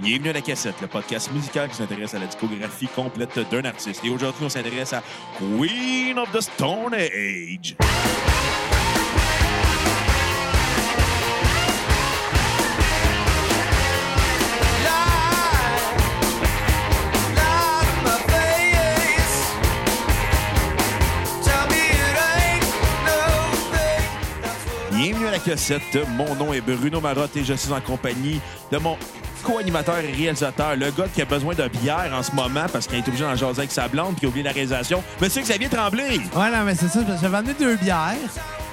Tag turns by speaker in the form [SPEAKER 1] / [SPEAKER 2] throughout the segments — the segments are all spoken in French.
[SPEAKER 1] Bienvenue à La Cassette, le podcast musical qui s'intéresse à la discographie complète d'un artiste. Et aujourd'hui, on s'intéresse à Queen of the Stone Age. Bienvenue à La Cassette. Mon nom est Bruno Marotte et je suis en compagnie de mon co-animateur et réalisateur, le gars qui a besoin de bière en ce moment parce qu'il est obligé d'en jaser avec sa blonde puis il a oublié la réalisation, Monsieur Xavier Tremblay.
[SPEAKER 2] Ouais, non, mais c'est ça, parce que j'avais amené deux bières.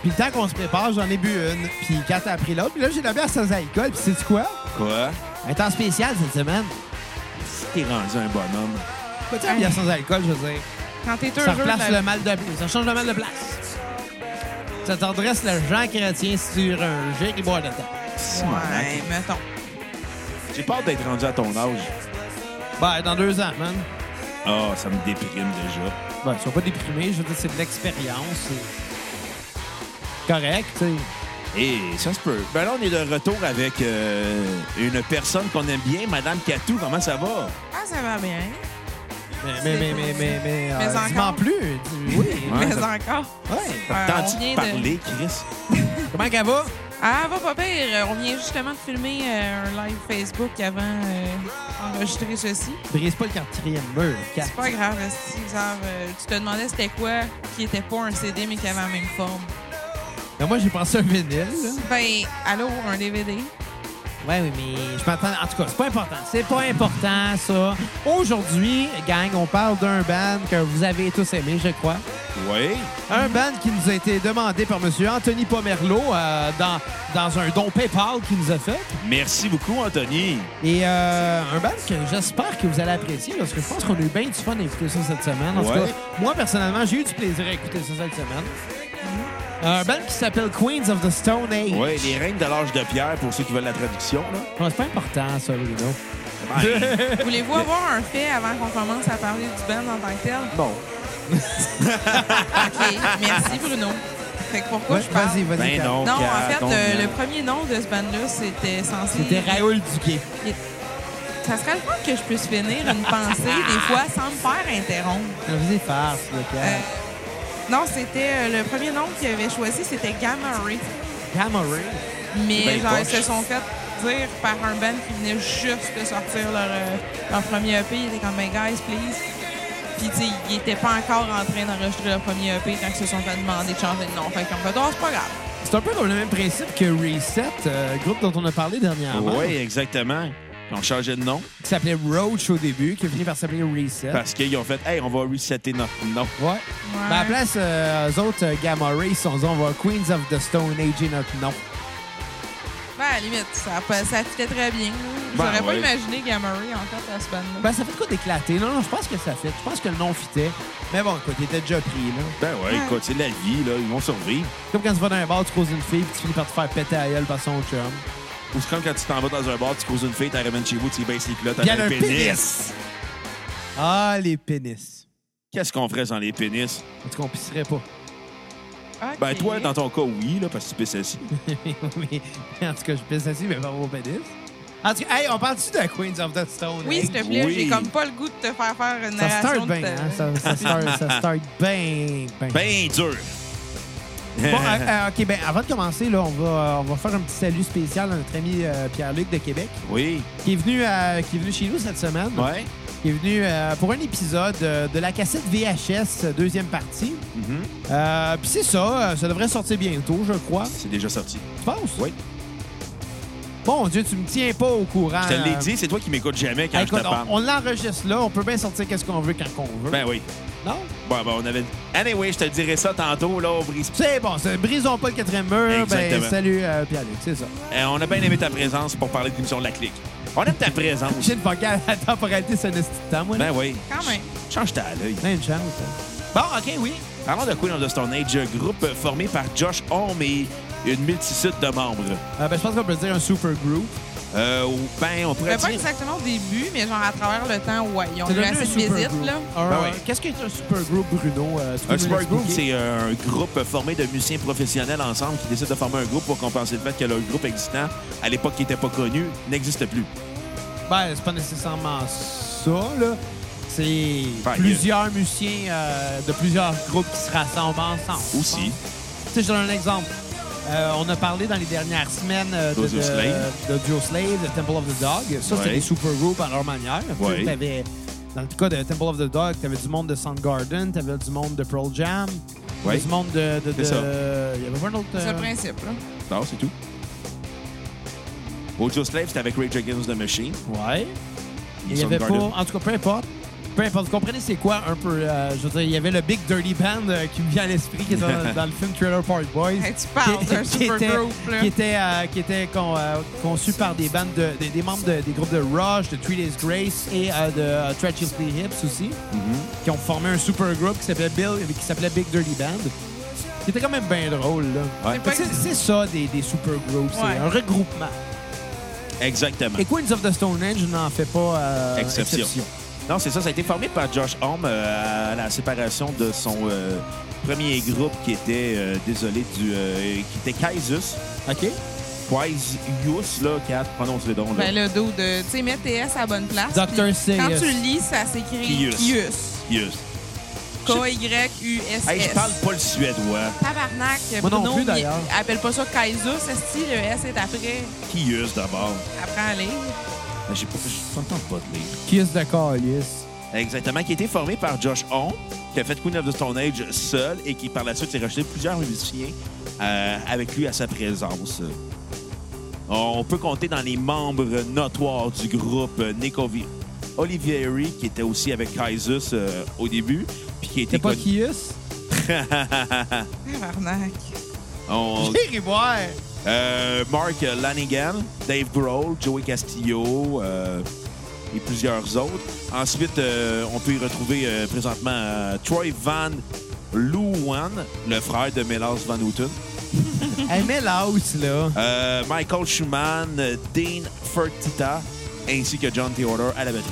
[SPEAKER 2] Puis le temps qu'on se prépare, j'en ai bu une. Puis quand t'as pris l'autre, puis là, j'ai de la bière sans alcool. Puis c'est quoi?
[SPEAKER 1] Quoi?
[SPEAKER 2] Un temps spécial cette semaine.
[SPEAKER 1] T'es rendu un bonhomme.
[SPEAKER 2] Pourquoi tu as la bière sans alcool, je veux dire?
[SPEAKER 3] Quand t'es heureux,
[SPEAKER 2] Ça replace
[SPEAKER 3] la-
[SPEAKER 2] le mal de Ça change le mal de place. Ça t'adresse le Jean Chrétien sur un jet qui boit dedans.
[SPEAKER 1] C'est malade.
[SPEAKER 3] Ouais, mettons.
[SPEAKER 1] hein? J'ai peur d'être rendu à ton âge.
[SPEAKER 2] Ben, dans deux ans, man.
[SPEAKER 1] Ah, ça me déprime déjà.
[SPEAKER 2] Ben, sois pas déprimé. Je veux dire, c'est de l'expérience. c'est Correct, tu sais.
[SPEAKER 1] Et ça se peut. Ben là, on est de retour avec euh, une personne qu'on aime bien, Madame Catou. Comment ça va?
[SPEAKER 3] Ah, ça va bien.
[SPEAKER 2] Mais, mais, mais, mais, mais, mais,
[SPEAKER 3] Mais
[SPEAKER 2] euh,
[SPEAKER 3] encore.
[SPEAKER 2] dis-m'en plus. dis- Oui.
[SPEAKER 1] Ouais,
[SPEAKER 3] mais
[SPEAKER 1] ça-
[SPEAKER 3] encore.
[SPEAKER 2] ouais.
[SPEAKER 3] Euh,
[SPEAKER 1] T'as
[SPEAKER 3] on
[SPEAKER 1] entendu
[SPEAKER 3] vient de-
[SPEAKER 1] parler, Chris?
[SPEAKER 2] Comment qu'elle va?
[SPEAKER 3] Ah, va pas pire. On vient justement de filmer euh, un live Facebook avant euh, d'enregistrer ceci.
[SPEAKER 2] Brise pas le quatrième mur, Kat.
[SPEAKER 3] C'est pas grave, si genre, euh, tu te demandais c'était quoi qui était pas un CD mais qui avait la même forme.
[SPEAKER 2] Mais moi, j'ai pensé à un vinyle. Là.
[SPEAKER 3] Ben, allô, un DVD.
[SPEAKER 2] Ouais, oui, mais je m'attends. En tout cas, c'est pas important. C'est pas important, ça. Aujourd'hui, gang, on parle d'un band que vous avez tous aimé, je crois.
[SPEAKER 1] Oui.
[SPEAKER 2] Un band qui nous a été demandé par M. Anthony Pomerleau euh, dans, dans un don PayPal qu'il nous a fait.
[SPEAKER 1] Merci beaucoup, Anthony.
[SPEAKER 2] Et euh, un band que j'espère que vous allez apprécier parce que je pense qu'on a eu bien du fun à écouter ça cette semaine. En tout
[SPEAKER 1] Ouais.
[SPEAKER 2] cas, moi, personnellement, j'ai eu du plaisir à écouter ça cette semaine. Euh, Un band qui s'appelle Queens of the Stone Age.
[SPEAKER 1] Oui, les règnes de l'âge de pierre, pour ceux qui veulent la traduction. là.
[SPEAKER 2] Ouais, c'est pas important, ça, Bruno.
[SPEAKER 1] Ben,
[SPEAKER 3] Voulez-vous avoir un fait avant qu'on commence à parler du band en tant que tel?
[SPEAKER 1] bon.
[SPEAKER 3] OK, merci Bruno. Fait que pourquoi
[SPEAKER 2] Ouais,
[SPEAKER 3] je parle?
[SPEAKER 2] vas-y, vas-y.
[SPEAKER 1] Ben
[SPEAKER 2] Kat.
[SPEAKER 1] non.
[SPEAKER 3] Non,
[SPEAKER 1] Kat,
[SPEAKER 3] en fait, euh,
[SPEAKER 1] on-
[SPEAKER 3] le, le premier nom de ce band-là, c'était censé...
[SPEAKER 2] C'était Raoul Duguay.
[SPEAKER 3] Ça serait le fun que je puisse finir une pensée, des fois, sans me faire interrompre.
[SPEAKER 2] Ça faisait farce, le
[SPEAKER 3] Euh,
[SPEAKER 2] cas.
[SPEAKER 3] non, c'était euh, le premier nom qu'ils avaient choisi, c'était Gamma Ray.
[SPEAKER 2] Gamma Ray.
[SPEAKER 3] Mais
[SPEAKER 1] Ben
[SPEAKER 3] genre, ils
[SPEAKER 1] poche.
[SPEAKER 3] se sont fait dire par un band qui venait juste de sortir leur, euh, leur premier EP. Ils étaient comme, ben, guys, please. Puis, tu sais, ils n'étaient pas encore en train d'enregistrer leur premier EP quand ils se sont fait demander de changer de nom. Fait qu'ils ont fait, oh, c'est pas grave.
[SPEAKER 2] C'est un peu comme le même principe que Reset, euh, groupe dont on a parlé dernièrement,
[SPEAKER 1] Ah, Oui, exactement. Ils ont changé de nom
[SPEAKER 2] qui s'appelait Roach au début, qui a fini par s'appeler Reset.
[SPEAKER 1] parce qu'ils ont fait Hey, on va resetter notre nom.
[SPEAKER 2] Ouais. Ben, à la place, euh, eux autres, euh, Gamma Ray, ils se sont dit, on va Queens of the Stone Age et notre nom.
[SPEAKER 3] Ben, à la limite, ça, ça fitait très bien.
[SPEAKER 1] Ben,
[SPEAKER 3] J'aurais pas
[SPEAKER 1] ouais.
[SPEAKER 3] imaginé Gamma Ray, en fait, à ce band-là.
[SPEAKER 2] Ben, ça fait de quoi d'éclater? Non, non, je pense que ça fait. Je pense que le nom fitait. Mais bon, écoute, il était déjà pris, là.
[SPEAKER 1] Ben ouais,
[SPEAKER 3] Ouais.
[SPEAKER 1] écoute, c'est la vie, là. Ils vont survivre.
[SPEAKER 2] Comme quand tu vas dans un bar, tu croises une fille, puis tu finis par te faire péter à gueule par son chum.
[SPEAKER 1] Ou c'est comme quand tu t'en vas dans un bar, tu causes une fille, tu la ramènes chez vous, tu ben, y baisses les culottes,
[SPEAKER 2] Il y
[SPEAKER 1] avec
[SPEAKER 2] a
[SPEAKER 1] un
[SPEAKER 2] un
[SPEAKER 1] pénis.
[SPEAKER 2] pénis! Ah, les pénis.
[SPEAKER 1] Qu'est-ce qu'on ferait sans les pénis?
[SPEAKER 2] En tout cas, on pisserait pas.
[SPEAKER 3] Ok.
[SPEAKER 1] Ben toi, dans ton cas, oui, là, parce que tu pisses assis.
[SPEAKER 2] Oui, en tout cas, je pisse là-dessus, mais pas au pénis. En tout cas, hey, on parle-tu de Queens of the Stone
[SPEAKER 3] Oui,
[SPEAKER 2] Age?
[SPEAKER 3] s'il te plaît,
[SPEAKER 1] Oui.
[SPEAKER 3] j'ai comme pas le goût de te faire faire une
[SPEAKER 2] Ça
[SPEAKER 3] narration
[SPEAKER 2] start
[SPEAKER 3] de
[SPEAKER 2] bien,
[SPEAKER 3] ta-
[SPEAKER 2] hein? Ça, ça start, ça start bien, bien.
[SPEAKER 1] Ben dur!
[SPEAKER 2] Bon, euh, euh, OK, ben, avant de commencer, là, on va, on va faire un petit salut spécial à notre ami euh, Pierre-Luc de Québec,
[SPEAKER 1] oui.
[SPEAKER 2] qui est venu, euh, qui est venu chez nous cette semaine.
[SPEAKER 1] Ouais.
[SPEAKER 2] Qui est venu euh, pour un épisode euh, de la cassette VHS, euh, deuxième partie.
[SPEAKER 1] Mhm.
[SPEAKER 2] Euh, Puis c'est ça, euh, ça devrait sortir bientôt, je crois.
[SPEAKER 1] C'est déjà sorti.
[SPEAKER 2] Tu penses?
[SPEAKER 1] Oui.
[SPEAKER 2] Bon Dieu, tu me tiens pas au courant.
[SPEAKER 1] Je te l'ai
[SPEAKER 2] euh,
[SPEAKER 1] dit, c'est toi qui m'écoutes jamais quand
[SPEAKER 2] Hey,
[SPEAKER 1] je te
[SPEAKER 2] écoute,
[SPEAKER 1] parle.
[SPEAKER 2] on, on l'enregistre là, on peut bien sortir qu'est-ce qu'on veut quand on veut.
[SPEAKER 1] Ben oui.
[SPEAKER 2] Non?
[SPEAKER 1] Bon, ben on avait... Anyway, je te dirai ça tantôt, là, on brise...
[SPEAKER 2] C'est bon, c'est- brisons pas le quatrième mur. Ben,
[SPEAKER 1] Exactement.
[SPEAKER 2] salut euh, Pierre-Luc, c'est ça.
[SPEAKER 1] Euh, on a bien aimé ta présence pour parler de l'émission de la clique. On aime ta présence.
[SPEAKER 2] J'ai une vocale à la temporalité, c'est un esti de temps, moi. là.
[SPEAKER 1] ben oui.
[SPEAKER 3] Quand même.
[SPEAKER 1] Ch- Change-toi à l'œil.
[SPEAKER 2] Ben, une chance. hein. Bon, OK, oui.
[SPEAKER 1] Parlons de Queen of the Stone Age, groupe formé par Josh Homme et une multitude de membres.
[SPEAKER 2] Euh, ben, je pense qu'on peut dire un super group.
[SPEAKER 1] Euh, ben, on pourrait
[SPEAKER 3] Mais pas
[SPEAKER 1] dire...
[SPEAKER 3] exactement au début, mais genre à travers le temps, ouais. Ils ont
[SPEAKER 2] C'est
[SPEAKER 3] eu
[SPEAKER 2] devenu
[SPEAKER 3] assez
[SPEAKER 2] un
[SPEAKER 3] de
[SPEAKER 2] super
[SPEAKER 3] visites,
[SPEAKER 2] group.
[SPEAKER 3] là.
[SPEAKER 2] Un-
[SPEAKER 1] Ben oui.
[SPEAKER 2] Qu'est-ce qu'est un super group, Bruno? Euh, tu peux
[SPEAKER 1] Un
[SPEAKER 2] nous
[SPEAKER 1] super group,
[SPEAKER 2] l'expliquer?
[SPEAKER 1] c'est un groupe formé de musiciens professionnels ensemble qui décident de former un groupe pour compenser le fait que leur groupe existant, à l'époque qui n'était pas connu, n'existe plus.
[SPEAKER 2] Ben, c'est pas nécessairement ça, là. C'est
[SPEAKER 1] Ben,
[SPEAKER 2] plusieurs musiciens euh, de plusieurs groupes qui se rassemblent ensemble. je
[SPEAKER 1] Aussi.
[SPEAKER 2] pense. Tu sais, je donne un exemple. Euh, on a parlé dans les dernières semaines euh, de,
[SPEAKER 1] D'Audio
[SPEAKER 2] de-
[SPEAKER 1] Slave.
[SPEAKER 2] de Duo Slave, de Temple of the Dog. Ça,
[SPEAKER 1] Ouais.
[SPEAKER 2] c'est des super groupes à leur manière. Tu sais,
[SPEAKER 1] Ouais.
[SPEAKER 2] t'avais- dans le cas de Temple of the Dog, t'avais du monde de Soundgarden, t'avais du monde de Pearl Jam,
[SPEAKER 1] Ouais.
[SPEAKER 2] t'avais du monde de... de,
[SPEAKER 1] C'est ça.
[SPEAKER 2] de- Il y avait pas un autre...
[SPEAKER 3] C'est
[SPEAKER 2] euh,
[SPEAKER 3] le principe, là.
[SPEAKER 1] Non, c'est tout. Audio Slave, c'était avec Rage Against the Machine.
[SPEAKER 2] Ouais. Il y avait pas...
[SPEAKER 1] Soundgarden.
[SPEAKER 2] En tout cas, peu importe. Peu importe. Vous comprenez c'est quoi un peu... euh, je veux dire, il y avait le Big Dirty Band euh, qui me vient à l'esprit, qui est dans, dans le film Trailer Park Boys.
[SPEAKER 3] Hey, tu parles d'un
[SPEAKER 2] qui
[SPEAKER 3] super
[SPEAKER 2] était-
[SPEAKER 3] groupe, là.
[SPEAKER 2] qui était, euh, qui était con- euh, conçu par des bandes de, des, des membres de- des groupes de Rush, de Three Days Grace et euh, de euh, Tragically Hips aussi, qui ont formé un super groupe qui s'appelait Bill, euh, qui s'appelait Big Dirty Band. Qui était quand même bien drôle là.
[SPEAKER 1] Ouais.
[SPEAKER 3] C'est pas-
[SPEAKER 2] C'est c'est ça des, des super groupes,
[SPEAKER 3] Ouais.
[SPEAKER 2] c'est un regroupement.
[SPEAKER 1] Exactement.
[SPEAKER 2] Et Queens of the Stone Age n'en fait pas euh,
[SPEAKER 1] Exception. Non, c'est ça. Ça a été formé par Josh Homme euh, à la séparation de son euh, premier groupe qui était, euh, désolé, du, euh, qui était Kaisus.
[SPEAKER 2] Ok.
[SPEAKER 1] Quaisius, là, Kat, prononce-le donc. Là.
[SPEAKER 3] Ben, le dos de. Tu sais, mets TS à la bonne place.
[SPEAKER 2] Dr.
[SPEAKER 3] puis Quand
[SPEAKER 2] Seuss.
[SPEAKER 3] tu lis, ça s'écrit
[SPEAKER 1] Kius.
[SPEAKER 3] Kius.
[SPEAKER 1] Yes.
[SPEAKER 3] K-Y-U-S-S.
[SPEAKER 1] Hey, je parle pas le suédois.
[SPEAKER 3] Tabarnak.
[SPEAKER 2] Moi non
[SPEAKER 3] Bruno,
[SPEAKER 2] plus,
[SPEAKER 3] il-
[SPEAKER 2] d'ailleurs.
[SPEAKER 3] Appelle pas ça Kaiser, c'est style. Le S est après.
[SPEAKER 1] Kius d'abord.
[SPEAKER 3] Après à lire.
[SPEAKER 1] Ben, j'ai pas, je t'entends pas de lire.
[SPEAKER 2] Kiss de Calice.
[SPEAKER 1] Exactement, qui a été formé par Josh Homme, qui a fait Queen of the Stone Age seul et qui par la suite s'est rejeté plusieurs musiciens euh, avec lui à sa présence. On peut compter dans les membres notoires du groupe euh, Nico Vi- Olivieri, qui était aussi avec Kaisus euh, au début, puis qui a été
[SPEAKER 2] T'es pas
[SPEAKER 1] connu-
[SPEAKER 2] Kiss?
[SPEAKER 3] Tabarnak.
[SPEAKER 1] On-
[SPEAKER 2] J'ai voir.
[SPEAKER 1] euh, Mark Lanigan, Dave Grohl, Joey Castillo euh, et plusieurs autres. Ensuite, euh, on peut y retrouver euh, présentement euh, Troy Van Leeuwen, le frère de Milos Van Houten,
[SPEAKER 2] Elle met la hausse, là.
[SPEAKER 1] euh, Michael Schumann, euh, Dean Fertitta, ainsi que John Theodore à la batterie.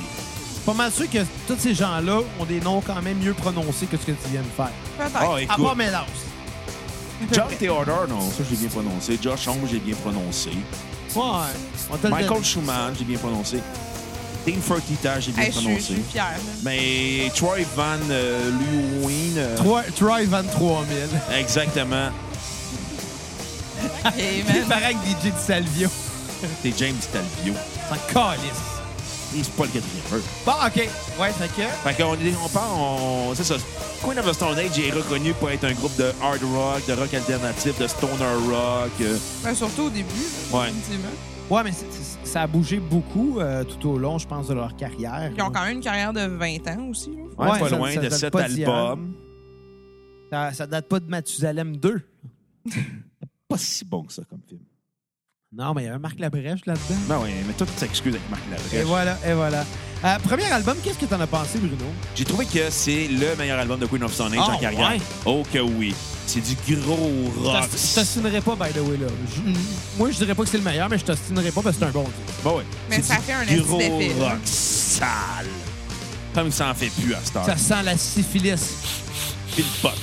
[SPEAKER 2] pas mal sûr que tous ces gens-là ont des noms quand même mieux prononcés que ce que tu viens de faire.
[SPEAKER 1] Ah,
[SPEAKER 3] Peut-être.
[SPEAKER 2] À part
[SPEAKER 1] écoute,
[SPEAKER 2] Mélange.
[SPEAKER 1] John Theodore, non, ça j'ai bien prononcé. Josh Homme, j'ai bien prononcé.
[SPEAKER 2] Ouais. hein. On te le
[SPEAKER 1] Michael
[SPEAKER 2] donne.
[SPEAKER 1] Schumann, j'ai bien prononcé. Dean Fertitta, j'ai bien
[SPEAKER 3] Hey, je suis- je
[SPEAKER 1] prononcé.
[SPEAKER 3] suis fière. là.
[SPEAKER 1] Mais Troy Van euh, Leeuwen, euh,
[SPEAKER 2] Troy, Troy 23000.
[SPEAKER 1] Exactement. Ben,
[SPEAKER 3] Ok,
[SPEAKER 2] Il
[SPEAKER 3] man.
[SPEAKER 2] paraît que DJ de Salvio.
[SPEAKER 1] C'est James Talbio.
[SPEAKER 2] C'est calice.
[SPEAKER 1] Et c'est pas le quatrième heure.
[SPEAKER 2] Bon, OK. Ouais, fait que...
[SPEAKER 1] Fait qu'on est- on part, on. C'est ça. Queen of the Stone Age est reconnu pour être un groupe de hard rock, de rock alternatif, de stoner rock. euh,
[SPEAKER 3] Ben, surtout au début.
[SPEAKER 1] Ouais.
[SPEAKER 3] Effectivement.
[SPEAKER 2] Ouais, mais c'est- c'est- ça a bougé beaucoup euh, tout au long, je pense, de leur carrière.
[SPEAKER 3] Ils ont quand même une carrière de 20 ans aussi. là.
[SPEAKER 1] ouais,
[SPEAKER 2] Ouais,
[SPEAKER 1] pas
[SPEAKER 2] ça-
[SPEAKER 1] loin
[SPEAKER 2] ça
[SPEAKER 1] de
[SPEAKER 2] date
[SPEAKER 1] cet
[SPEAKER 2] pas d'hier.
[SPEAKER 1] album.
[SPEAKER 2] ça, ça date pas de Mathusalem 2.
[SPEAKER 1] Pas si bon que ça comme film.
[SPEAKER 2] Non, mais il y avait Marc Labrèche là-dedans.
[SPEAKER 1] Ben ouais, mais tout s'excuse avec Marc
[SPEAKER 2] Et
[SPEAKER 1] Labrèche.
[SPEAKER 2] voilà, et voilà. Euh, premier album, qu'est-ce que t'en as pensé, Bruno?
[SPEAKER 1] J'ai trouvé que c'est le meilleur album de Queen of the Stone Age
[SPEAKER 2] Ah,
[SPEAKER 1] en carrière.
[SPEAKER 2] ouais.
[SPEAKER 1] Oh que oui. C'est du gros rock.
[SPEAKER 2] Je t'os- je t'ostinerai pas, by the way, là. Je- moi, je dirais pas que c'est le meilleur, mais je t'ostinerai pas parce que c'est un bon disque.
[SPEAKER 1] Ben ouais.
[SPEAKER 3] Mais
[SPEAKER 1] C'est
[SPEAKER 3] ça
[SPEAKER 1] du
[SPEAKER 3] fait un esti
[SPEAKER 1] gros
[SPEAKER 3] d'effet, là.
[SPEAKER 1] rock sale. Comme ça en fait plus à cette heure.
[SPEAKER 2] Ça sent la syphilis.
[SPEAKER 1] pis le pote.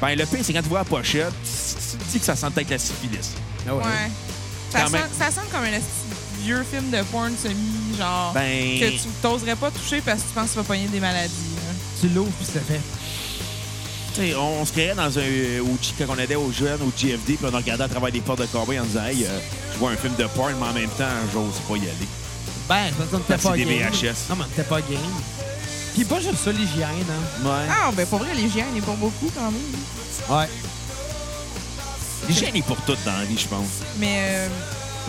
[SPEAKER 1] Ben, le pire, c'est quand tu vois la pochette, tu tu dis que ça sent peut-être la syphilis.
[SPEAKER 2] Ah
[SPEAKER 3] Ouais. Ça
[SPEAKER 1] Quand
[SPEAKER 3] sonne,
[SPEAKER 1] même.
[SPEAKER 3] ça sonne comme un esti vieux film de porn semi, genre.
[SPEAKER 1] Ben-
[SPEAKER 3] Que tu t'oserais pas toucher parce que tu penses que tu vas pogner des maladies. là.
[SPEAKER 2] Tu l'ouvres puis ça fait.
[SPEAKER 1] Tu sais, on, on se créait dans un. euh, au G- quand on allait aux jeunes, au GFD, puis on regardait à travers les portes de cowboy en disant, hey, euh, je vois un film de porn, mais en même temps, j'ose pas y aller.
[SPEAKER 2] Ben, ça sonne
[SPEAKER 1] Parce
[SPEAKER 2] t'es
[SPEAKER 1] que
[SPEAKER 2] pas
[SPEAKER 1] Ah, c'est des
[SPEAKER 2] game.
[SPEAKER 1] VHS.
[SPEAKER 2] Non, mais t'es pas game. Puis pas juste ça, l'hygiène, hein.
[SPEAKER 1] Ouais.
[SPEAKER 3] Ah, ben, pour vrai, l'hygiène est pour beaucoup quand même.
[SPEAKER 2] Ouais.
[SPEAKER 1] L'hygiène est pour tout dans la vie, je pense.
[SPEAKER 3] Mais euh,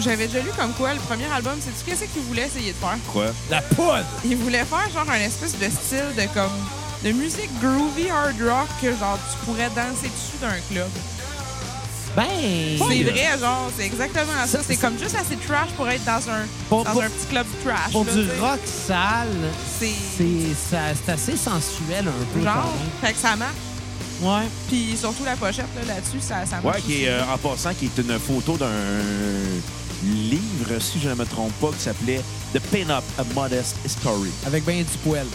[SPEAKER 3] j'avais déjà lu comme quoi le premier album, sais-tu qu'est-ce qu'il voulait essayer de faire?
[SPEAKER 1] Quoi?
[SPEAKER 2] La poudre!
[SPEAKER 3] Il voulait faire genre un espèce de style de comme de musique groovy hard rock que genre tu pourrais danser dessus d'un club.
[SPEAKER 2] Ben.
[SPEAKER 1] Pas
[SPEAKER 3] C'est
[SPEAKER 1] Yeah.
[SPEAKER 3] vrai, genre, c'est exactement ça.
[SPEAKER 2] Ça,
[SPEAKER 3] C'est
[SPEAKER 2] c'est-
[SPEAKER 3] comme juste assez trash pour être dans un,
[SPEAKER 2] Pour-
[SPEAKER 3] dans
[SPEAKER 2] pour-
[SPEAKER 3] un petit club trash.
[SPEAKER 2] Pour
[SPEAKER 3] là,
[SPEAKER 2] du
[SPEAKER 3] tu sais.
[SPEAKER 2] rock sale,
[SPEAKER 3] C'est
[SPEAKER 2] c'est ça- c'est assez sensuel un peu.
[SPEAKER 3] genre, fait que ça marche.
[SPEAKER 2] quand même. Ouais.
[SPEAKER 3] Puis surtout la pochette là, là-dessus, ça, ça marche.
[SPEAKER 1] Ouais, qui est, euh, en passant, qui est une photo d'un livre, si je ne me trompe pas, qui s'appelait The Pin-Up, A Modest Story.
[SPEAKER 2] Avec ben du poil.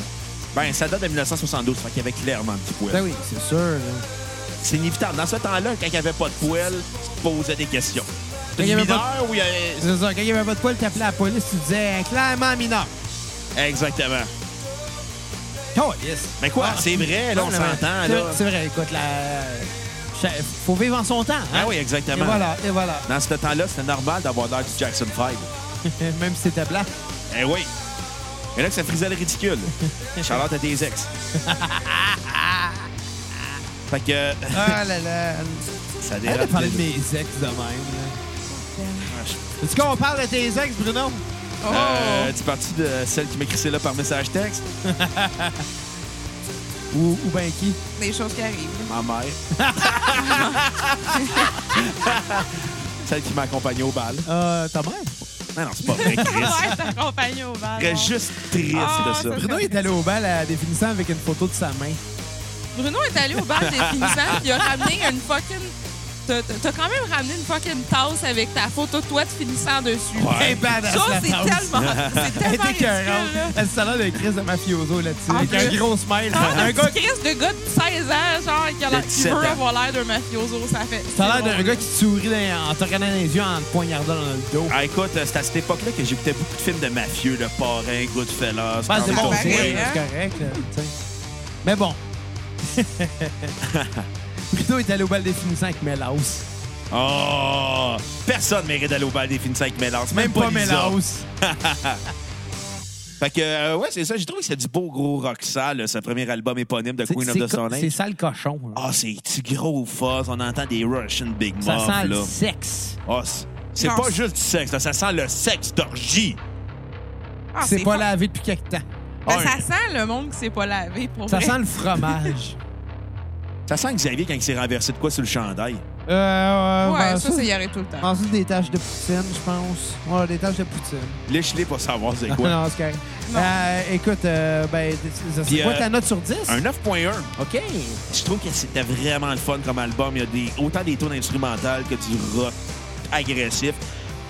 [SPEAKER 1] Ben, ça date de 1972, fait qu'il y avait clairement un petit poil.
[SPEAKER 2] Ben oui, c'est sûr, là.
[SPEAKER 1] C'est inévitable. Dans ce temps-là, quand il n'y avait pas de poêle, tu te posais des questions. C'était
[SPEAKER 2] Il y
[SPEAKER 1] une
[SPEAKER 2] avait
[SPEAKER 1] mineure
[SPEAKER 2] pas
[SPEAKER 1] ou il y avait...
[SPEAKER 2] C'est ça, quand il y avait pas de poil, t'appelais la police, tu disais clairement mineur.
[SPEAKER 1] Exactement.
[SPEAKER 2] Oh, yes.
[SPEAKER 1] Mais quoi, c'est vrai, là, on
[SPEAKER 2] Non, Ah, mais-
[SPEAKER 1] s'entend,
[SPEAKER 2] c'est-
[SPEAKER 1] là.
[SPEAKER 2] C'est vrai, écoute, la... cha- faut vivre en son temps. Hein?
[SPEAKER 1] Ah oui, exactement.
[SPEAKER 2] Et voilà, et voilà.
[SPEAKER 1] Dans ce temps-là, c'était normal d'avoir l'air du Jackson 5.
[SPEAKER 2] Même si c'était blanc.
[SPEAKER 1] Eh oui. Mais là, que ça frisait le ridicule. Charlotte à tes ex. fait que euh,
[SPEAKER 2] Ah là là.
[SPEAKER 1] ça
[SPEAKER 2] Arrête de
[SPEAKER 1] dérape.
[SPEAKER 2] parler de mes ex de même. là. Est-ce qu'on parle de tes ex, Bruno?
[SPEAKER 3] Oh!
[SPEAKER 1] Euh, tu es parti de celle qui m'écrissait là par message texte?
[SPEAKER 2] Ou, ou ben qui?
[SPEAKER 3] Des choses qui arrivent.
[SPEAKER 1] Ma mère. celle qui m'a accompagné au bal.
[SPEAKER 2] Euh, ta mère?
[SPEAKER 1] Non, non, c'est pas vrai, Chris.
[SPEAKER 3] Ouais, t'accompagner au bal.
[SPEAKER 1] Je serais juste triste
[SPEAKER 3] Ah,
[SPEAKER 1] de ça.
[SPEAKER 3] ça-
[SPEAKER 2] Bruno il est allé au bal à définissant avec une photo de sa main.
[SPEAKER 3] Bruno est allé au bar des finissants, il a ramené une fucking. T'as t'as quand même ramené une fucking tasse avec ta photo de toi de finissant dessus.
[SPEAKER 1] Ouais.
[SPEAKER 2] Hey, badass,
[SPEAKER 3] Ça,
[SPEAKER 2] la
[SPEAKER 3] c'est
[SPEAKER 2] tasse.
[SPEAKER 3] tellement. C'est
[SPEAKER 2] Elle
[SPEAKER 3] tellement.
[SPEAKER 2] était
[SPEAKER 3] ridicule,
[SPEAKER 2] écœurante.
[SPEAKER 3] là.
[SPEAKER 2] Elle se de Chris de mafioso là-dessus.
[SPEAKER 3] En
[SPEAKER 2] Avec un
[SPEAKER 3] plus.
[SPEAKER 2] gros smile.
[SPEAKER 3] Ah,
[SPEAKER 2] un
[SPEAKER 3] un
[SPEAKER 2] gars qui-
[SPEAKER 3] Chris de gars de 16 ans, genre, qui, a l'air-
[SPEAKER 1] De
[SPEAKER 3] qui
[SPEAKER 1] 17
[SPEAKER 3] veut
[SPEAKER 1] ans.
[SPEAKER 3] avoir l'air d'un mafioso, ça fait.
[SPEAKER 2] T'as l'air d'un gars qui te sourit dans- en te regardant dans les yeux, en te poignardant dans le dos.
[SPEAKER 1] Ah, écoute, euh, c'est à cette époque-là que j'écoutais beaucoup de films de mafieux, Le Parrain, Goodfellas.
[SPEAKER 2] Ben, c'est
[SPEAKER 1] Grand
[SPEAKER 2] bon,
[SPEAKER 3] bon,
[SPEAKER 1] Bourgeois.
[SPEAKER 2] c'est
[SPEAKER 3] pareil,
[SPEAKER 2] c'est
[SPEAKER 3] hein?
[SPEAKER 2] correct. là, tu sais. Mais bon. Bruno est allé au bal des finissants avec Mélaus.
[SPEAKER 1] Oh! Personne mérite d'aller au bal des finissants avec Mélasse. Même, pas, Lisa.
[SPEAKER 2] Mélaus.
[SPEAKER 1] Fait que, euh, ouais, c'est ça. J'ai trouvé que c'était du beau gros rock sale, ce premier album éponyme de
[SPEAKER 2] C'est-
[SPEAKER 1] Queen of
[SPEAKER 2] c'est
[SPEAKER 1] the
[SPEAKER 2] co-
[SPEAKER 1] Stone
[SPEAKER 2] C'est
[SPEAKER 1] Age.
[SPEAKER 2] ça le cochon. hein. là.
[SPEAKER 1] Ah, c'est du gros fuzz. On entend des Russian Big Muff,
[SPEAKER 2] ça sent
[SPEAKER 1] là.
[SPEAKER 2] le sexe.
[SPEAKER 1] Ah, c'est- c'est
[SPEAKER 3] Non,
[SPEAKER 1] pas
[SPEAKER 3] c'est-
[SPEAKER 1] juste du sexe, là. ça sent le sexe d'orgie.
[SPEAKER 3] Ah,
[SPEAKER 2] c'est pas
[SPEAKER 3] fou.
[SPEAKER 2] lavé depuis quelque temps.
[SPEAKER 3] Ben,
[SPEAKER 1] Ouais.
[SPEAKER 3] ça sent le monde qui s'est pas lavé pour
[SPEAKER 2] Ça
[SPEAKER 3] vrai.
[SPEAKER 2] sent le fromage.
[SPEAKER 1] Ça sent Xavier quand il s'est renversé de quoi sur le chandail.
[SPEAKER 2] euh, euh,
[SPEAKER 3] Ouais,
[SPEAKER 2] ben,
[SPEAKER 3] ça, c'est y aller tout le temps.
[SPEAKER 2] Ensuite, des taches de poutine, je pense. Ouais, des taches de poutine.
[SPEAKER 1] Lèche-les pour savoir c'est
[SPEAKER 2] Non,
[SPEAKER 1] quoi.
[SPEAKER 2] non, c'est correct.
[SPEAKER 3] Non.
[SPEAKER 2] Euh, écoute, euh, ben, ça-
[SPEAKER 1] Puis,
[SPEAKER 2] c'est quoi
[SPEAKER 1] euh,
[SPEAKER 2] ta note sur 10?
[SPEAKER 1] Un 9.1.
[SPEAKER 2] OK.
[SPEAKER 1] Je trouve que c'était vraiment le fun comme album. Il y a des, autant des tunes instrumentales que du rock agressif.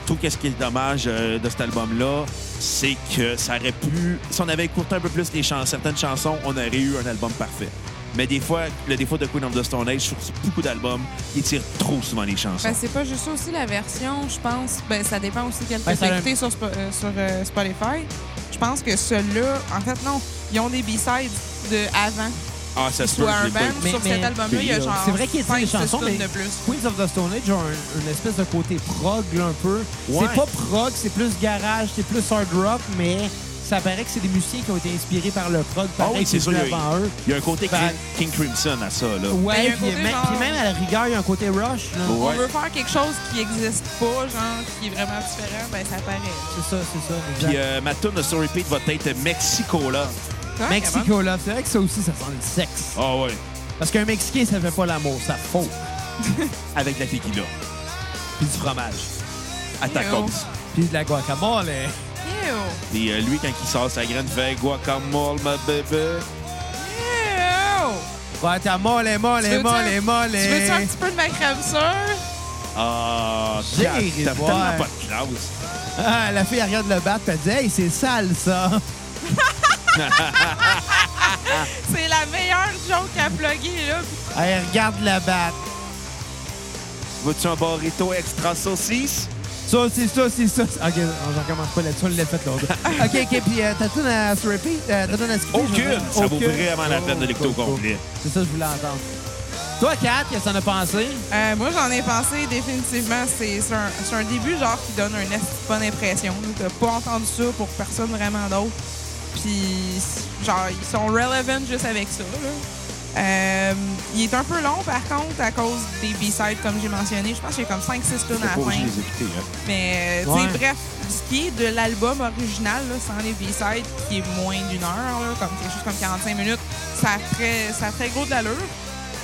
[SPEAKER 1] Je trouve que ce qui est dommage euh, de cet album-là, c'est que ça aurait pu... Si on avait écouté un peu plus les chans- certaines chansons, on aurait eu un album parfait. Mais des fois, le défaut de Queen of the Stone Age, sur beaucoup d'albums, ils tirent trop souvent les chansons.
[SPEAKER 3] Ben, c'est pas juste ça aussi la version, je pense. Ben, ça dépend aussi de quelle
[SPEAKER 2] Ben,
[SPEAKER 3] que
[SPEAKER 2] ça
[SPEAKER 3] t'as
[SPEAKER 2] a-
[SPEAKER 3] écouté sur, Spo- euh, sur euh, Spotify. Je pense que ceux-là, en fait, non, ils ont des B-sides de avant.
[SPEAKER 1] ah, ça se
[SPEAKER 3] Soit un
[SPEAKER 1] je l'ai pas
[SPEAKER 3] band,
[SPEAKER 1] écouté.
[SPEAKER 2] Mais-
[SPEAKER 3] sur
[SPEAKER 2] mais- E
[SPEAKER 3] cet album-là, il y a genre.
[SPEAKER 2] C'est vrai qu'il y a des
[SPEAKER 3] cinq, six
[SPEAKER 2] chansons,
[SPEAKER 3] tunes
[SPEAKER 2] mais-
[SPEAKER 3] de plus.
[SPEAKER 2] Queens of the Stone Age ont un- une espèce de côté prog, là, un peu.
[SPEAKER 1] Ouais.
[SPEAKER 2] C'est pas prog, c'est plus garage, c'est plus hard rock, mais ça paraît que c'est des musiciens qui ont été inspirés par le prog,
[SPEAKER 1] Ah
[SPEAKER 2] pareil,
[SPEAKER 1] oui, c'est
[SPEAKER 2] qui
[SPEAKER 1] sûr.
[SPEAKER 2] venaient
[SPEAKER 1] Il y, a-
[SPEAKER 2] avant eux.
[SPEAKER 1] il y a un côté
[SPEAKER 2] Ben-
[SPEAKER 1] King, King Crimson à ça, là.
[SPEAKER 3] il y
[SPEAKER 2] Ouais,
[SPEAKER 3] a un
[SPEAKER 2] puis, il y a
[SPEAKER 3] Ben, côté
[SPEAKER 2] même-
[SPEAKER 3] genre-
[SPEAKER 2] puis même à la rigueur, il y a un côté rush. là.
[SPEAKER 1] Ouais.
[SPEAKER 3] On veut faire quelque chose qui n'existe pas, genre, qui est vraiment différent, ben ça paraît.
[SPEAKER 2] C'est ça, c'est ça.
[SPEAKER 1] Puis
[SPEAKER 2] exact.
[SPEAKER 1] euh, ma tune de sur repeat va être Mexico, là.
[SPEAKER 3] Hein, Gavin?
[SPEAKER 2] Mexico, là, c'est vrai que ça aussi, ça sent le sexe.
[SPEAKER 1] Ah ouais.
[SPEAKER 2] Parce qu'un Mexicain, ça fait pas l'amour, ça faux.
[SPEAKER 1] Avec la tequila.
[SPEAKER 2] Puis du fromage.
[SPEAKER 1] À ta
[SPEAKER 3] Yo.
[SPEAKER 1] cause.
[SPEAKER 2] Puis de la guacamole.
[SPEAKER 3] Ew.
[SPEAKER 1] Et euh, lui, quand il sort sa graine, il fait guacamole, ma bébé.
[SPEAKER 3] Ew.
[SPEAKER 2] Guacamole,
[SPEAKER 3] Tu
[SPEAKER 2] molle,
[SPEAKER 3] veux-tu
[SPEAKER 2] molle,
[SPEAKER 3] un-
[SPEAKER 2] molle.
[SPEAKER 3] Tu veux-tu un petit peu de ma crème sûre?
[SPEAKER 1] Ah,
[SPEAKER 2] J'ai
[SPEAKER 1] Kat,
[SPEAKER 2] ri
[SPEAKER 1] t'as
[SPEAKER 2] de voir.
[SPEAKER 1] tellement pas de classe.
[SPEAKER 2] Ah, la fille, elle regarde le bat, puis elle dit Hey, c'est sale, ça.
[SPEAKER 3] C'est la meilleure joke à plugger, là.
[SPEAKER 2] Elle regarde le bat.
[SPEAKER 1] Veux-tu un burrito extra saucisse?
[SPEAKER 2] Ça, c'est ça, c'est ça. Ok, j'en recommence pas là-dessus, on l'a fait l'autre. ok, ok, puis euh, t'as tout à se repeat, euh, t'as tout à skipper, je veux
[SPEAKER 1] Aucune!
[SPEAKER 2] dire.
[SPEAKER 1] Ça vaut
[SPEAKER 2] Aucune.
[SPEAKER 1] vraiment la peine de l'écouter au
[SPEAKER 2] Oh, oh, oh.
[SPEAKER 1] complet.
[SPEAKER 2] C'est ça que je voulais entendre. Toi, Kat, qu'est-ce que t'en as pensé?
[SPEAKER 3] Euh, moi, j'en ai pensé définitivement. C'est c'est un, c'est un début genre qui donne une esti de bonne impression. T'as pas entendu ça pour personne vraiment d'autre. Puis, genre, ils sont relevant juste avec ça. là. Euh, il est un peu long, par contre, à cause des B-sides, comme j'ai mentionné. Je pense qu'il y a comme 5-6 tunes à la fin.
[SPEAKER 1] écouter, hein.
[SPEAKER 3] Mais, euh,
[SPEAKER 2] Ouais.
[SPEAKER 3] tu sais, bref, ce qui est de l'album original, là, sans les B-sides, qui est moins d'une heure, là, comme quelque chose comme 45 minutes, ça a très, ça a très gros de l'allure.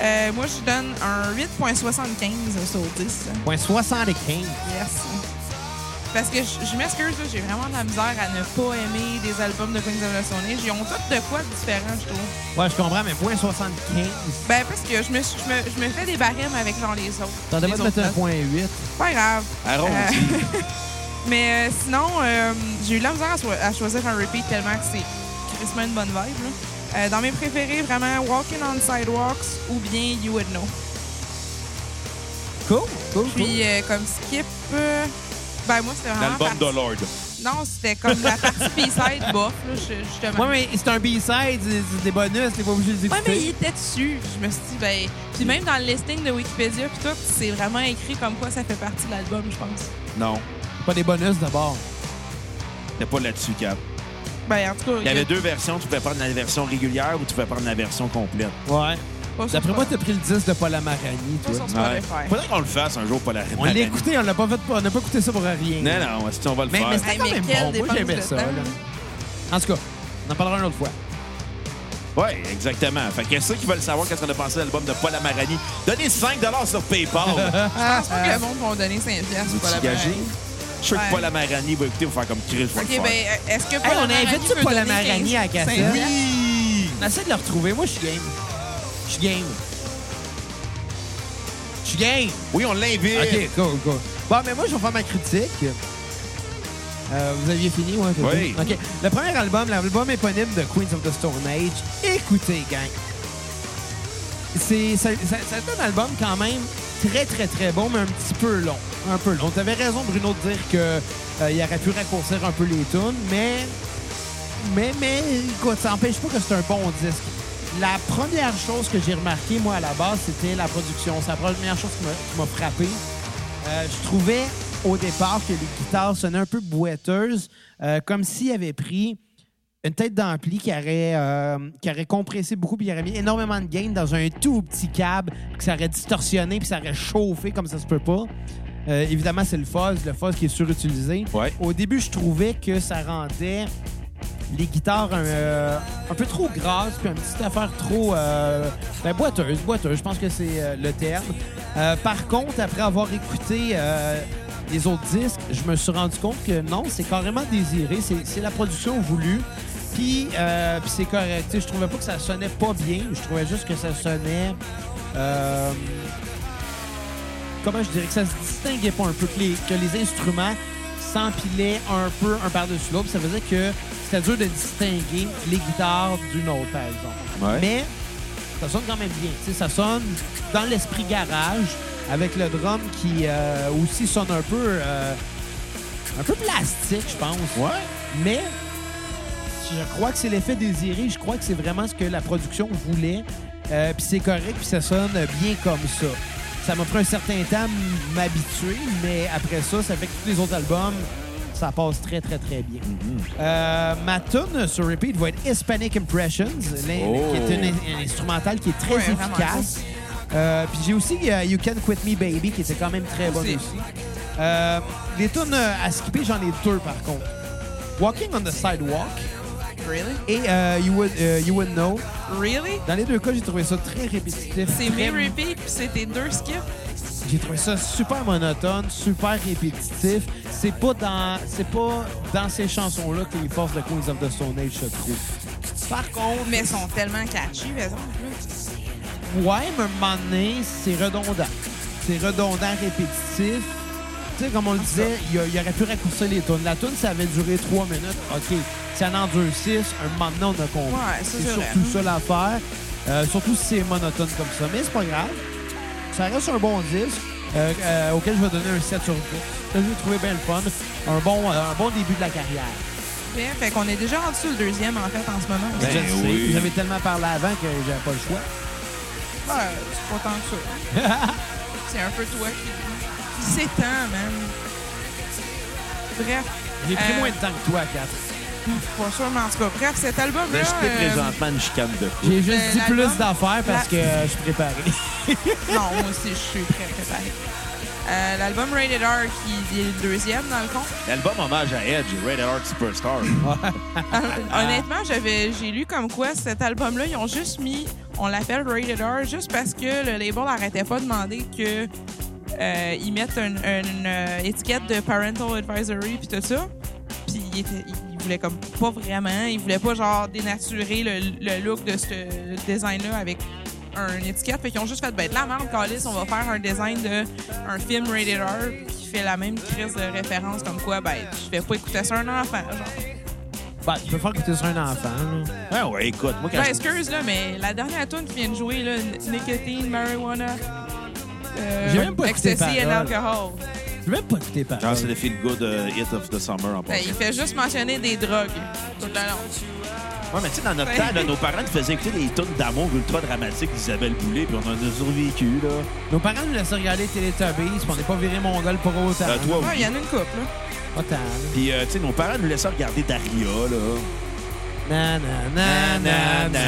[SPEAKER 3] Euh, moi, je donne un 8,75 sur 10.
[SPEAKER 2] Point 75.
[SPEAKER 3] Yes. Parce que je je m'excuse, là, j'ai vraiment de la misère à ne pas aimer des albums de Queens of the Stone Age. Ils ont tous de quoi de différent, je trouve.
[SPEAKER 2] Ouais, je comprends, mais point 75.
[SPEAKER 3] Ben, parce que je me, je me, je me fais des barèmes avec genre les autres.
[SPEAKER 2] T'en
[SPEAKER 3] les
[SPEAKER 2] devrais te
[SPEAKER 3] autres
[SPEAKER 2] mettre un
[SPEAKER 3] notes.
[SPEAKER 2] point 8.
[SPEAKER 3] Pas grave.
[SPEAKER 1] Arrondi.
[SPEAKER 3] Euh, mais euh, sinon, euh, j'ai eu la misère à, choi- à choisir un repeat tellement que c'est crissement une bonne vibe. là. Euh, dans mes préférés, vraiment Walking on Sidewalks ou bien You Would Know.
[SPEAKER 2] Cool, cool, cool.
[SPEAKER 3] Puis euh, comme skip, euh, ben moi c'était vraiment.
[SPEAKER 1] L'album
[SPEAKER 3] parti-
[SPEAKER 1] de Lord.
[SPEAKER 3] Non, c'était comme la partie B-side bof, là, ju- justement.
[SPEAKER 2] Ouais, mais c'est un B-side, c'est c'est des bonus, t'es pas obligé de les
[SPEAKER 3] Ouais,
[SPEAKER 2] écouter.
[SPEAKER 3] mais il était dessus. Je me suis dit, ben. Puis même dans le listing de Wikipédia, puis tout, c'est vraiment écrit comme quoi ça fait partie de l'album, je pense.
[SPEAKER 1] Non,
[SPEAKER 2] Pas des bonus d'abord.
[SPEAKER 1] c'était pas là-dessus, Cap.
[SPEAKER 3] Ben, en tout cas,
[SPEAKER 1] Il y avait deux versions. Tu pouvais prendre la version régulière ou tu pouvais prendre la version complète.
[SPEAKER 2] Ouais.
[SPEAKER 3] Pas sur
[SPEAKER 2] D'après moi,
[SPEAKER 3] Spotify.
[SPEAKER 2] t'as pris le 10 de Paul Amarani,
[SPEAKER 3] Pas
[SPEAKER 2] toi.
[SPEAKER 3] sur Spotify.
[SPEAKER 1] Faudrait qu'on le fasse un jour pour la
[SPEAKER 2] On l'a écouté, on l'a pas fait, on n'a pas écouté ça pour rien.
[SPEAKER 1] Non, non, est-ce qu'on va le
[SPEAKER 2] Mais,
[SPEAKER 1] faire?
[SPEAKER 2] mais c'était
[SPEAKER 3] Hey,
[SPEAKER 2] Ah, quand
[SPEAKER 3] mais
[SPEAKER 2] même
[SPEAKER 3] quelle
[SPEAKER 2] bon. Moi,
[SPEAKER 3] dépense
[SPEAKER 2] j'aimais
[SPEAKER 3] de
[SPEAKER 2] ça.
[SPEAKER 3] temps.
[SPEAKER 2] là. En tout cas, on en parlera une autre fois.
[SPEAKER 1] Ouais, exactement. Fait que ceux qui veulent savoir qu'est-ce qu'on a pensé de l'album de Paul Amarani, donnez 5 sur PayPal.
[SPEAKER 3] Je pense pas que le monde va donner 5 piastres pour
[SPEAKER 1] Vous
[SPEAKER 3] la
[SPEAKER 1] dégagez? Je suis sûr que
[SPEAKER 3] Ouais.
[SPEAKER 1] Paul Amarani va écouter pour faire comme Chris va le
[SPEAKER 3] OK,
[SPEAKER 1] faire.
[SPEAKER 3] ben, est-ce que Paul
[SPEAKER 2] on
[SPEAKER 3] Amarani
[SPEAKER 2] invite-tu
[SPEAKER 3] veut
[SPEAKER 2] Paul
[SPEAKER 3] donner
[SPEAKER 2] Amarani
[SPEAKER 3] 15
[SPEAKER 2] à la cassette?
[SPEAKER 3] cinq piastres?
[SPEAKER 1] Oui!
[SPEAKER 2] On essaie de le retrouver. Moi, je suis game. Je suis game. Je suis game.
[SPEAKER 1] Oui, on l'invite!
[SPEAKER 2] OK, go, go. Bon, mais moi, je vais faire ma critique. Euh, vous aviez fini, ouais? c'est
[SPEAKER 1] Oui.
[SPEAKER 2] bon? OK. Le premier album, l'album éponyme de Queens of the Stone Age. Écoutez, gang. C'est ça- ça- ça a été un album quand même très, très, très bon, mais un petit peu long. Un peu long. T'avais raison, Bruno, de dire qu'il aurait pu raccourcir un peu les tunes, mais mais, mais, écoute, ça n'empêche pas que c'est un bon disque. La première chose que j'ai remarqué, moi, à la base, c'était la production. C'est la première chose qui m'a- qui m'a frappé. Euh, je trouvais au départ que les guitares sonnaient un peu boiteuses, euh, comme s'il avait pris une tête d'ampli qui aurait, euh, qui aurait compressé beaucoup puis il aurait mis énormément de gain dans un tout petit câble, que ça aurait distorsionné puis ça aurait chauffé comme ça se peut pas. Euh, évidemment, c'est le fuzz, le fuzz qui est surutilisé.
[SPEAKER 1] Ouais.
[SPEAKER 2] Au début, je trouvais que ça rendait les guitares un, euh, un peu trop grasses, puis une petite affaire trop euh, ben, boiteuse, boiteuse, je pense que c'est euh, le terme. Euh, par contre, après avoir écouté euh, les autres disques, je me suis rendu compte que non, c'est carrément désiré, c'est c'est la production voulue. Puis, euh, puis c'est correct. Tu sais, Je trouvais pas que ça sonnait pas bien, je trouvais juste que ça sonnait. euh, comment je dirais que ça se distinguait pas un peu, que les, que les instruments s'empilaient un peu un par-dessus l'autre. Ça faisait que c'était dur de distinguer les guitares d'une autre, par exemple.
[SPEAKER 1] Ouais.
[SPEAKER 2] Mais ça sonne quand même bien. Tu sais, ça sonne dans l'esprit garage, avec le drum qui euh, aussi sonne un peu, euh, un peu plastique, je pense.
[SPEAKER 1] Ouais?
[SPEAKER 2] Mais je crois que c'est l'effet désiré. Je crois que c'est vraiment ce que la production voulait. Euh, puis c'est correct, puis ça sonne bien comme ça. Ça m'a pris un certain temps à m'habituer, mais après ça, ça fait que tous les autres albums, ça passe très, très, très bien. Euh, ma tune sur repeat va être Hispanic Impressions, l'in-
[SPEAKER 1] Oh.
[SPEAKER 2] qui est une, une instrumentale qui est très
[SPEAKER 3] Ouais, vraiment
[SPEAKER 2] efficace. Euh, puis j'ai aussi euh, You Can Quit Me Baby, qui était quand même très bonne
[SPEAKER 3] Aussi.
[SPEAKER 2] aussi. Euh, les tunes euh, à skipper, j'en ai deux par contre. Walking on the Sidewalk
[SPEAKER 3] Really?
[SPEAKER 2] et euh, you, would, euh, you Would Know.
[SPEAKER 3] Really?
[SPEAKER 2] Dans les deux cas, j'ai trouvé ça très répétitif.
[SPEAKER 3] C'est
[SPEAKER 2] très-
[SPEAKER 3] mes repeats, puis c'était deux skips.
[SPEAKER 2] J'ai trouvé ça super monotone, super répétitif. C'est pas dans c'est pas dans ces chansons-là que les forces de Queens of the Stone Age se trouvent. Par contre,
[SPEAKER 3] Mais ils sont tellement catchy, par exemple. là.
[SPEAKER 2] Ouais, mais à un moment donné, c'est redondant. C'est redondant, répétitif. Tu sais, comme on le disait, il, y a- il aurait pu raccourcir les tunes. La tune, ça avait duré trois minutes. OK, ça en dure six. Un moment donné, on a compris.
[SPEAKER 3] Ouais, ça,
[SPEAKER 2] c'est
[SPEAKER 3] c'est vrai.
[SPEAKER 2] surtout ça l'affaire. Euh, surtout si c'est monotone comme ça. Mais c'est pas grave. Ça reste un bon disque euh, euh, auquel je vais donner un 7 sur 10. Ça, je l'ai trouvé bien le fun. Un bon, euh, un bon début de la carrière.
[SPEAKER 3] Bien, fait qu'on est déjà en dessous le deuxième, en fait, en ce moment.
[SPEAKER 1] Ben
[SPEAKER 2] Je
[SPEAKER 3] Ouais,
[SPEAKER 2] sais,
[SPEAKER 1] oui.
[SPEAKER 2] Vous avez tellement parlé avant que j'avais pas le choix.
[SPEAKER 3] c'est pas tant que ça. c'est un peu toi qui... C'est tant, man. Bref,
[SPEAKER 2] J'ai pris
[SPEAKER 3] Euh,
[SPEAKER 2] moins de temps que toi, Kat.
[SPEAKER 3] pas sûr, mais en tout cas, bref, cet album-là...
[SPEAKER 1] D'acheter
[SPEAKER 3] euh,
[SPEAKER 1] Ben, présentement une chicane de couple.
[SPEAKER 2] J'ai juste
[SPEAKER 3] Euh,
[SPEAKER 2] dit
[SPEAKER 3] l'album-
[SPEAKER 2] plus d'affaires parce que euh, je suis préparé.
[SPEAKER 3] euh, Non, moi aussi, je suis très préparée. Euh, L'album Rated R, qui est le deuxième, dans le fond.
[SPEAKER 1] L'album hommage à Edge, Red Alert Superstar.
[SPEAKER 3] Honnêtement, j'avais, j'ai lu comme quoi cet album-là, ils ont juste mis, on l'appelle Rated R, juste parce que le label n'arrêtait pas de demander que euh, ils mettent une, une, euh, étiquette de parental advisory puis tout ça. Puis ils, étaient- ils voulaient comme pas vraiment, ils voulaient pas genre dénaturer le, le look de ce design-là avec un- une étiquette. Fait qu'ils ont juste fait, ben de la merde, Calis, on va faire un design de un film Rated R qui fait la même crise de référence comme quoi, ben je vais pas écouter ça à un enfant, genre.
[SPEAKER 2] bah, tu peux faire écouter sur un enfant. là.
[SPEAKER 1] ah ouais, écoute, moi quand
[SPEAKER 3] Ben, excuse, là, mais la dernière tune qui vient de jouer, là, N- Nicotine, Marijuana, euh,
[SPEAKER 2] J'ai même pas écouté
[SPEAKER 3] Ecstasy and
[SPEAKER 2] paroles.
[SPEAKER 3] Alcohol.
[SPEAKER 2] Je vais même pas écouter par
[SPEAKER 1] Ah, c'est le feel good euh, hit of the summer en
[SPEAKER 3] Ben,
[SPEAKER 1] passant.
[SPEAKER 3] il fait juste mentionner des drogues tout le long.
[SPEAKER 1] Ouais, mais tu sais, dans notre temps, là, nos parents nous faisaient écouter des tonnes d'amour ultra dramatiques d'Isabelle Boulay, puis on en a survécu, là. Euh,
[SPEAKER 2] Nos parents nous laissaient regarder Teletubbies, puis on n'est pas viré mongol pour autant.
[SPEAKER 1] Euh, toi,
[SPEAKER 3] Ah, Ouais, il
[SPEAKER 1] oui.
[SPEAKER 3] y en a une couple. là.
[SPEAKER 2] Pas tant. là.
[SPEAKER 1] Puis, euh, tu sais, nos parents nous laissaient regarder Daria, là.
[SPEAKER 2] Na, na, na, na, na.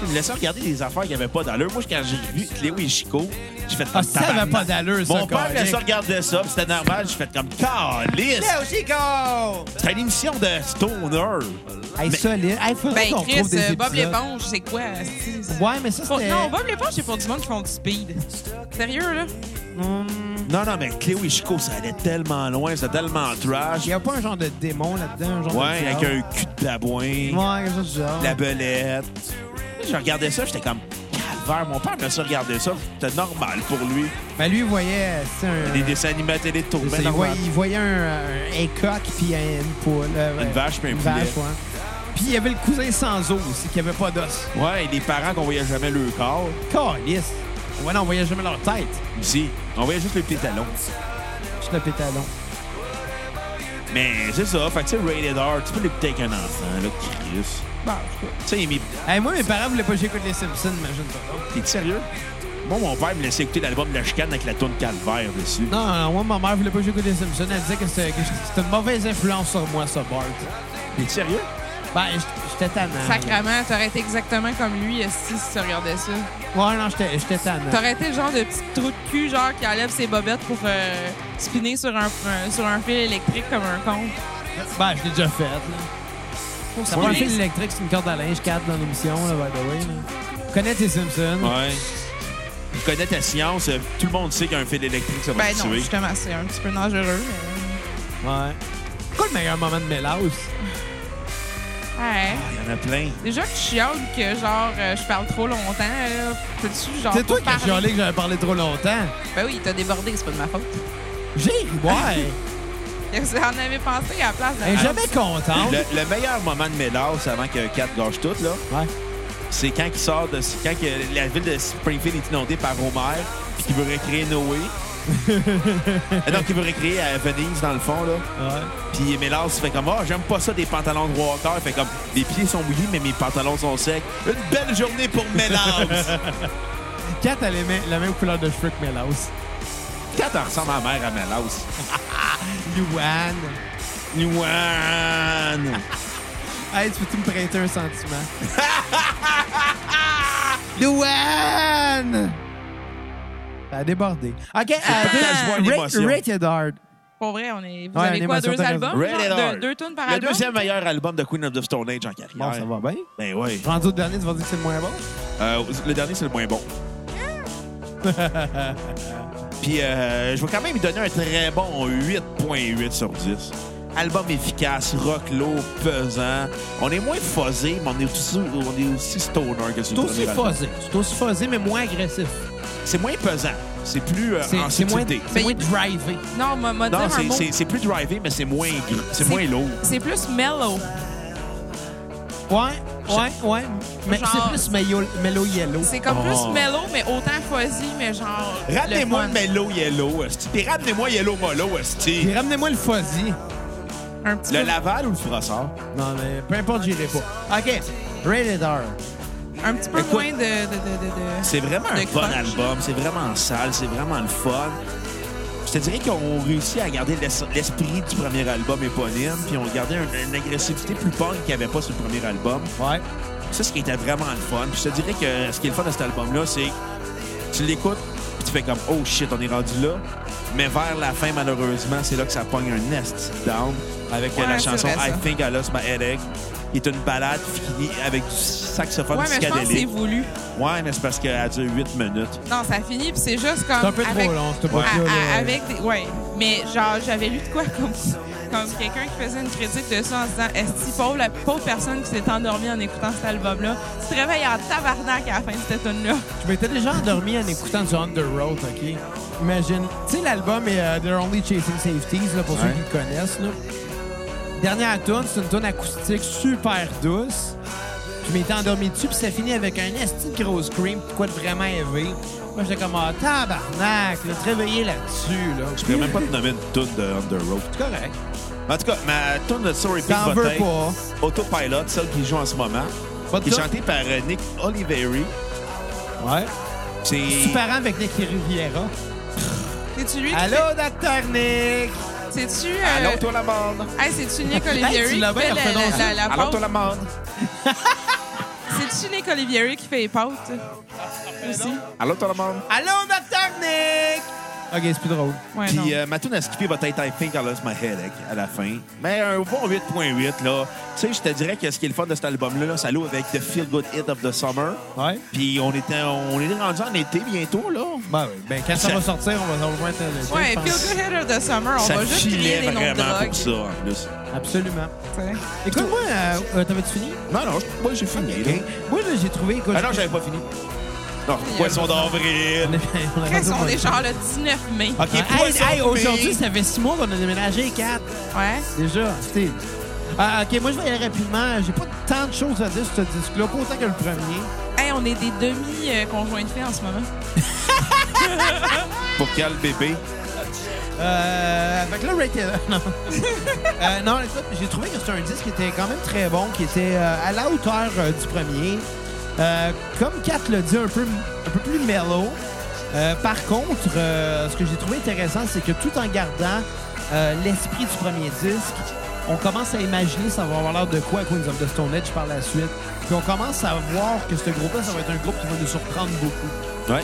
[SPEAKER 1] Tu me laissais regarder des affaires qu'il n'y avait pas d'allure. Moi, quand j'ai vu Cléo et Chico, j'ai fait comme
[SPEAKER 2] Ah, ça avait
[SPEAKER 1] tabarnak.
[SPEAKER 2] pas d'allure, ça,
[SPEAKER 1] Mon père me
[SPEAKER 2] Colin.
[SPEAKER 1] laissait regarder ça, puis c'était normal. J'ai fait comme Calice!
[SPEAKER 2] Chico!
[SPEAKER 1] C'était une émission de Stoner.
[SPEAKER 2] Hey,
[SPEAKER 1] Mais-
[SPEAKER 2] solide. Hey, faudrait
[SPEAKER 3] Ben,
[SPEAKER 2] qu'on
[SPEAKER 3] Chris,
[SPEAKER 2] trouve des
[SPEAKER 3] euh, Bob
[SPEAKER 2] épisodes.
[SPEAKER 3] l'éponge, c'est quoi? c'est- c'est-
[SPEAKER 2] Ouais, mais ça,
[SPEAKER 3] Faut-
[SPEAKER 2] c'était...
[SPEAKER 3] Non, Bob l'éponge, c'est pour du monde qui font du speed. Sérieux, là?
[SPEAKER 1] Non, non, mais Cléo et Chico, ça allait tellement loin, c'était tellement trash.
[SPEAKER 2] Il n'y a pas un genre de démon là-dedans, un genre
[SPEAKER 1] Ouais,
[SPEAKER 2] de
[SPEAKER 1] avec
[SPEAKER 2] diable.
[SPEAKER 1] un cul de babouin,
[SPEAKER 2] Ouais, quelque chose du genre.
[SPEAKER 1] la belette. Je regardais ça, j'étais comme calvaire. Mon père me laissait regarder ça, c'était normal pour lui.
[SPEAKER 2] Ben, lui, il voyait... c'est un...
[SPEAKER 1] Des dessins animés à télé de
[SPEAKER 2] c'est-
[SPEAKER 1] tournée.
[SPEAKER 2] il,
[SPEAKER 1] normal.
[SPEAKER 2] voyait, Ben, il voyait un, euh, un- un coq puis un- une poule. euh,
[SPEAKER 1] Une vache puis un
[SPEAKER 2] Une
[SPEAKER 1] poulet.
[SPEAKER 2] vache, ouais. Puis il y avait le cousin sans os aussi, qui avait pas d'os.
[SPEAKER 1] Ouais, et des parents qu'on voyait jamais le corps.
[SPEAKER 2] Caliste. Ouais, non, on voyait jamais leur tête.
[SPEAKER 1] Si, on voyait juste les petits talons.
[SPEAKER 2] Je le pétalon.
[SPEAKER 1] Mais c'est ça, fait que tu sais, Rated R, tu peux l'écouter avec un enfant, là, Chris.
[SPEAKER 3] Bon, en tout cas.
[SPEAKER 1] Tu sais, il m'est-
[SPEAKER 2] Hey, moi, mes parents voulaient pas que j'écoute les Simpsons, imagine pas.
[SPEAKER 1] T'es sérieux? Moi, mon père me laissait écouter l'album de la chicane avec la toune Calvaire dessus.
[SPEAKER 2] Non, non, non, moi, ma mère voulait pas que j'écoute les Simpsons. Elle disait que c'était que c'était une mauvaise influence sur moi, ça, Bart.
[SPEAKER 1] T'es sérieux?
[SPEAKER 2] Ben, j- j'étais tannant.
[SPEAKER 3] Sacrement, t'aurais été exactement comme lui euh, si tu regardais ça.
[SPEAKER 2] Ouais, non, j'étais j'étais tannant.
[SPEAKER 3] T'aurais été le genre de petit trou de cul, genre, qui enlève ses bobettes pour euh, spinner sur un, un- sur un fil électrique comme un con.
[SPEAKER 2] Ben, je l'ai déjà fait, là.
[SPEAKER 3] Pour
[SPEAKER 2] Ça prend un
[SPEAKER 3] spinner-
[SPEAKER 2] fil électrique, c'est une corde à linge 4 dans l'émission, là, by the way. là. Tu connais tes Simpsons?
[SPEAKER 1] Ouais. Je connais ta science, euh, tout le monde sait qu'un fil électrique, ça va
[SPEAKER 3] Ben
[SPEAKER 1] te
[SPEAKER 3] non,
[SPEAKER 1] tuer.
[SPEAKER 3] justement, c'est un petit peu dangereux. euh, mais-
[SPEAKER 2] Ouais. C'est quoi le meilleur moment de mes lives?
[SPEAKER 3] Ouais.
[SPEAKER 1] Ah, Il y en a plein.
[SPEAKER 3] Déjà que je chiale que genre euh, je parle trop longtemps, là, peux-tu genre.
[SPEAKER 2] C'est toi qui
[SPEAKER 3] pas
[SPEAKER 2] as
[SPEAKER 3] parler?
[SPEAKER 2] chialé que j'avais parlé trop longtemps.
[SPEAKER 3] Ben oui, t'as débordé, c'est pas de ma faute.
[SPEAKER 2] J'ai ri, ouais.
[SPEAKER 3] Vous en avez pensé à la place de.
[SPEAKER 2] Elle est jamais contente.
[SPEAKER 1] Le, le meilleur moment de mes lives, c'est avant que Kat gâche tout, là,
[SPEAKER 2] Ouais.
[SPEAKER 1] c'est quand il sort de. c'est quand que la ville de Springfield est inondée par Homer, puis qu'il veut recréer Noé. Euh, non, qu'il veut recréer à Venise, dans le fond, là.
[SPEAKER 2] Ouais.
[SPEAKER 1] Puis Mélard se fait comme Ah, j'aime pas ça des pantalons de trois quarts. Fait comme Les pieds sont mouillés, mais mes pantalons sont secs. Une belle journée pour Mélard.
[SPEAKER 2] Kat a les mêmes- la même couleur de cheveux que Mélos.
[SPEAKER 1] Quand elle ressemble à ma mère à Mélard.
[SPEAKER 2] Louane.
[SPEAKER 1] Louane.
[SPEAKER 2] Hey, tu peux-tu me prêter un sentiment? Louane! Ça a débordé. OK,
[SPEAKER 1] partage-moi
[SPEAKER 2] euh, Ra-
[SPEAKER 1] l'émotion.
[SPEAKER 2] Rated Hard.
[SPEAKER 3] Pour vrai, on est. Vous
[SPEAKER 2] Ouais,
[SPEAKER 3] avez quoi,
[SPEAKER 2] l'animation,
[SPEAKER 3] deux
[SPEAKER 2] t'as raison.
[SPEAKER 3] albums?
[SPEAKER 1] Rated
[SPEAKER 3] genre,
[SPEAKER 1] R.
[SPEAKER 3] deux, deux tunes par
[SPEAKER 1] Le
[SPEAKER 3] album?
[SPEAKER 1] deuxième meilleur album de Queen of the Stone Age en carrière.
[SPEAKER 2] Bon, ça va bien.
[SPEAKER 1] Ben ouais.
[SPEAKER 2] Rendu au dernier, tu vas dire que c'est le moins bon?
[SPEAKER 1] Euh, le dernier, c'est le moins bon. Puis euh, je vais quand même lui donner un très bon 8.8 sur 10. Album efficace, rock lourd, pesant. On est moins fuzzé, mais on est aussi, on est aussi stoner que sur
[SPEAKER 2] C'est
[SPEAKER 1] le
[SPEAKER 2] aussi
[SPEAKER 1] premier album.
[SPEAKER 2] phasé. C'est aussi phasé, mais moins agressif.
[SPEAKER 1] C'est moins pesant. C'est plus euh,
[SPEAKER 2] C'est
[SPEAKER 1] en
[SPEAKER 2] c'est moins,
[SPEAKER 1] subtilité.
[SPEAKER 2] c'est
[SPEAKER 3] Ben,
[SPEAKER 2] moins drivé.
[SPEAKER 3] Non, m'a m'a dit
[SPEAKER 1] Non,
[SPEAKER 3] un
[SPEAKER 1] c'est-
[SPEAKER 3] mot.
[SPEAKER 1] c'est- c'est plus drivé, mais c'est moins gr- c'est moins lourd.
[SPEAKER 3] C'est plus mellow.
[SPEAKER 2] Ouais, ouais, ouais. Mais
[SPEAKER 3] Genre-
[SPEAKER 2] c'est plus mellow, mellow yellow.
[SPEAKER 3] C'est comme
[SPEAKER 1] Oh.
[SPEAKER 3] plus mellow, mais autant fuzzy, mais genre.
[SPEAKER 1] Ramenez-moi
[SPEAKER 3] le fun.
[SPEAKER 1] Mellow Yellow, esti. Puis ramenez-moi Yellow Molo, esti.
[SPEAKER 2] Puis ramenez-moi le fuzzy.
[SPEAKER 3] Un petit
[SPEAKER 1] Le
[SPEAKER 3] peu-
[SPEAKER 1] Laval ou le Frossard?
[SPEAKER 2] Non, mais peu importe, j'irai pas. OK, Rated R.
[SPEAKER 3] Un petit peu
[SPEAKER 1] Écoute,
[SPEAKER 3] moins de. de, de, de, de...
[SPEAKER 1] C'est vraiment un
[SPEAKER 3] De
[SPEAKER 1] bon
[SPEAKER 3] crunch.
[SPEAKER 1] album. C'est vraiment sale. C'est vraiment le fun. Je te dirais qu'on réussit à garder l'es- l'esprit du premier album éponyme, puis on gardait un- une agressivité plus punk qu'il n'y avait pas sur le premier album.
[SPEAKER 2] Ouais.
[SPEAKER 1] Ça, ce qui était vraiment le fun. Puis je te dirais que ce qui est le fun de cet album-là, c'est que tu l'écoutes, puis tu fais comme « Oh shit, on est rendu là ». Mais vers la fin, malheureusement, c'est là que ça pogne un nest down avec euh, la
[SPEAKER 3] Ouais, c'est
[SPEAKER 1] chanson «
[SPEAKER 3] vrai, ça.
[SPEAKER 1] I think I lost my headache », qui est une balade finie avec du saxophone
[SPEAKER 3] Ouais, mais je pense que c'est
[SPEAKER 1] psychédélique.
[SPEAKER 3] voulu.
[SPEAKER 1] Ouais, mais c'est parce qu'elle dure 8 minutes.
[SPEAKER 3] Non, ça finit, puis c'est juste comme.
[SPEAKER 2] C'est un peu
[SPEAKER 3] avec-
[SPEAKER 2] trop long, c'était pas
[SPEAKER 1] Ouais.
[SPEAKER 2] ça,
[SPEAKER 3] À-
[SPEAKER 2] là.
[SPEAKER 3] à- avec des. Ouais. Mais genre, j'avais lu de quoi comme, comme quelqu'un qui faisait une critique de ça en disant Est-ce que pauvre, la pauvre personne qui s'est endormie en écoutant cet album-là, tu te réveilles en tabarnak à la fin de cette tune-là.
[SPEAKER 2] Je m'étais déjà endormi en écoutant du On The Road, OK? Imagine. Tu sais, l'album est euh, They're Only Chasing Safeties, là, pour
[SPEAKER 1] Ouais.
[SPEAKER 2] ceux qui le connaissent. Là. Dernière tune, c'est une tune acoustique super douce. Je m'étais endormi dessus, puis ça finit avec un esti de gros scream, puis quoi de vraiment élevé. Moi, j'étais comme, ah, tabarnak, là, te réveiller là-dessus, là.
[SPEAKER 1] Je pourrais même pas te nommer une toune de Underworld.
[SPEAKER 2] C'est correct.
[SPEAKER 1] En tout cas, ma toune de Sorry Pete
[SPEAKER 2] T'en
[SPEAKER 1] va
[SPEAKER 2] veux
[SPEAKER 1] être
[SPEAKER 2] pas.
[SPEAKER 1] Autopilot, celle qui joue en ce moment,
[SPEAKER 2] Pas de
[SPEAKER 1] qui est
[SPEAKER 2] doute.
[SPEAKER 1] chantée par euh, Nick Oliveri.
[SPEAKER 2] Ouais.
[SPEAKER 1] C'est
[SPEAKER 2] Super avec Nick Riviera.
[SPEAKER 3] C'est-tu lui? qui
[SPEAKER 2] Allô, Dr. Nick!
[SPEAKER 3] fait- C'est-tu... euh,
[SPEAKER 1] Allons-toi la monde!
[SPEAKER 3] Hey, c'est-tu
[SPEAKER 1] Ben,
[SPEAKER 2] Hey,
[SPEAKER 3] Nick
[SPEAKER 2] tu
[SPEAKER 3] Olivieri
[SPEAKER 2] l'as
[SPEAKER 3] qui
[SPEAKER 2] bien,
[SPEAKER 3] fait la,
[SPEAKER 2] refaisons-le.
[SPEAKER 3] la, la, la
[SPEAKER 1] Allons-toi
[SPEAKER 3] pâte?
[SPEAKER 1] la monde!
[SPEAKER 3] C'est-tu Nick Olivieri qui fait les pâtes? Aussi?
[SPEAKER 1] Allons-toi la monde!
[SPEAKER 2] Allô, Dr. Nick! OK, c'est plus drôle.
[SPEAKER 3] Ouais, non.
[SPEAKER 1] Puis euh, ma toune à skipper va être I Think I Lost My Headache à la fin. Mais euh, un bon 8.8, là. Tu sais, je te dirais que ce qui est le fun de cet album-là, là, ça loue avec The Feel Good Hit of the Summer.
[SPEAKER 2] Ouais.
[SPEAKER 1] Puis on, était, on est rendu en été bientôt, là.
[SPEAKER 2] Ben, oui. ben quand ça,
[SPEAKER 1] Ça-
[SPEAKER 2] va sortir, on va au moins te le dire,
[SPEAKER 3] Ouais,
[SPEAKER 2] je
[SPEAKER 3] Feel
[SPEAKER 2] pense.
[SPEAKER 3] Good Header de Summer, on
[SPEAKER 1] ça
[SPEAKER 3] va juste crier
[SPEAKER 1] filait
[SPEAKER 3] les noms de
[SPEAKER 1] vraiment
[SPEAKER 3] drogue.
[SPEAKER 1] pour ça, en plus.
[SPEAKER 2] Absolument.
[SPEAKER 3] t'sais.
[SPEAKER 2] Écoute-moi, euh, euh, t'avais-tu fini?
[SPEAKER 1] Non, non, je- moi, j'ai fini,
[SPEAKER 2] Ok.
[SPEAKER 1] là.
[SPEAKER 2] Moi, là, j'ai trouvé... écoute,
[SPEAKER 1] Ah non, j'avais pas fini. Non,
[SPEAKER 3] hein.
[SPEAKER 1] Poisson d'avril.
[SPEAKER 2] on est- on est
[SPEAKER 3] Chris,
[SPEAKER 2] rendu au
[SPEAKER 3] on est
[SPEAKER 2] point.
[SPEAKER 3] genre le 19 mai.
[SPEAKER 1] OK,
[SPEAKER 2] Ah, hey,
[SPEAKER 1] Poisson
[SPEAKER 2] hey,
[SPEAKER 1] d'avril.
[SPEAKER 2] aujourd'hui, ça fait six mois qu'on a déménagé, quatre.
[SPEAKER 3] Ouais.
[SPEAKER 2] Déjà, c'était. Ah, ok, moi je vais y aller rapidement. J'ai pas tant de choses à dire sur ce disque-là, pas autant que le premier.
[SPEAKER 3] Hey, on est des demi-conjoints de fait en ce moment.
[SPEAKER 1] Pour quel bébé?
[SPEAKER 2] Euh. Fait que là, Rated. Non. Euh, non, écoute, j'ai trouvé que c'était un disque qui était quand même très bon, qui était euh, à la hauteur euh, du premier. Euh, comme Kat l'a dit, un peu, un peu plus mellow. Euh, par contre, euh, ce que j'ai trouvé intéressant, c'est que tout en gardant euh, l'esprit du premier disque, on commence à imaginer ça va avoir l'air de quoi à Queens of the Stone Age par la suite. Puis on commence à voir que ce groupe-là, ça va être un groupe qui va nous surprendre beaucoup.
[SPEAKER 1] Ouais.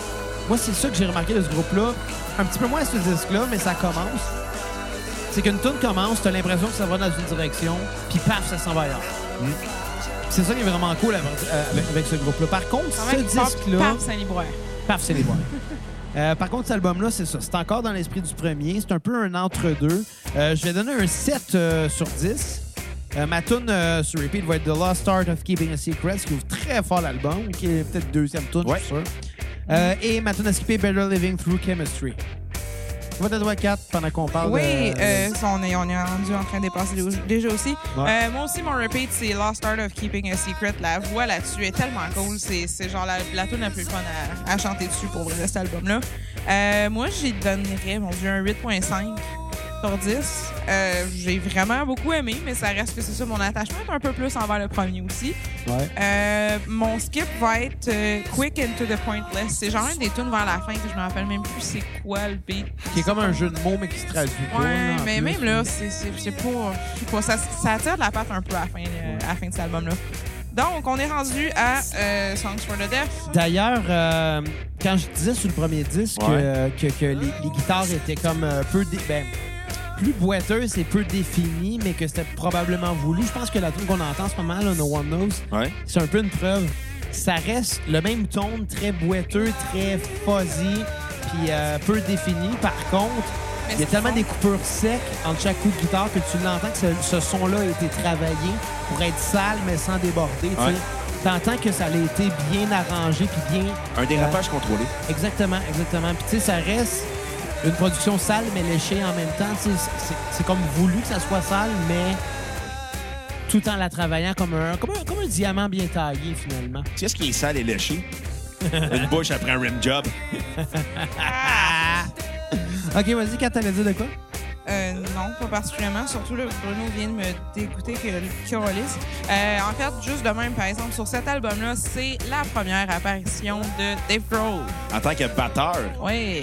[SPEAKER 2] Moi, c'est ça que j'ai remarqué de ce groupe-là. Un petit peu moins à ce disque-là, mais ça commence. C'est qu'une tune commence, t'as l'impression que ça va dans une direction, puis paf, ça s'en va ailleurs. C'est ça qui est vraiment cool avec, euh, avec- avec ce groupe-là. Par contre,
[SPEAKER 3] Quand
[SPEAKER 2] ce
[SPEAKER 3] même,
[SPEAKER 2] disque-là...
[SPEAKER 3] Pam Saint-Liboire.
[SPEAKER 2] Paf, c'est les boîtes. Euh, par contre, cet album-là, c'est ça. C'est encore dans l'esprit du premier. C'est un peu un entre-deux. Euh, je vais donner un 7 euh, sur 10. Euh, ma tune euh, sur repeat va être The Lost Art of Keeping a Secret, ce qui ouvre très fort l'album, qui est peut-être deuxième tune,
[SPEAKER 1] Ouais.
[SPEAKER 2] je suis sûr. Euh, et ma tune à skipper, Better Living Through Chemistry. On va te doigts 4 pendant qu'on parle
[SPEAKER 3] Oui,
[SPEAKER 2] de-
[SPEAKER 3] euh, ça, on, est, on est rendu en train de dépasser les- déjà aussi.
[SPEAKER 2] Ouais.
[SPEAKER 3] Euh, moi aussi, mon repeat, c'est Lost Art of Keeping a Secret. La voix là-dessus est tellement cool. C'est c'est genre la, la tune la plus fun à, à chanter dessus pour vrai, cet album-là. Euh, moi, j'y donnerais, mon Dieu, un 8.5 sur 10. Euh, J'ai vraiment beaucoup aimé, mais ça reste que c'est ça. Mon attachement est un peu plus envers le premier aussi.
[SPEAKER 2] Ouais.
[SPEAKER 3] Euh, mon skip va être euh, Quick and to the Pointless. C'est genre une des tunes vers la fin que je me rappelle même plus c'est quoi le beat.
[SPEAKER 2] Qui est comme un jeu de mots, mais qui se traduit. pas,
[SPEAKER 3] Ouais,
[SPEAKER 2] en
[SPEAKER 3] mais
[SPEAKER 2] plus.
[SPEAKER 3] même là, c'est c'est- c'est pas. je sais pas, ça, ça attire de la patte un peu à la fin, euh, à la fin de cet album-là. Donc, on est rendu à euh, Songs for the Deaf.
[SPEAKER 2] D'ailleurs, euh, quand je disais sur le premier disque
[SPEAKER 1] Ouais.
[SPEAKER 2] euh, que, que les, les guitares étaient comme euh, peu dé- ben, plus boiteuses et peu définies, mais que c'était probablement voulu, je pense que la tune qu'on entend en ce moment, là, No One Knows,
[SPEAKER 1] Ouais.
[SPEAKER 2] c'est un peu une preuve. Ça reste le même ton, très boiteux, très fuzzy, puis euh, peu défini. Par contre,
[SPEAKER 3] Mais
[SPEAKER 2] il y a
[SPEAKER 3] c'est
[SPEAKER 2] tellement
[SPEAKER 3] bon.
[SPEAKER 2] des coupures secs entre chaque coup de guitare que tu l'entends que ce, ce son-là a été travaillé pour être sale, mais sans déborder. tu
[SPEAKER 1] Ouais.
[SPEAKER 2] sais. T'entends que ça a été bien arrangé, puis bien...
[SPEAKER 1] Un dérapage contrôlé.
[SPEAKER 2] Exactement, exactement. Puis tu sais, ça reste une production sale, mais léchée en même temps. Tu sais, c'est- C'est comme voulu que ça soit sale, mais tout en la travaillant comme un, comme un, comme un diamant bien taillé, finalement.
[SPEAKER 1] Tu sais ce qui est sale et léché? Une bouche après un rim job.
[SPEAKER 2] OK, vas-y, quand t'allais dire de quoi?
[SPEAKER 3] Euh, non, pas particulièrement. Surtout, là, Bruno vient de me dégoûter que le Carolis. Euh, en fait, juste de même, par exemple, sur cet album-là, c'est la première apparition de Dave Grohl.
[SPEAKER 1] En tant que batteur,
[SPEAKER 3] Oui.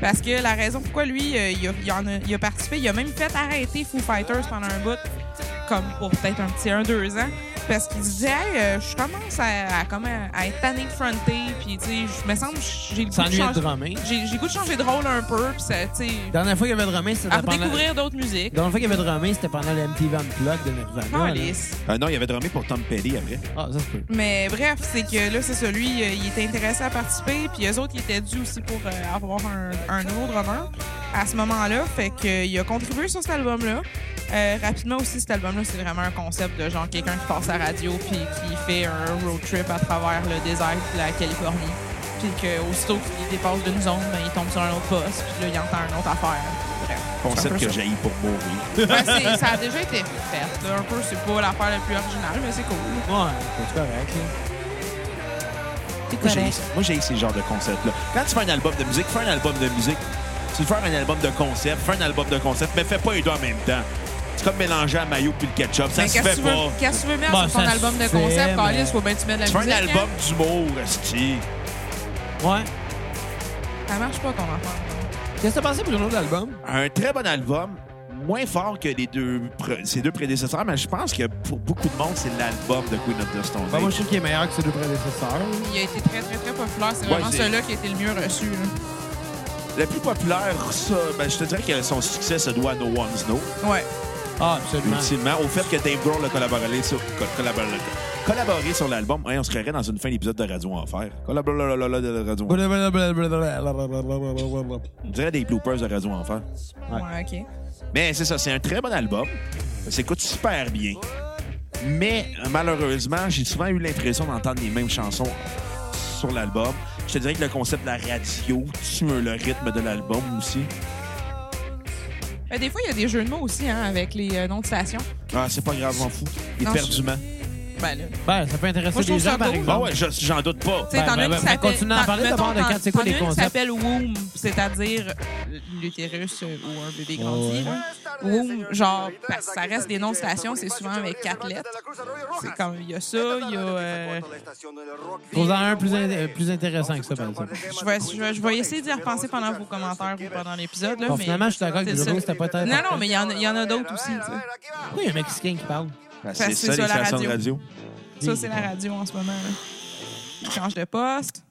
[SPEAKER 3] Parce que la raison pourquoi lui, euh, il, a, il en a, il a participé, il a même fait arrêter Foo Fighters pendant un bout, comme pour peut-être un petit 1-2 ans, parce qu'il se disait, Hey, euh, je commence à, à comme à- à être tanné de fronter, puis tu sais, je me semble, que j'ai le goût de
[SPEAKER 2] S'ennuyer de
[SPEAKER 3] changer.
[SPEAKER 2] drummer.
[SPEAKER 3] J'ai j'ai le goût de changer de rôle un peu, puis ça, tu sais,
[SPEAKER 2] Dernière fois qu'il y avait drummer, c'était
[SPEAKER 3] à
[SPEAKER 2] pendant...
[SPEAKER 3] découvrir d'autres musiques.
[SPEAKER 2] La dernière fois qu'il y avait drummer, c'était pendant le MTV Unplugged de Nirvana. là.
[SPEAKER 3] Calisse.
[SPEAKER 1] Euh, non, il avait drummé pour Tom Petty après.
[SPEAKER 2] Ah, ça se peut.
[SPEAKER 3] Mais bref, c'est que là, c'est ça. Lui, euh, il était intéressé à participer, puis eux autres, ils étaient dû aussi pour euh, avoir un, un nouveau drummer à ce moment-là. Fait qu'il a contribué sur cet album-là. Euh, rapidement aussi, cet album-là, c'est vraiment un concept de genre quelqu'un qui passe à la radio puis qui fait un road trip à travers le désert de la Californie. Puis que aussitôt qu'il dépasse d'une zone, ben, il tombe sur un autre poste, puis là, il entend une autre affaire. Bref.
[SPEAKER 1] concept
[SPEAKER 3] C'est un peu
[SPEAKER 1] que
[SPEAKER 3] ça.
[SPEAKER 1] j'ai pour mourir.
[SPEAKER 3] Ouais, c'est- ça a déjà été fait. là. Un peu, c'est pas l'affaire la plus originale, mais c'est cool.
[SPEAKER 2] Ouais, c'est correct. là.
[SPEAKER 3] C'est
[SPEAKER 1] Moi, j'ai- Moi, j'ai ces genres de concepts-là. Quand tu fais un album de musique, fais un album de musique. Tu veux faire un album de concept, fais un album de concept, mais fais pas les deux en même temps. C'est comme mélanger la maillot puis le ketchup. Ça
[SPEAKER 3] Mais
[SPEAKER 1] se
[SPEAKER 3] Ben, qu'est-ce que
[SPEAKER 1] fait
[SPEAKER 3] tu
[SPEAKER 1] pas.
[SPEAKER 3] veux- qu'est-ce que tu veux mettre
[SPEAKER 2] Bah,
[SPEAKER 3] sur ton
[SPEAKER 2] ça se
[SPEAKER 3] album de
[SPEAKER 2] fait, mais-
[SPEAKER 3] concept, Carlis? Faut bien que tu mettes de la
[SPEAKER 1] Tu
[SPEAKER 3] musique.
[SPEAKER 1] fais un album
[SPEAKER 3] hein?
[SPEAKER 1] d'humour, esti.
[SPEAKER 2] Ouais.
[SPEAKER 3] Ça marche pas, ton enfant.
[SPEAKER 2] Qu'est-ce que t'as pensé, Bruno, de l'album?
[SPEAKER 1] Un très bon album, moins fort que les deux, pr- ses deux prédécesseurs, mais je pense que pour beaucoup de monde, c'est l'album de Queen of the Stone
[SPEAKER 2] Bah, moi, je
[SPEAKER 1] Age.
[SPEAKER 2] trouve qu'il est meilleur que ses deux prédécesseurs.
[SPEAKER 3] Il a été très, très, très populaire. C'est
[SPEAKER 1] Ouais,
[SPEAKER 3] vraiment
[SPEAKER 1] c'est-
[SPEAKER 3] celui-là qui a été le mieux reçu. là.
[SPEAKER 1] Le plus populaire, ça, ben, je te dirais que son succès se doit à No One's No.
[SPEAKER 3] Ouais.
[SPEAKER 2] Ah, absolument.
[SPEAKER 1] ultimement, au fait que Dave Grohl a collaboré sur, co- collaboré, collaboré sur l'album. Hey, on se créerait dans une fin d'épisode de Radio Enfer. Collaboré de Radio Enfer.
[SPEAKER 2] Ouais.
[SPEAKER 1] On dirait des bloopers de Radio Enfer.
[SPEAKER 2] Ouais.
[SPEAKER 3] Ouais, OK.
[SPEAKER 1] Mais c'est ça, c'est un très bon album. Ça s'écoute super bien. Mais euh, malheureusement, j'ai souvent eu l'impression d'entendre les mêmes chansons sur l'album. Je te dirais que le concept de la radio tue le rythme de l'album aussi.
[SPEAKER 3] Ben, des fois, il y a des jeux de mots aussi hein, avec les euh, noms de stations.
[SPEAKER 1] Ah, c'est pas grave, m'en fous.
[SPEAKER 3] Non,
[SPEAKER 1] Éperdument.
[SPEAKER 3] Ben, là,
[SPEAKER 2] Ben, ça peut intéresser
[SPEAKER 3] Moi, je
[SPEAKER 2] les
[SPEAKER 3] trouve ça
[SPEAKER 2] gens, par
[SPEAKER 3] drôle.
[SPEAKER 1] Ah
[SPEAKER 2] exemple.
[SPEAKER 1] ouais, je- j'en doute pas.
[SPEAKER 3] Tu sais, t'en
[SPEAKER 2] Ben,
[SPEAKER 3] as une
[SPEAKER 2] ben,
[SPEAKER 3] qui
[SPEAKER 2] ben,
[SPEAKER 3] s'appelle-
[SPEAKER 2] continue à en
[SPEAKER 3] t'en-
[SPEAKER 2] parler
[SPEAKER 3] mettons,
[SPEAKER 2] d'abord de
[SPEAKER 3] t'en-
[SPEAKER 2] quand c'est quoi
[SPEAKER 3] t'en
[SPEAKER 2] les
[SPEAKER 3] as une qui
[SPEAKER 2] concepts.
[SPEAKER 3] s'appelle Womb, c'est-à-dire l'utérus euh, ou un bébé grandi.
[SPEAKER 2] Ouais.
[SPEAKER 3] là. Womb, genre, parce que ça reste des noms de stations, c'est souvent avec quatre lettres. C'est comme, il y a ça, il y a... euh,
[SPEAKER 2] Trouve-en un plus, in- euh, plus intéressant que ça, par exemple.
[SPEAKER 3] je, vais, je, vais, je vais essayer d'y repenser pendant vos commentaires ou pendant l'épisode. là,
[SPEAKER 2] Bon,
[SPEAKER 3] mais
[SPEAKER 2] finalement, je suis d'accord avec
[SPEAKER 3] c'est
[SPEAKER 2] Bruno,
[SPEAKER 3] ça.
[SPEAKER 2] c'était pas très
[SPEAKER 3] Non, non,
[SPEAKER 2] important.
[SPEAKER 3] mais il y en a, il y en a d'autres aussi. tu sais.
[SPEAKER 2] Pourquoi il y a un Mexicain qui parle?
[SPEAKER 1] Ben,
[SPEAKER 3] Parce que c'est ça, la
[SPEAKER 1] stations de
[SPEAKER 3] radio.
[SPEAKER 1] radio.
[SPEAKER 3] Ça, c'est la radio en ce moment. là. Il change de poste.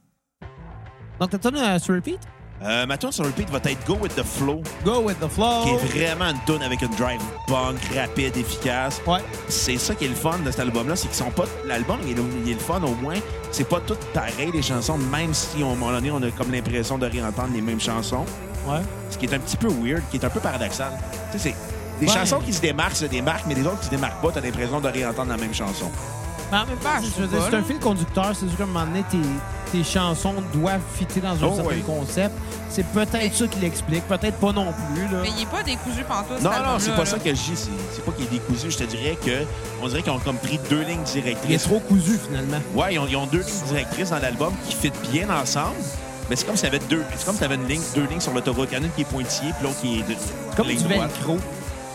[SPEAKER 2] Donc, t'as tourné euh, sur repeat?
[SPEAKER 1] Euh, ma tune sur repeat va être Go With The Flow,
[SPEAKER 2] Go with the
[SPEAKER 1] qui
[SPEAKER 3] Oh.
[SPEAKER 1] est
[SPEAKER 2] flow.
[SPEAKER 1] vraiment une tune avec une drive punk, rapide, efficace.
[SPEAKER 2] Ouais.
[SPEAKER 1] C'est ça qui est le fun de cet album-là, c'est qu'ils sont pas... L'album, il, est le- il est le fun au moins. C'est pas tout pareil, les chansons, même si à un moment donné, on a comme l'impression de réentendre les mêmes chansons,
[SPEAKER 2] Ouais.
[SPEAKER 1] ce qui est un petit peu weird, qui est un peu paradoxal. Tu sais, c'est... Des
[SPEAKER 2] Ouais.
[SPEAKER 1] chansons qui se démarquent, se démarquent, mais les autres qui se démarquent pas, t'as l'impression de réentendre la même chanson.
[SPEAKER 2] Mais en même temps,
[SPEAKER 3] Ah,
[SPEAKER 2] je
[SPEAKER 3] je
[SPEAKER 2] veux
[SPEAKER 3] sais
[SPEAKER 2] dire,
[SPEAKER 3] pas,
[SPEAKER 2] c'est un
[SPEAKER 3] là.
[SPEAKER 2] fil conducteur. C'est sûr qu'à un moment donné, tes, tes chansons doivent fitter dans un
[SPEAKER 1] Oh,
[SPEAKER 2] certain
[SPEAKER 1] oui.
[SPEAKER 2] concept. C'est peut-être ça qui l'explique, peut-être pas non plus. Là.
[SPEAKER 3] Mais il n'est pas décousu pantoute.
[SPEAKER 1] Non, non, c'est pas ça que je dis. C'est, c'est pas qu'il est décousu. Je te dirais que on dirait qu'ils ont comme pris deux lignes
[SPEAKER 2] Il est
[SPEAKER 1] directrices.
[SPEAKER 2] trop cousu, finalement.
[SPEAKER 1] Ouais, ils ont, ils ont deux lignes directrices dans l'album qui fit bien ensemble. Mais c'est comme si t'avais deux. C'est comme si t'avais une ligne, deux lignes sur l'autoroute. Il y en a une qui est pointillée, puis l'autre qui est de,
[SPEAKER 2] Comme
[SPEAKER 1] ligne
[SPEAKER 2] du
[SPEAKER 1] droite.
[SPEAKER 2] velcro.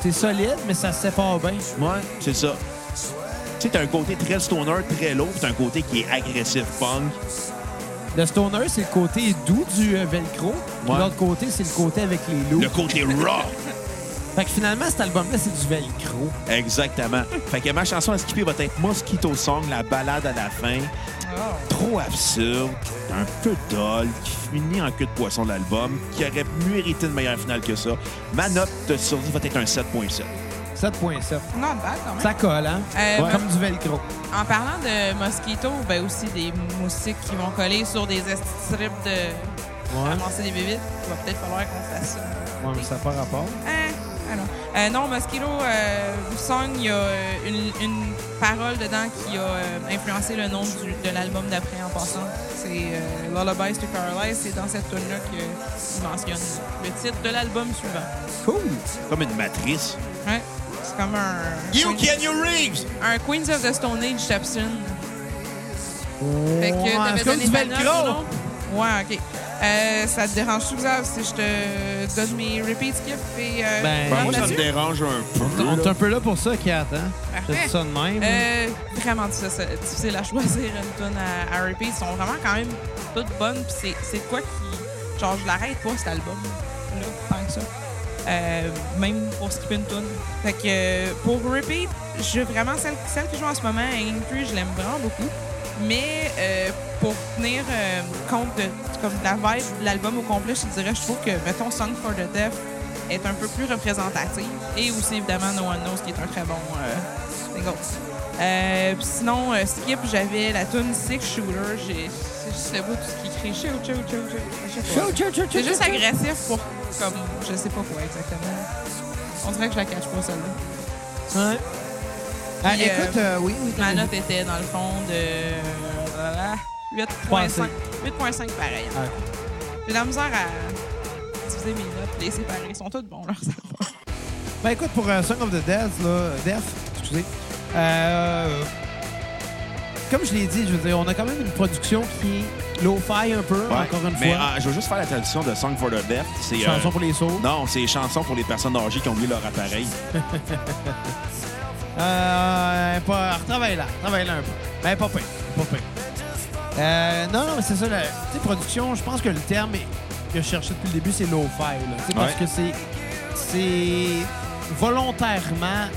[SPEAKER 2] C'est solide, mais ça se sépare bien.
[SPEAKER 1] Ouais, c'est ça. Tu sais, t'as un côté très stoner, très lourd, puis t'as un côté qui est agressif punk.
[SPEAKER 2] Le stoner, c'est le côté doux du euh, velcro. Puis
[SPEAKER 1] Ouais.
[SPEAKER 2] L'autre côté, c'est le côté avec les loups.
[SPEAKER 1] Le côté raw.
[SPEAKER 2] Fait que finalement, cet album-là, c'est du velcro.
[SPEAKER 1] Exactement. Fait que ma chanson à skipper va être Mosquito Song, la balade à la fin. trop absurde, un peu dol, qui finit en queue de poisson de l'album, qui aurait mérité une meilleure finale que ça. Ma note de survie va être un 7.7.
[SPEAKER 2] 7.7.
[SPEAKER 3] Non, bad quand même.
[SPEAKER 2] Ça colle, hein?
[SPEAKER 3] Euh,
[SPEAKER 2] Comme du velcro.
[SPEAKER 3] En parlant de mosquitos, ben aussi des moustiques qui vont coller sur des esti de strips de
[SPEAKER 2] Ouais.
[SPEAKER 3] ramasser des bébites. Il va peut-être falloir qu'on fasse ça.
[SPEAKER 2] Ouais, mais ça n'a pas rapport.
[SPEAKER 3] Hein? Ah non. Euh, non, Mosquito euh, Song, il y a euh, une, une parole dedans qui a euh, influencé le nom du- de l'album d'après en passant. C'est euh, Lullabies to Caroline. C'est dans cette tune-là qu'il mentionne le titre de l'album suivant.
[SPEAKER 2] Cool.
[SPEAKER 1] Comme une matrice.
[SPEAKER 3] Ouais. C'est comme un.
[SPEAKER 1] You can you Reeves!
[SPEAKER 3] Un Queens of the Stone Age Tapson. Fait que
[SPEAKER 2] Ouais,
[SPEAKER 3] t'avais
[SPEAKER 2] c'est comme
[SPEAKER 3] donné
[SPEAKER 2] du
[SPEAKER 3] ta note,
[SPEAKER 2] velcro.
[SPEAKER 3] Bruno? Ouais, OK. Euh, ça te dérange-tu, Xav, si je te donne mes repeat skip et... Euh,
[SPEAKER 2] Ben,
[SPEAKER 3] note
[SPEAKER 1] moi, ça me
[SPEAKER 3] là-dessus?
[SPEAKER 1] dérange un peu.
[SPEAKER 2] On est
[SPEAKER 1] là.
[SPEAKER 2] un peu là pour ça, Kat, hein? Je
[SPEAKER 3] Parfait.
[SPEAKER 2] dis ça de même.
[SPEAKER 3] Euh, vraiment difficile, ça- difficile à choisir une tonne à, à repeat. Ils sont vraiment quand même toutes bonnes. Puis c'est- c'est quoi qui. Genre, je l'arrête pas cet album. Là, tant que ça. Euh, même pour skipper une tonne. Fait que euh, pour repeat, je vraiment celle, celle qui joue en ce moment, Hanging Tree, je l'aime vraiment beaucoup. Mais euh, pour tenir euh, compte de, comme de la vibe de l'album au complet, je te dirais, je trouve que, mettons, Song for the Deaf est un peu plus représentative. Et aussi, évidemment, No One Knows, qui est un très bon euh, single. Euh, pis sinon, euh, Skip, j'avais la tune Six Shooter. J'ai- C'est juste le bout de ce qui crie shoot, shoot, shoot, shoot à chaque fois.
[SPEAKER 2] Chou, chou, chou, chou,
[SPEAKER 3] C'est juste
[SPEAKER 2] chou, chou.
[SPEAKER 3] agressif pour comme je sais pas quoi exactement. On dirait que je la cache pas celle-là.
[SPEAKER 2] Ouais. Ah,
[SPEAKER 3] Puis, euh,
[SPEAKER 2] écoute, euh, oui, oui.
[SPEAKER 3] Ma
[SPEAKER 2] t'as-
[SPEAKER 3] note était dans le fond de voilà, 8.5 8.5 pareil.
[SPEAKER 2] Ouais.
[SPEAKER 3] J'ai de la misère à diviser mes notes, les séparer. Ils sont tous bons, leurs albums.
[SPEAKER 2] Ben écoute, pour euh, Song of the Dead, là, Death, excusez, euh, comme je l'ai dit, je veux dire, on a quand même une production qui est low-fi un peu, encore une
[SPEAKER 1] mais,
[SPEAKER 2] fois.
[SPEAKER 1] euh, je veux juste faire la traduction de Song for the Deaf. C'est, euh,
[SPEAKER 2] Chanson pour les sauts.
[SPEAKER 1] Non, c'est chanson pour les personnes âgées qui ont mis leur appareil.
[SPEAKER 2] Euh, pas, retravaille là, travaille là un peu. Mais pas pire, pas pire. Euh, non, non, mais c'est ça, la tu sais, production, je pense que le terme est- que je cherchais depuis le début, c'est low-fi. là. Tu sais, Parce
[SPEAKER 1] Ouais.
[SPEAKER 2] que c'est c'est volontairement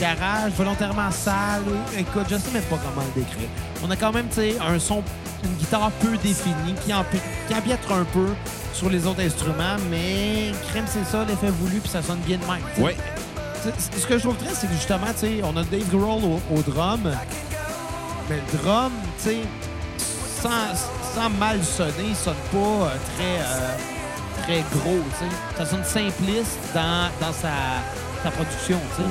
[SPEAKER 2] garage, volontairement sale. Écoute, je sais même pas comment le décrire. On a quand même, tu sais, un son, une guitare peu définie qui, empê- qui empiètre un peu sur les autres instruments, mais crème, c'est ça, l'effet voulu, puis ça sonne bien de même. tu sais.
[SPEAKER 1] Oui.
[SPEAKER 2] C'est- Ce que je trouve triste, c'est que justement, tu sais, on a Dave Grohl au, au drum, mais le drum, tu sais, sans, sans mal sonner, il sonne pas euh, très, euh, très gros, tu sais. Ça sonne simpliste dans, dans sa, sa production, tu sais.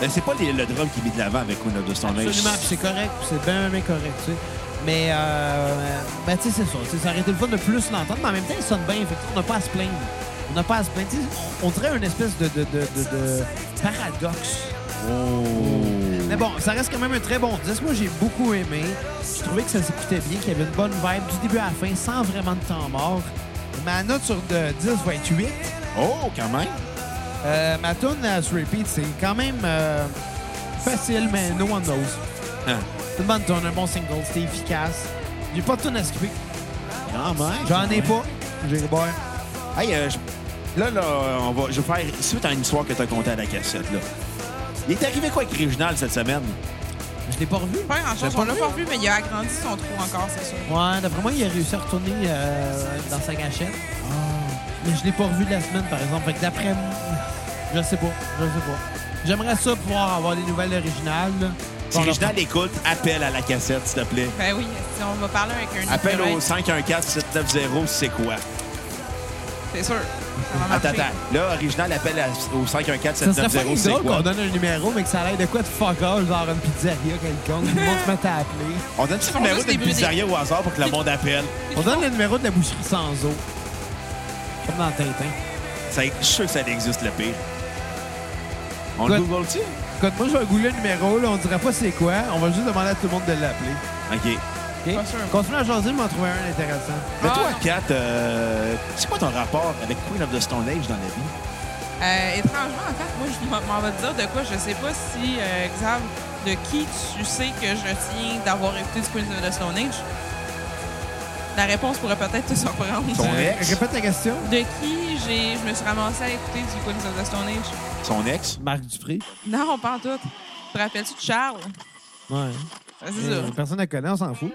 [SPEAKER 1] Mais c'est pas les- le drum qui met de l'avant avec Queen of the Stone Age.
[SPEAKER 2] Absolument, puis c'est correct, puis c'est bien, bien correct, tu sais. Mais, euh, ben, tu sais, c'est ça. tu sais, Ça aurait été le fun de plus l'entendre, mais en même temps, il sonne bien. Fait que on n'a pas à se plaindre. On n'a pas à se plaindre. Tu sais, On, on dirait une espèce de, de, de, de- de paradoxe.
[SPEAKER 1] Oh.
[SPEAKER 2] Mais bon, ça reste quand même un très bon disque. Moi, j'ai beaucoup aimé. Je trouvais que ça s'écoutait bien, qu'il y avait une bonne vibe du début à la fin, sans vraiment de temps mort. Ma note sur de 10 va être 8.
[SPEAKER 1] Oh, quand même.
[SPEAKER 2] Euh, ma tune à se repeat, c'est quand même euh, facile, mais no one knows.
[SPEAKER 1] Hein.
[SPEAKER 2] C'est une bonne tune, un bon single, c'était efficace. J'ai pas de tune à skipper.
[SPEAKER 1] Quand même.
[SPEAKER 2] J'en ai pas. J'ai le boire.
[SPEAKER 1] Hey, euh, je- là, là, on va, je vais faire suite à une histoire que tu as contée à la cassette. Là. Il est arrivé quoi avec Réginald cette semaine?
[SPEAKER 2] Je l'ai pas revu.
[SPEAKER 3] Pas grand chose.
[SPEAKER 2] J'ai pas
[SPEAKER 3] On l'a
[SPEAKER 2] vu,
[SPEAKER 3] pas vu, mais il a agrandi son trou encore, c'est sûr.
[SPEAKER 2] Ouais, d'après moi, il a réussi à retourner euh, dans sa gâchette. Mais je l'ai pas revu de la semaine, par exemple. Fait que d'après moi, je sais pas. Je sais pas. J'aimerais ça pouvoir avoir des nouvelles originales. là.
[SPEAKER 1] Si
[SPEAKER 2] Bon, là,
[SPEAKER 1] Réginald écoute, appelle à la cassette, s'il te plaît.
[SPEAKER 3] Ben oui, si on va parler avec un
[SPEAKER 1] Appelle
[SPEAKER 3] écureuil,
[SPEAKER 1] au 514-790, c'est quoi?
[SPEAKER 3] C'est sûr. Ça va
[SPEAKER 1] Ah, Attends,
[SPEAKER 3] marcher.
[SPEAKER 1] attends. Là, Original appelle à- au
[SPEAKER 2] Ça serait fucking
[SPEAKER 1] 514-790, c'est
[SPEAKER 2] drôle qu'on
[SPEAKER 1] quoi?
[SPEAKER 2] donne un numéro, mais que ça l'aide de quoi de fuck all, genre une pizzeria quelconque. Tout le monde se met à appeler.
[SPEAKER 1] On donne-tu le
[SPEAKER 3] font
[SPEAKER 1] numéro
[SPEAKER 3] juste
[SPEAKER 1] d'une
[SPEAKER 3] des bruits des-
[SPEAKER 1] pizzeria au hasard pour que le monde appelle?
[SPEAKER 2] On donne le numéro de la boucherie sans eau. Comme dans Tintin.
[SPEAKER 1] Ça, je suis sûr que ça existe, le pire. On le
[SPEAKER 2] Good.
[SPEAKER 1] google-tu?
[SPEAKER 2] Écoute, moi, je vais googler le numéro, là. On dira pas c'est quoi. On va juste demander à tout le monde de l'appeler.
[SPEAKER 1] OK.
[SPEAKER 2] OK?
[SPEAKER 3] Pas sûr.
[SPEAKER 2] Continue à jaser, mais on va en trouver un intéressant.
[SPEAKER 1] Mais
[SPEAKER 3] Ah.
[SPEAKER 1] toi, Kat, euh, c'est quoi ton rapport avec Queen of the Stone Age dans la vie?
[SPEAKER 3] Euh, étrangement, en fait, moi, je m'en- m'en vais te dire de quoi. Je sais pas si, euh, Xav, de qui tu sais que je tiens d'avoir écouté du Queens of the Stone Age. La réponse pourrait peut-être te surprendre.
[SPEAKER 1] Ton
[SPEAKER 2] Euh,
[SPEAKER 1] ex?
[SPEAKER 2] Répète la question.
[SPEAKER 3] De qui j'ai, je me suis ramassée à écouter du Queens of the Stone Age?
[SPEAKER 1] Son ex?
[SPEAKER 2] Marc Dupré.
[SPEAKER 3] Non, pas en tout. Te rappelles-tu de Charles?
[SPEAKER 2] Ouais.
[SPEAKER 3] Ben, C'est ça.
[SPEAKER 2] Personne ne la connaît, on s'en fout.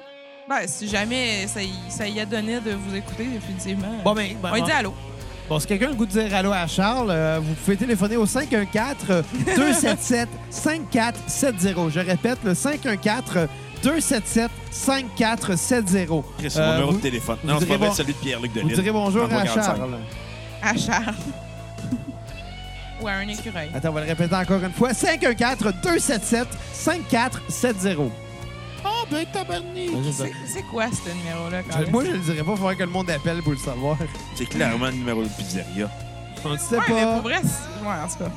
[SPEAKER 3] Ben, si jamais ça, y- ça y a donné de vous écouter, définitivement.
[SPEAKER 2] Bon, ben, ben,
[SPEAKER 3] On lui dit
[SPEAKER 2] bon.
[SPEAKER 3] allô.
[SPEAKER 2] Bon, si quelqu'un a le goût de dire allô à Charles, euh, vous pouvez téléphoner au 514-277-5470. Je répète, le 514-277-5470.
[SPEAKER 1] Après, C'est mon
[SPEAKER 2] Euh,
[SPEAKER 1] numéro
[SPEAKER 2] vous-
[SPEAKER 1] de téléphone.
[SPEAKER 2] vous
[SPEAKER 1] Non, c'est pas
[SPEAKER 2] direz
[SPEAKER 1] vrai,
[SPEAKER 2] bon-
[SPEAKER 1] celui de Pierre-Luc
[SPEAKER 2] Vous
[SPEAKER 1] Delisle.
[SPEAKER 2] direz bonjour à
[SPEAKER 1] 345.
[SPEAKER 2] Charles.
[SPEAKER 3] À Charles. Ou à un écureuil.
[SPEAKER 2] Attends, on va le répéter encore une fois. 514-277-5470. Ah,
[SPEAKER 1] Oh, ben, tabarnak!
[SPEAKER 3] C'est c'est quoi ce numéro-là, quand
[SPEAKER 2] Je-
[SPEAKER 3] même?
[SPEAKER 2] Euh, Moi, je le dirais pas. Il faudrait que le monde appelle pour le savoir.
[SPEAKER 1] C'est clairement le numéro de pizzeria.
[SPEAKER 2] On ne sait
[SPEAKER 3] Ouais, mais
[SPEAKER 2] pas.
[SPEAKER 3] pour vrai, c'est- ouais, en tout cas.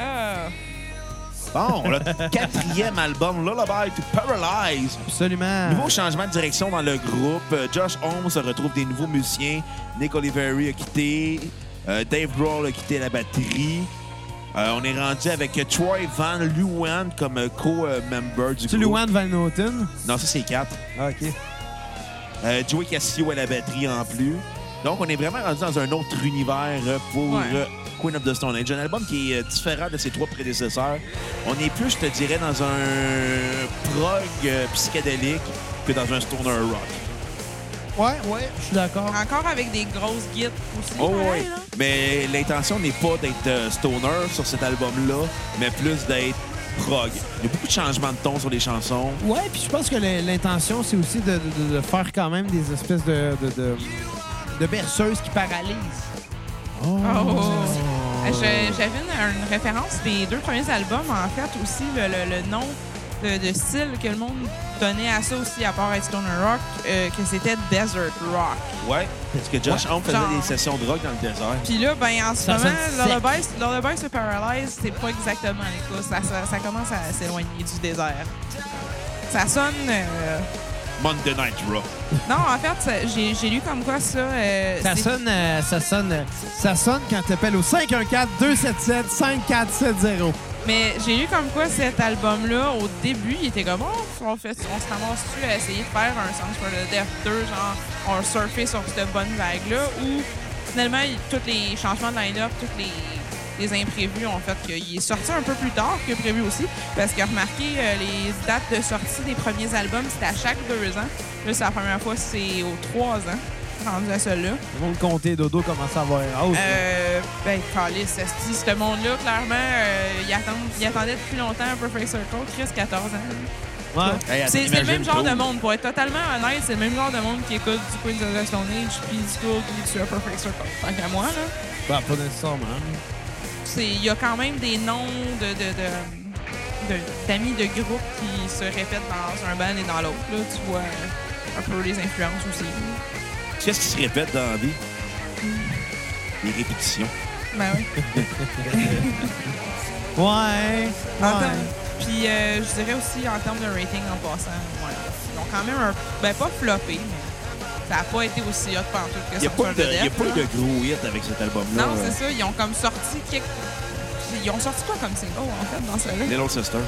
[SPEAKER 3] Euh,
[SPEAKER 1] Bon, le quatrième album, Lullaby to Paralyze.
[SPEAKER 2] Absolument.
[SPEAKER 1] Nouveau changement de direction dans le groupe. Euh, Josh Holmes retrouve des nouveaux musiciens. Nick Oliveri a quitté. Euh, Dave Grohl a quitté la batterie. Euh, on est rendu avec euh, Troy Van Leeuwen comme euh, co-member du
[SPEAKER 2] C'est
[SPEAKER 1] groupe.
[SPEAKER 2] Luan Van Noten.
[SPEAKER 1] Non, ça, c'est quatre.
[SPEAKER 2] Ah, OK.
[SPEAKER 1] Euh, Joey Cassio à la batterie en plus. Donc, on est vraiment rendu dans un autre univers euh, pour
[SPEAKER 3] Ouais.
[SPEAKER 1] euh, Queen of the Stone Age. Un album qui est euh, différent de ses trois prédécesseurs. On est plus, je te dirais, dans un prog euh, psychédélique que dans un stoner rock.
[SPEAKER 2] Ouais, ouais, je suis d'accord.
[SPEAKER 3] encore avec des grosses guides aussi.
[SPEAKER 1] Oh,
[SPEAKER 3] pareil,
[SPEAKER 1] ouais.
[SPEAKER 3] là.
[SPEAKER 1] Mais l'intention n'est pas d'être euh, stoner sur cet album-là, mais plus d'être prog. Il y a beaucoup de changements de ton sur les chansons.
[SPEAKER 2] Ouais, puis je pense que le- l'intention, c'est aussi de, de- de faire quand même des espèces de, de, de- de berceuses qui paralysent. Oh!
[SPEAKER 3] Euh, je- J'avais une, une référence des deux premiers albums, en fait, aussi, le, le- le nom de, de style que le monde tenait à ça aussi, à part être Stoner Rock, euh, que c'était Desert Rock.
[SPEAKER 1] Ouais, parce que Josh
[SPEAKER 3] Ouais.
[SPEAKER 1] Homme faisait
[SPEAKER 3] Genre.
[SPEAKER 1] des sessions de rock dans le désert.
[SPEAKER 3] Puis là, ben, en ce
[SPEAKER 2] Ça
[SPEAKER 3] moment,
[SPEAKER 2] sonne sec.
[SPEAKER 3] Lullaby, Lullaby se Paralyze, c'est pas exactement les cas. Ça, ça, ça commence à s'éloigner du désert. Ça sonne. euh,
[SPEAKER 1] Monday Night Raw.
[SPEAKER 3] Non, en fait, ça- j'ai j'ai lu comme quoi ça. euh,
[SPEAKER 2] Ça
[SPEAKER 3] c'est-
[SPEAKER 2] sonne, euh, ça sonne, euh, ça sonne quand t'appelles au 514-277-5470.
[SPEAKER 3] Mais j'ai lu comme quoi cet album-là, au début, il était comme oh, on, fait, on se ramasse-tu à essayer de faire un Songs for the Deaf 2, genre on surfait sur cette bonne vague-là, ou finalement, il- tous les changements de line-up, tous les, les imprévus ont fait qu'il est sorti un peu plus tard que prévu aussi, parce que remarquez, euh, les dates de sortie des premiers albums, c'était à chaque deux ans. Là, c'est la première fois, c'est aux trois ans, rendu à cela.
[SPEAKER 2] Ils vont le compter, Dodo commence à avoir une hausse.
[SPEAKER 3] Euh, ben, Calis, esti, ce monde-là, clairement, euh, ils attendent- ils attendaient depuis longtemps un Perfect Circle, Chris, 14 ans.
[SPEAKER 2] Ouais.
[SPEAKER 1] Hey, attends,
[SPEAKER 3] C'est c'est le
[SPEAKER 1] imagine
[SPEAKER 3] même genre
[SPEAKER 1] tout.
[SPEAKER 3] de monde, pour être totalement honnête, c'est le même genre de monde qui écoute du Queens of the Stone Age, puis du coup, qui sur Perfect Circle. Tant qu'à moi, là,
[SPEAKER 1] Ben,
[SPEAKER 2] Bah, pas nécessairement. hein.
[SPEAKER 3] c'est- il y a quand même des noms de, de, de- de- d'amis de groupe qui se répètent dans un band et dans l'autre. Là, tu vois euh, un peu les influences aussi.
[SPEAKER 1] Qu'est-ce qui se répète dans la vie? Les répétitions.
[SPEAKER 3] Ben oui.
[SPEAKER 2] Ouais.
[SPEAKER 3] En
[SPEAKER 2] ouais.
[SPEAKER 3] termes- Ah, Puis euh, je dirais aussi en termes de rating en passant, ouais. Ils ont quand même un. Ben pas floppé, mais ça n'a pas été aussi hot pendant tout que
[SPEAKER 1] Il n'y a
[SPEAKER 3] Songs
[SPEAKER 1] pas
[SPEAKER 3] for
[SPEAKER 1] eu
[SPEAKER 3] the
[SPEAKER 1] de, il y a
[SPEAKER 3] Deaf,
[SPEAKER 1] pas eu
[SPEAKER 3] là.
[SPEAKER 1] de gros hit avec cet album-là.
[SPEAKER 3] Non,
[SPEAKER 1] euh,
[SPEAKER 3] c'est ça. Ils ont comme sorti quelque- Ils ont sorti quoi comme single en fait dans ce là
[SPEAKER 1] euh, Little Sister.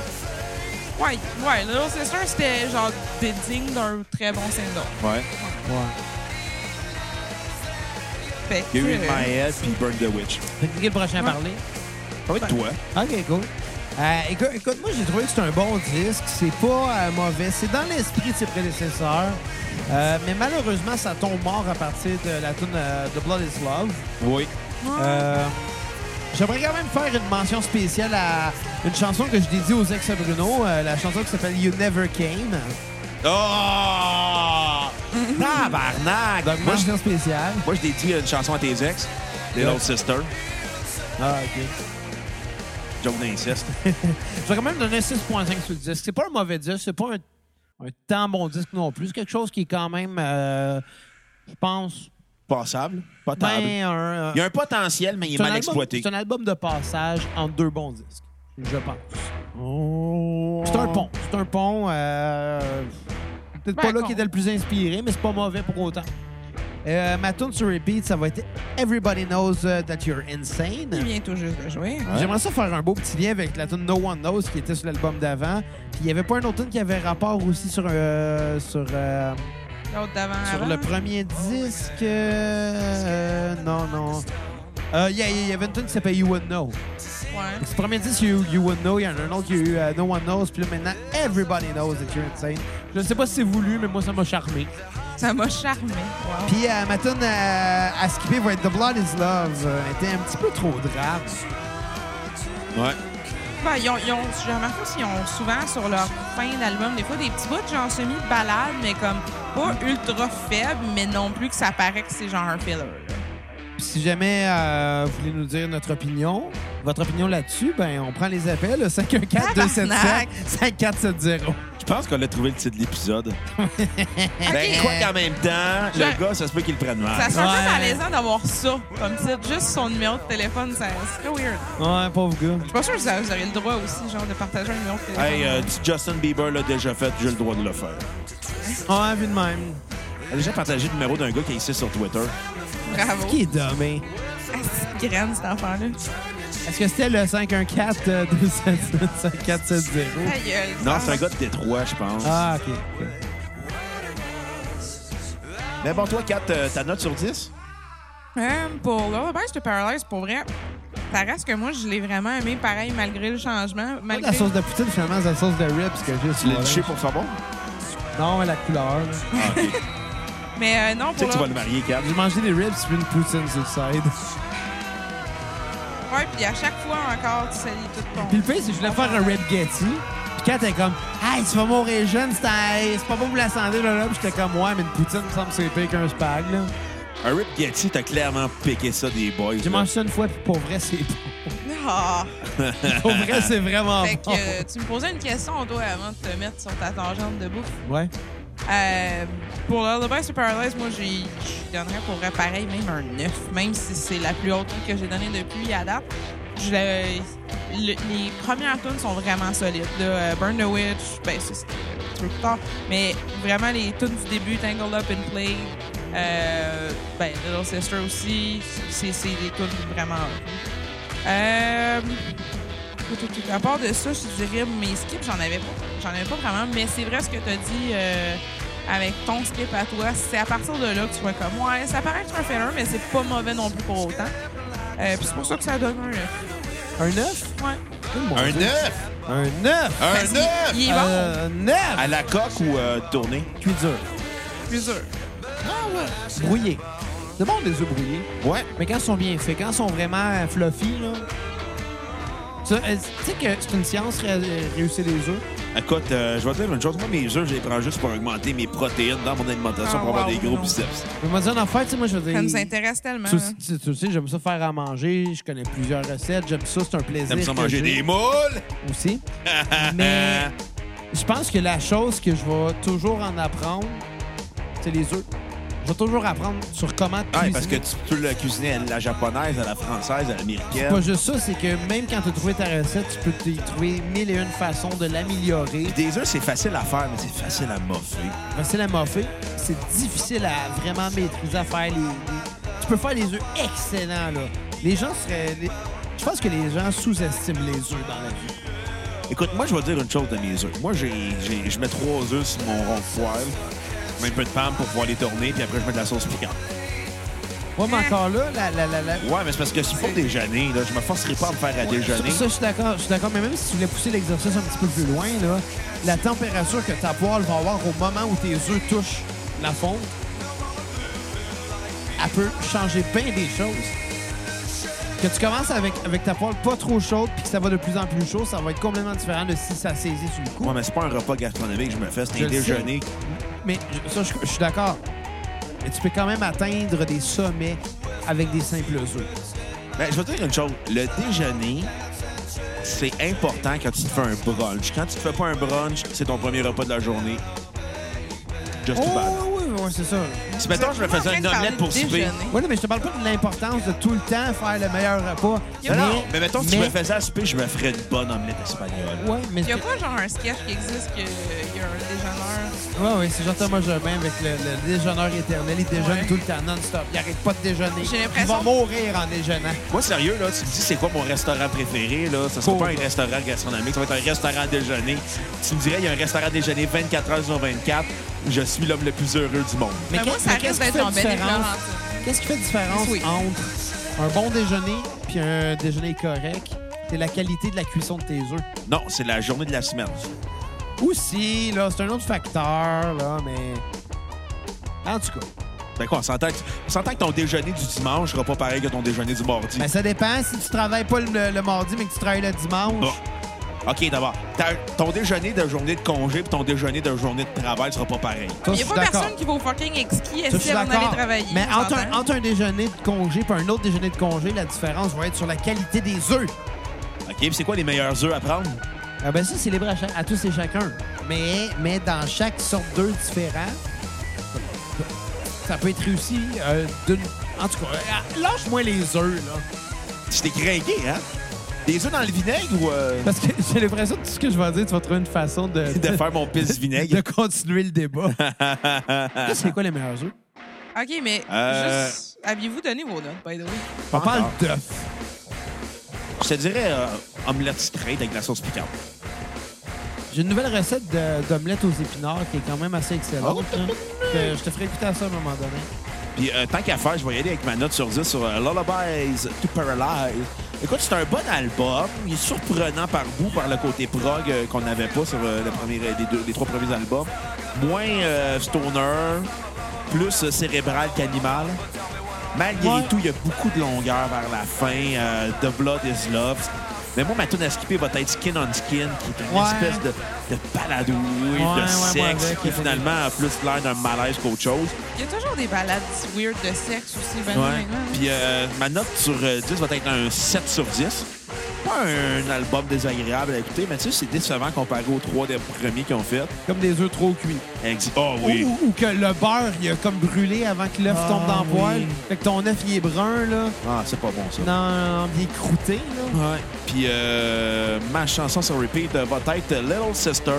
[SPEAKER 3] Ouais, ouais, Little Sister c'était genre des- digne d'un très bon single.
[SPEAKER 1] Ouais.
[SPEAKER 2] Ouais.
[SPEAKER 3] Fait que,
[SPEAKER 1] Il y a eu In
[SPEAKER 3] euh,
[SPEAKER 1] My Head puis Burn the Witch.
[SPEAKER 2] Fait que qui est le prochain à
[SPEAKER 3] Ouais.
[SPEAKER 2] parler?
[SPEAKER 1] Ça va être toi.
[SPEAKER 2] OK, cool. Euh, écoute, écoute, moi, j'ai trouvé que c'est un bon disque. C'est pas euh, mauvais. C'est dans l'esprit de ses prédécesseurs. Euh, mais malheureusement, ça tombe mort à partir de la tune de Blood is Love.
[SPEAKER 1] Oui.
[SPEAKER 3] ouais.
[SPEAKER 2] Euh, J'aimerais quand même faire une mention spéciale à une chanson que je dédie aux ex à Bruno, euh, la chanson qui s'appelle You Never Came.
[SPEAKER 1] Oh! Tabarnak!
[SPEAKER 2] Donc,
[SPEAKER 1] moi, je,
[SPEAKER 2] mention spéciale.
[SPEAKER 1] moi, je dédie une chanson à tes ex, Little
[SPEAKER 2] Ouais.
[SPEAKER 1] Sister,
[SPEAKER 2] Ah, OK.
[SPEAKER 1] joke d'inceste.
[SPEAKER 2] Je vais quand même donner 6.5 sur le disque. C'est pas un mauvais disque, c'est pas un, un tant bon disque non plus. C'est quelque chose qui est quand même, euh, je pense,
[SPEAKER 1] Passable, potable.
[SPEAKER 2] ben un... euh,
[SPEAKER 1] Il y a un potentiel, mais il est
[SPEAKER 2] c'est un
[SPEAKER 1] mal
[SPEAKER 2] album-
[SPEAKER 1] exploité.
[SPEAKER 2] C'est un album de passage entre deux bons disques, je pense. C'est un pont. Oh. C'est un pont. euh, Peut-être
[SPEAKER 3] Ben,
[SPEAKER 2] pas là
[SPEAKER 3] con.
[SPEAKER 2] qui était le plus inspiré, mais c'est pas mauvais pour autant. Euh, ma tune sur repeat, ça va être Everybody Knows uh, That You're Insane.
[SPEAKER 3] Il vient tout juste de jouer.
[SPEAKER 1] Ouais.
[SPEAKER 2] J'aimerais ça faire un beau petit lien avec la tune No One Knows qui était sur l'album d'avant. Puis il y avait pas un autre tune qui avait rapport aussi sur euh, sur euh,
[SPEAKER 3] L'autre d'avant.
[SPEAKER 2] sur
[SPEAKER 3] avant.
[SPEAKER 2] le premier disque. euh, non non. Euh, Il y a- il y avait une tune qui s'appelle You Would Know.
[SPEAKER 3] Ouais.
[SPEAKER 2] Le premier disque, il y a eu You Would Know, il y en a un autre, il y a eu euh, No One Knows, puis là maintenant, Everybody Knows That You're Insane. Je ne sais pas si c'est voulu, mais moi, ça m'a charmé.
[SPEAKER 3] Ça m'a charmé. Wow.
[SPEAKER 2] Puis euh, ma tune euh, à skipper va être The Blood is Love. Euh, Elle était un petit peu trop drabe.
[SPEAKER 1] Ouais.
[SPEAKER 3] Ben, ils ont, ils ont- j'ai remarqué qu'ils ont souvent sur leur fin d'album, des fois des petits bouts genre semi-balade, mais comme pas ultra faible, mais non plus que ça paraît que c'est genre un filler. là.
[SPEAKER 2] Puis si jamais euh, vous voulez nous dire notre opinion, votre opinion là-dessus, ben on prend les appels, le 514-277-5470.
[SPEAKER 1] Je pense qu'on a trouvé le titre de l'épisode. Ben,
[SPEAKER 3] Ok.
[SPEAKER 1] quoi qu'en même temps, le
[SPEAKER 3] Je-
[SPEAKER 1] gars, ça se peut qu'il le prenne mal.
[SPEAKER 3] Ça serait un
[SPEAKER 2] Ouais.
[SPEAKER 3] peu malaisant d'avoir ça comme titre, juste son numéro de téléphone, ça serait weird.
[SPEAKER 2] Ouais, pauvre gars.
[SPEAKER 3] Je suis pas sûre que vous avez vous avez le droit aussi, genre, de partager un numéro de téléphone.
[SPEAKER 1] Hey, euh, si Justin Bieber l'a déjà fait, j'ai le droit de le faire.
[SPEAKER 2] Ouais, vu de même.
[SPEAKER 1] Elle a déjà partagé le numéro d'un gars qui est ici sur Twitter.
[SPEAKER 3] Bravo.
[SPEAKER 2] Qui est dumb, hein?
[SPEAKER 3] Ah, c'est une graine, cet enfant-là.
[SPEAKER 2] Est-ce que c'était le euh, 514-277-5470?
[SPEAKER 3] Ta gueule,
[SPEAKER 1] Non,
[SPEAKER 3] ça.
[SPEAKER 1] c'est un gars de Détroit, je pense.
[SPEAKER 2] Ah, OK. ok.
[SPEAKER 1] Mais bon, toi, Kat, euh, ta note sur 10?
[SPEAKER 3] Euh, pour là, ben, je te paralyse pour vrai. Ça reste que moi, je l'ai vraiment aimé pareil malgré le changement.
[SPEAKER 2] Pas de
[SPEAKER 3] Malgré...
[SPEAKER 2] la sauce de poutine, finalement, c'est la sauce de rips que j'ai
[SPEAKER 1] Tu
[SPEAKER 2] sur
[SPEAKER 1] l'as
[SPEAKER 2] l'orange.
[SPEAKER 1] liché pour savoir?
[SPEAKER 2] Non, mais la couleur. là.
[SPEAKER 1] Ah, ok.
[SPEAKER 3] Mais euh, non,
[SPEAKER 1] Tu sais que
[SPEAKER 3] pour
[SPEAKER 1] tu
[SPEAKER 3] le-
[SPEAKER 1] vas le marier, Kat.
[SPEAKER 2] J'ai mangé des rips puis une poutine sur le side.
[SPEAKER 3] Ouais, puis à chaque fois encore, tu salis tout ton.
[SPEAKER 2] Puis le pire, c'est que je voulais faire un rip Getty. Puis quand t'es comme, hey, tu vas mourir jeune, c'est un- c'est pas bon pour la santé, là, là. Puis j'étais comme, ouais, mais une poutine, me semble que c'est pire qu'un spag, là.
[SPEAKER 1] Un Rip Getty, t'as clairement piqué ça des boys.
[SPEAKER 2] J'ai
[SPEAKER 1] là.
[SPEAKER 2] mangé ça une fois, puis pour vrai, c'est bon.
[SPEAKER 3] Non, Ah!
[SPEAKER 2] Pour vrai, c'est vraiment
[SPEAKER 3] Fait que
[SPEAKER 2] bon.
[SPEAKER 3] euh, tu me posais une question, toi, avant de te mettre sur ta tangente de bouffe.
[SPEAKER 2] Ouais.
[SPEAKER 3] Euh, pour Lullaby Super Paralyze, moi, j'ai- je donnerais pour vrai pareil, même un 9, même si c'est la plus haute note que j'ai donnée depuis à date. Je le- le- les premières tunes sont vraiment solides. là. Euh, Burn the Witch, ben, ça, c'était un petit peu plus tard. Mais vraiment, les tunes du début, Tangled Up in Play, euh, ben, Little Sister aussi, c'est c'est des tunes vraiment. Euh, à part de ça, je dirais mes skips, j'en avais pas. J'en avais pas vraiment, mais c'est vrai ce que tu as dit euh, avec ton skip à toi. C'est à partir de là que tu vois comme ouais, ça paraît être un filler, mais c'est pas mauvais non plus pour autant. Euh, Puis c'est pour ça que ça donne un. euh,
[SPEAKER 2] Un 9?
[SPEAKER 3] Ouais.
[SPEAKER 1] Un 9!
[SPEAKER 2] Un 9!
[SPEAKER 1] Un
[SPEAKER 3] Parce qu'il-
[SPEAKER 1] 9!
[SPEAKER 3] Il est bon,
[SPEAKER 2] Euh, 9!
[SPEAKER 1] À la coque ou euh, tournée?
[SPEAKER 2] Cuit dur.
[SPEAKER 3] plus dur.
[SPEAKER 2] Ah Brouillé. C'est bon, des œufs brouillés.
[SPEAKER 1] Ouais.
[SPEAKER 2] Mais quand ils sont bien faits, quand ils sont vraiment euh, fluffy, là. Ça, euh, Tu sais que c'est une science, ré- euh, réussir les œufs.
[SPEAKER 1] Écoute, euh, je vais te dire une chose. Moi, mes œufs, je les prends juste pour augmenter mes protéines dans mon alimentation
[SPEAKER 3] Ah,
[SPEAKER 1] pour avoir
[SPEAKER 3] wow,
[SPEAKER 1] des gros
[SPEAKER 3] non.
[SPEAKER 1] biceps.
[SPEAKER 2] Mais moi, dire une affaire, tu sais, moi, je veux
[SPEAKER 3] Ça
[SPEAKER 2] dire.
[SPEAKER 3] nous intéresse tellement.
[SPEAKER 2] Tu,
[SPEAKER 3] hein.
[SPEAKER 2] tu- tu sais, j'aime ça faire à manger. Je connais plusieurs recettes. J'aime ça, c'est un plaisir.
[SPEAKER 1] T'aimes ça
[SPEAKER 2] que
[SPEAKER 1] manger
[SPEAKER 2] j'ai
[SPEAKER 1] des moules? Euh,
[SPEAKER 2] Aussi. Mais je pense que la chose que je vais toujours en apprendre, c'est les œufs. Je vais toujours apprendre sur comment
[SPEAKER 1] Ouais,
[SPEAKER 2] cuisiner.
[SPEAKER 1] parce que tu peux le cuisiner à la japonaise, à la française, à l'américaine.
[SPEAKER 2] Pas juste ça, c'est que même quand tu as trouvé ta recette, tu peux t'y trouver mille et une façons de l'améliorer.
[SPEAKER 1] Puis Des œufs, c'est facile à faire, mais c'est facile à moffer.
[SPEAKER 2] Facile à moffer. C'est difficile à vraiment maîtriser, à faire les, les- Tu peux faire les œufs excellents, là. Les gens seraient... les- Je pense que les gens sous-estiment les œufs dans la vie.
[SPEAKER 1] Écoute, moi, je vais te dire une chose de mes œufs. Moi, j'ai, j'ai- je mets trois œufs sur mon rond de poêle, je mets un peu de pâte pour pouvoir les tourner, puis après, je mets de la sauce piquante.
[SPEAKER 2] Moi, mais encore là, la... la, la, la...
[SPEAKER 1] Ouais, mais c'est parce que si pour déjeuner, là, je me forcerai pas à me faire à déjeuner.
[SPEAKER 2] Sur ça, je suis d'accord. Je suis d'accord. Mais même si tu voulais pousser l'exercice un petit peu plus loin, là, la température que ta poêle va avoir au moment où tes œufs touchent la fonte, elle peut changer bien des choses. Que tu commences avec, avec ta poêle pas trop chaude puis que ça va de plus en plus chaud, ça va être complètement différent de si ça saisit sur le coup.
[SPEAKER 1] Ouais, mais c'est pas un repas gastronomique que je me fais, c'est
[SPEAKER 2] Je
[SPEAKER 1] un
[SPEAKER 2] le sais.
[SPEAKER 1] déjeuner.
[SPEAKER 2] Mais je- ça, je, je suis d'accord. Mais tu peux quand même atteindre des sommets avec des simples œufs.
[SPEAKER 1] Ben, je vais te dire une chose. Le déjeuner, c'est important quand tu te fais un brunch. Quand tu te fais pas un brunch, c'est ton premier repas de la journée. Just
[SPEAKER 3] Oh,
[SPEAKER 1] too bad.
[SPEAKER 2] Oh, oui, oui, c'est ça.
[SPEAKER 1] Si maintenant je me
[SPEAKER 3] Vraiment en
[SPEAKER 1] faisais
[SPEAKER 3] train
[SPEAKER 1] une
[SPEAKER 3] de parler
[SPEAKER 1] omelette pour
[SPEAKER 3] de
[SPEAKER 1] souper.
[SPEAKER 3] déjeuner.
[SPEAKER 2] Oui, non, mais je te parle pas de l'importance de tout le temps faire le meilleur repas.
[SPEAKER 3] Il y a
[SPEAKER 1] Non,
[SPEAKER 3] pas-
[SPEAKER 1] non, mais mettons, si tu
[SPEAKER 2] mais-
[SPEAKER 1] me faisais à souper, je me ferais une bonne omelette espagnole.
[SPEAKER 2] Ouais, mais.
[SPEAKER 3] Il y a pas genre un sketch qui existe qu'il y a un déjeuneur.
[SPEAKER 2] Ouais, ouais, c'est Jean-Thomas Jobin avec le, le déjeuneur éternel. Il déjeune
[SPEAKER 3] Ouais.
[SPEAKER 2] tout le temps, non-stop. Il arrête pas de déjeuner.
[SPEAKER 3] J'ai l'impression- Ben,
[SPEAKER 2] Il va mourir en déjeunant.
[SPEAKER 1] Moi, sérieux, là, tu me dis c'est quoi mon restaurant préféré, là? Ça sera
[SPEAKER 2] Cool.
[SPEAKER 1] pas un restaurant gastronomique, ça va être un restaurant déjeuner. Tu me dirais, il y a un restaurant déjeuner 24 heures sur 24. Je suis l'homme le plus heureux du monde.
[SPEAKER 3] Mais Ben, moi,
[SPEAKER 2] qu'est-
[SPEAKER 3] ça
[SPEAKER 2] qu'est-ce qui
[SPEAKER 3] risque d'être
[SPEAKER 2] fait
[SPEAKER 3] en belle et
[SPEAKER 2] différence-
[SPEAKER 3] Florentine.
[SPEAKER 2] Qu'est-ce qui fait différence
[SPEAKER 3] Oui.
[SPEAKER 2] entre un bon déjeuner puis un déjeuner correct? C'est la qualité de la cuisson de tes œufs.
[SPEAKER 1] Non, c'est la journée de la semaine.
[SPEAKER 2] Aussi, là, c'est un autre facteur, là, mais. En tout cas.
[SPEAKER 1] Ben quoi, on s'entend que, on s'entend que ton déjeuner du dimanche sera pas pareil que ton déjeuner du mardi.
[SPEAKER 2] Mais ben, ça dépend si tu travailles pas le, le mardi, mais que tu travailles le dimanche.
[SPEAKER 1] Bon. Ah. OK, d'abord, ta- ton déjeuner de journée de congé puis ton déjeuner de journée de travail sera pas pareil.
[SPEAKER 2] Ça,
[SPEAKER 3] Il
[SPEAKER 2] je
[SPEAKER 3] n'y a
[SPEAKER 2] suis
[SPEAKER 3] pas
[SPEAKER 2] d'accord.
[SPEAKER 3] personne qui va au fucking exquis
[SPEAKER 2] Ça, je suis
[SPEAKER 3] essayer d'aller
[SPEAKER 2] d'accord.
[SPEAKER 3] travailler.
[SPEAKER 2] Mais
[SPEAKER 3] on
[SPEAKER 2] entre un,
[SPEAKER 3] s'entend?
[SPEAKER 2] entre un déjeuner de congé et un autre déjeuner de congé, la différence va être sur la qualité des œufs.
[SPEAKER 1] OK, puis c'est quoi les meilleurs œufs à prendre?
[SPEAKER 2] Ah ben ça, c'est libre à, cha- à tous et chacun. Mais, mais dans chaque sorte d'œufs différent, ça peut être réussi euh, d'une... En tout cas, euh, lâche-moi les œufs, là.
[SPEAKER 1] Tu t'es craqué, hein? Des œufs dans le vinaigre ou euh,
[SPEAKER 2] Parce que j'ai l'impression que tout ce que je vais dire, tu vas trouver une façon de...
[SPEAKER 1] de faire mon pisse vinaigre?
[SPEAKER 2] Ben, de continuer le débat. Ça, c'est quoi les meilleurs œufs?
[SPEAKER 3] OK, mais
[SPEAKER 1] Euh,
[SPEAKER 3] juste, aviez-vous donné vos notes, by the way?
[SPEAKER 2] On parle
[SPEAKER 1] encore.
[SPEAKER 2] d'œufs.
[SPEAKER 1] Je te dirais euh, omelette straight avec de la sauce piquante.
[SPEAKER 2] J'ai une nouvelle recette de- d'omelette aux épinards qui est quand même assez excellente.
[SPEAKER 1] Oh,
[SPEAKER 2] hein. Euh, Je te ferai écouter à ça à un moment donné.
[SPEAKER 1] Puis euh, tant qu'à faire, je vais y aller avec ma note sur 10 sur euh, Lullabies to Paralyze. Écoute, c'est un bon album. Il est surprenant par bout, par le côté prog euh, qu'on n'avait pas sur euh, le premier, les, deux- les trois premiers albums. Moins euh, stoner, plus euh, cérébral qu'animal. Malgré
[SPEAKER 2] Ouais.
[SPEAKER 1] tout, il y a beaucoup de longueur vers la fin. euh, The Blood is Love. Mais moi, ma tune à skipper va être Skin on Skin, qui est une
[SPEAKER 2] Ouais.
[SPEAKER 1] espèce de, de baladouille,
[SPEAKER 2] Ouais,
[SPEAKER 1] de
[SPEAKER 2] ouais,
[SPEAKER 1] sexe,
[SPEAKER 2] ouais, ouais,
[SPEAKER 1] qui
[SPEAKER 2] ouais.
[SPEAKER 1] finalement a plus l'air d'un malaise qu'autre chose.
[SPEAKER 3] Il y a toujours des balades weird de sexe aussi, ben
[SPEAKER 1] Ouais. Puis euh, ma note sur euh, 10 va être un 7 sur 10. pas un album désagréable à écouter, mais tu sais, c'est décevant comparé aux trois des premiers qu'ils ont fait.
[SPEAKER 2] Comme des œufs trop cuits.
[SPEAKER 1] Ex- Oh oui.
[SPEAKER 2] Ou, ou que le beurre, il a comme brûlé avant que l'œuf
[SPEAKER 1] Ah,
[SPEAKER 2] tombe dans le
[SPEAKER 1] oui.
[SPEAKER 2] poêle. Fait que ton œuf, il est brun, là.
[SPEAKER 1] Ah, c'est pas bon ça.
[SPEAKER 2] Non, il est croûté, là.
[SPEAKER 1] Ouais. Puis euh, ma chanson sur repeat euh, va être Little Sister,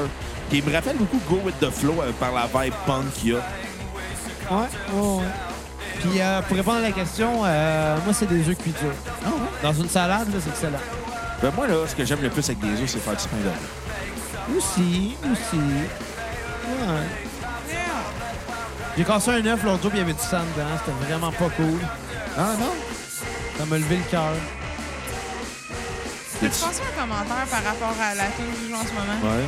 [SPEAKER 1] qui me rappelle beaucoup Go With The Flow euh, par la vibe punk qu'il y a.
[SPEAKER 2] Ouais, ouais, ouais. Puis euh, pour répondre à la question, euh, moi, c'est des œufs cuits durs. Dans une salade, là, c'est excellent.
[SPEAKER 1] Ben, moi, là, ce que j'aime le plus avec des œufs, c'est faire du pain d'œuf.
[SPEAKER 2] Aussi, aussi. Ouais. J'ai cassé un œuf l'autre jour, puis il y avait du sang dedans. C'était vraiment pas cool.
[SPEAKER 1] Ah non?
[SPEAKER 2] Ça m'a levé le cœur.
[SPEAKER 3] Peux-tu passer un commentaire par rapport à la tune du jour en ce moment?
[SPEAKER 1] Ouais.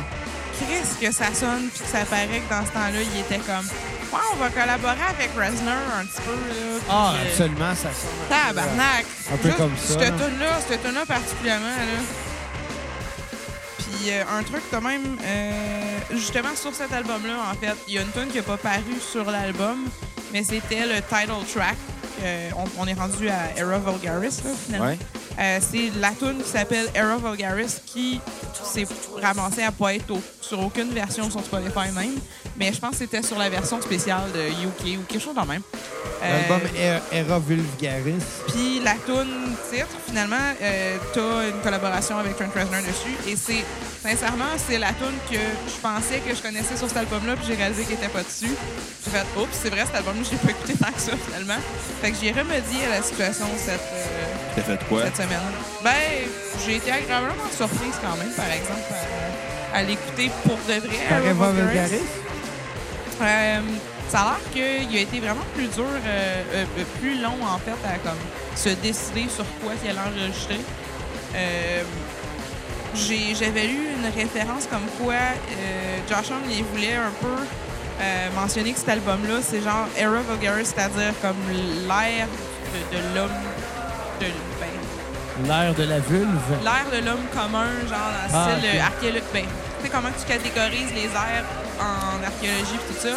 [SPEAKER 3] Chris, que ça sonne puis que ça paraît que dans ce temps-là, il était comme Ouais, on va collaborer avec Reznor un petit peu. Là, puis,
[SPEAKER 2] Ah,
[SPEAKER 3] euh,
[SPEAKER 2] absolument, ça
[SPEAKER 3] Tabarnak!
[SPEAKER 2] Un peu
[SPEAKER 3] Juste
[SPEAKER 2] comme ça. hein.
[SPEAKER 3] Cette tune-là, cette tune-là particulièrement, là. Puis euh, un truc quand même, euh, justement sur cet album-là, en fait, il y a une tune qui n'a pas paru sur l'album, mais c'était le title track. Euh, on, on est rendu à Era Vulgaris, là, finalement.
[SPEAKER 1] Ouais.
[SPEAKER 3] Euh, c'est la tune qui s'appelle Era Vulgaris qui s'est ramassée à pas être au- sur aucune version sur Spotify même, mais je pense que c'était sur la version spéciale de UK ou quelque chose quand même. Euh,
[SPEAKER 2] L'album Er- Era Vulgaris.
[SPEAKER 3] puis la tune titre, finalement, euh, t'as une collaboration avec Trent Reznor dessus. Et c'est, sincèrement, c'est la tune que je pensais que je connaissais sur cet album-là, puis j'ai réalisé qu'il était pas dessus. J'ai fait, oups, c'est vrai, cet album-là, je l'ai pas écouté tant que ça, finalement. Fait que j'ai remedié à la situation cette, euh,
[SPEAKER 1] T'as fait quoi?
[SPEAKER 3] cette semaine. Ben, j'ai été agréablement surprise quand même, par exemple, à, à l'écouter pour de vrai. Arrow
[SPEAKER 2] Era
[SPEAKER 3] of Grace.
[SPEAKER 2] Vulgaris?
[SPEAKER 3] Euh, ça a l'air qu'il a été vraiment plus dur, euh, euh, euh, plus long en fait à comme, se décider sur quoi il allait enregistrer. Euh, j'ai- J'avais lu une référence comme quoi euh, Josh Homme il voulait un peu euh, mentionner que cet album-là, c'est genre Era Vulgaris, c'est-à-dire comme l'ère de, de l'homme de ben,
[SPEAKER 2] L'ère de la vulve.
[SPEAKER 3] l'ère de l'homme commun, genre dans le
[SPEAKER 2] Ah,
[SPEAKER 3] style
[SPEAKER 2] ok.
[SPEAKER 3] euh, archéologue. Ben, tu sais comment tu catégorises les airs en archéologie et tout ça.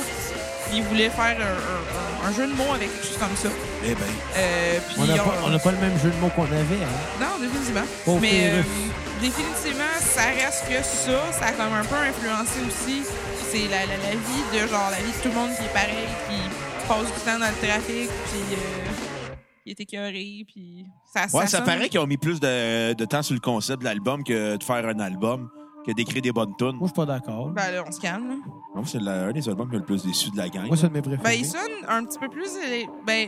[SPEAKER 3] Ils voulaient faire un, un- un jeu de mots avec quelque chose comme ça.
[SPEAKER 1] Eh ben,
[SPEAKER 3] Euh, puis
[SPEAKER 2] On n'a
[SPEAKER 3] on-
[SPEAKER 2] pas, on n'a pas le même jeu de mots qu'on avait. Hein.
[SPEAKER 3] Non, définitivement.
[SPEAKER 2] Pauvre
[SPEAKER 3] Mais euh,
[SPEAKER 2] Pyrrhus.
[SPEAKER 3] définitivement, ça reste que ça. Ça a comme un peu influencé aussi. C'est la, la- la vie de genre la vie de tout le monde qui est pareil, qui passe du temps dans le trafic, puis euh, qui est écœuré, puis ça
[SPEAKER 1] ouais, ça
[SPEAKER 3] sonne-
[SPEAKER 1] paraît qu'ils ont mis plus de, de temps sur le concept de l'album que de faire un album, que d'écrire des bonnes tunes.
[SPEAKER 2] Moi, je suis pas d'accord.
[SPEAKER 3] Ben là, on se calme. là.
[SPEAKER 1] Non, c'est la- un des albums qui a le plus déçu de la gang.
[SPEAKER 2] Moi, c'est un de mes préférés.
[SPEAKER 3] Ben, il sonne un petit peu plus euh, ben,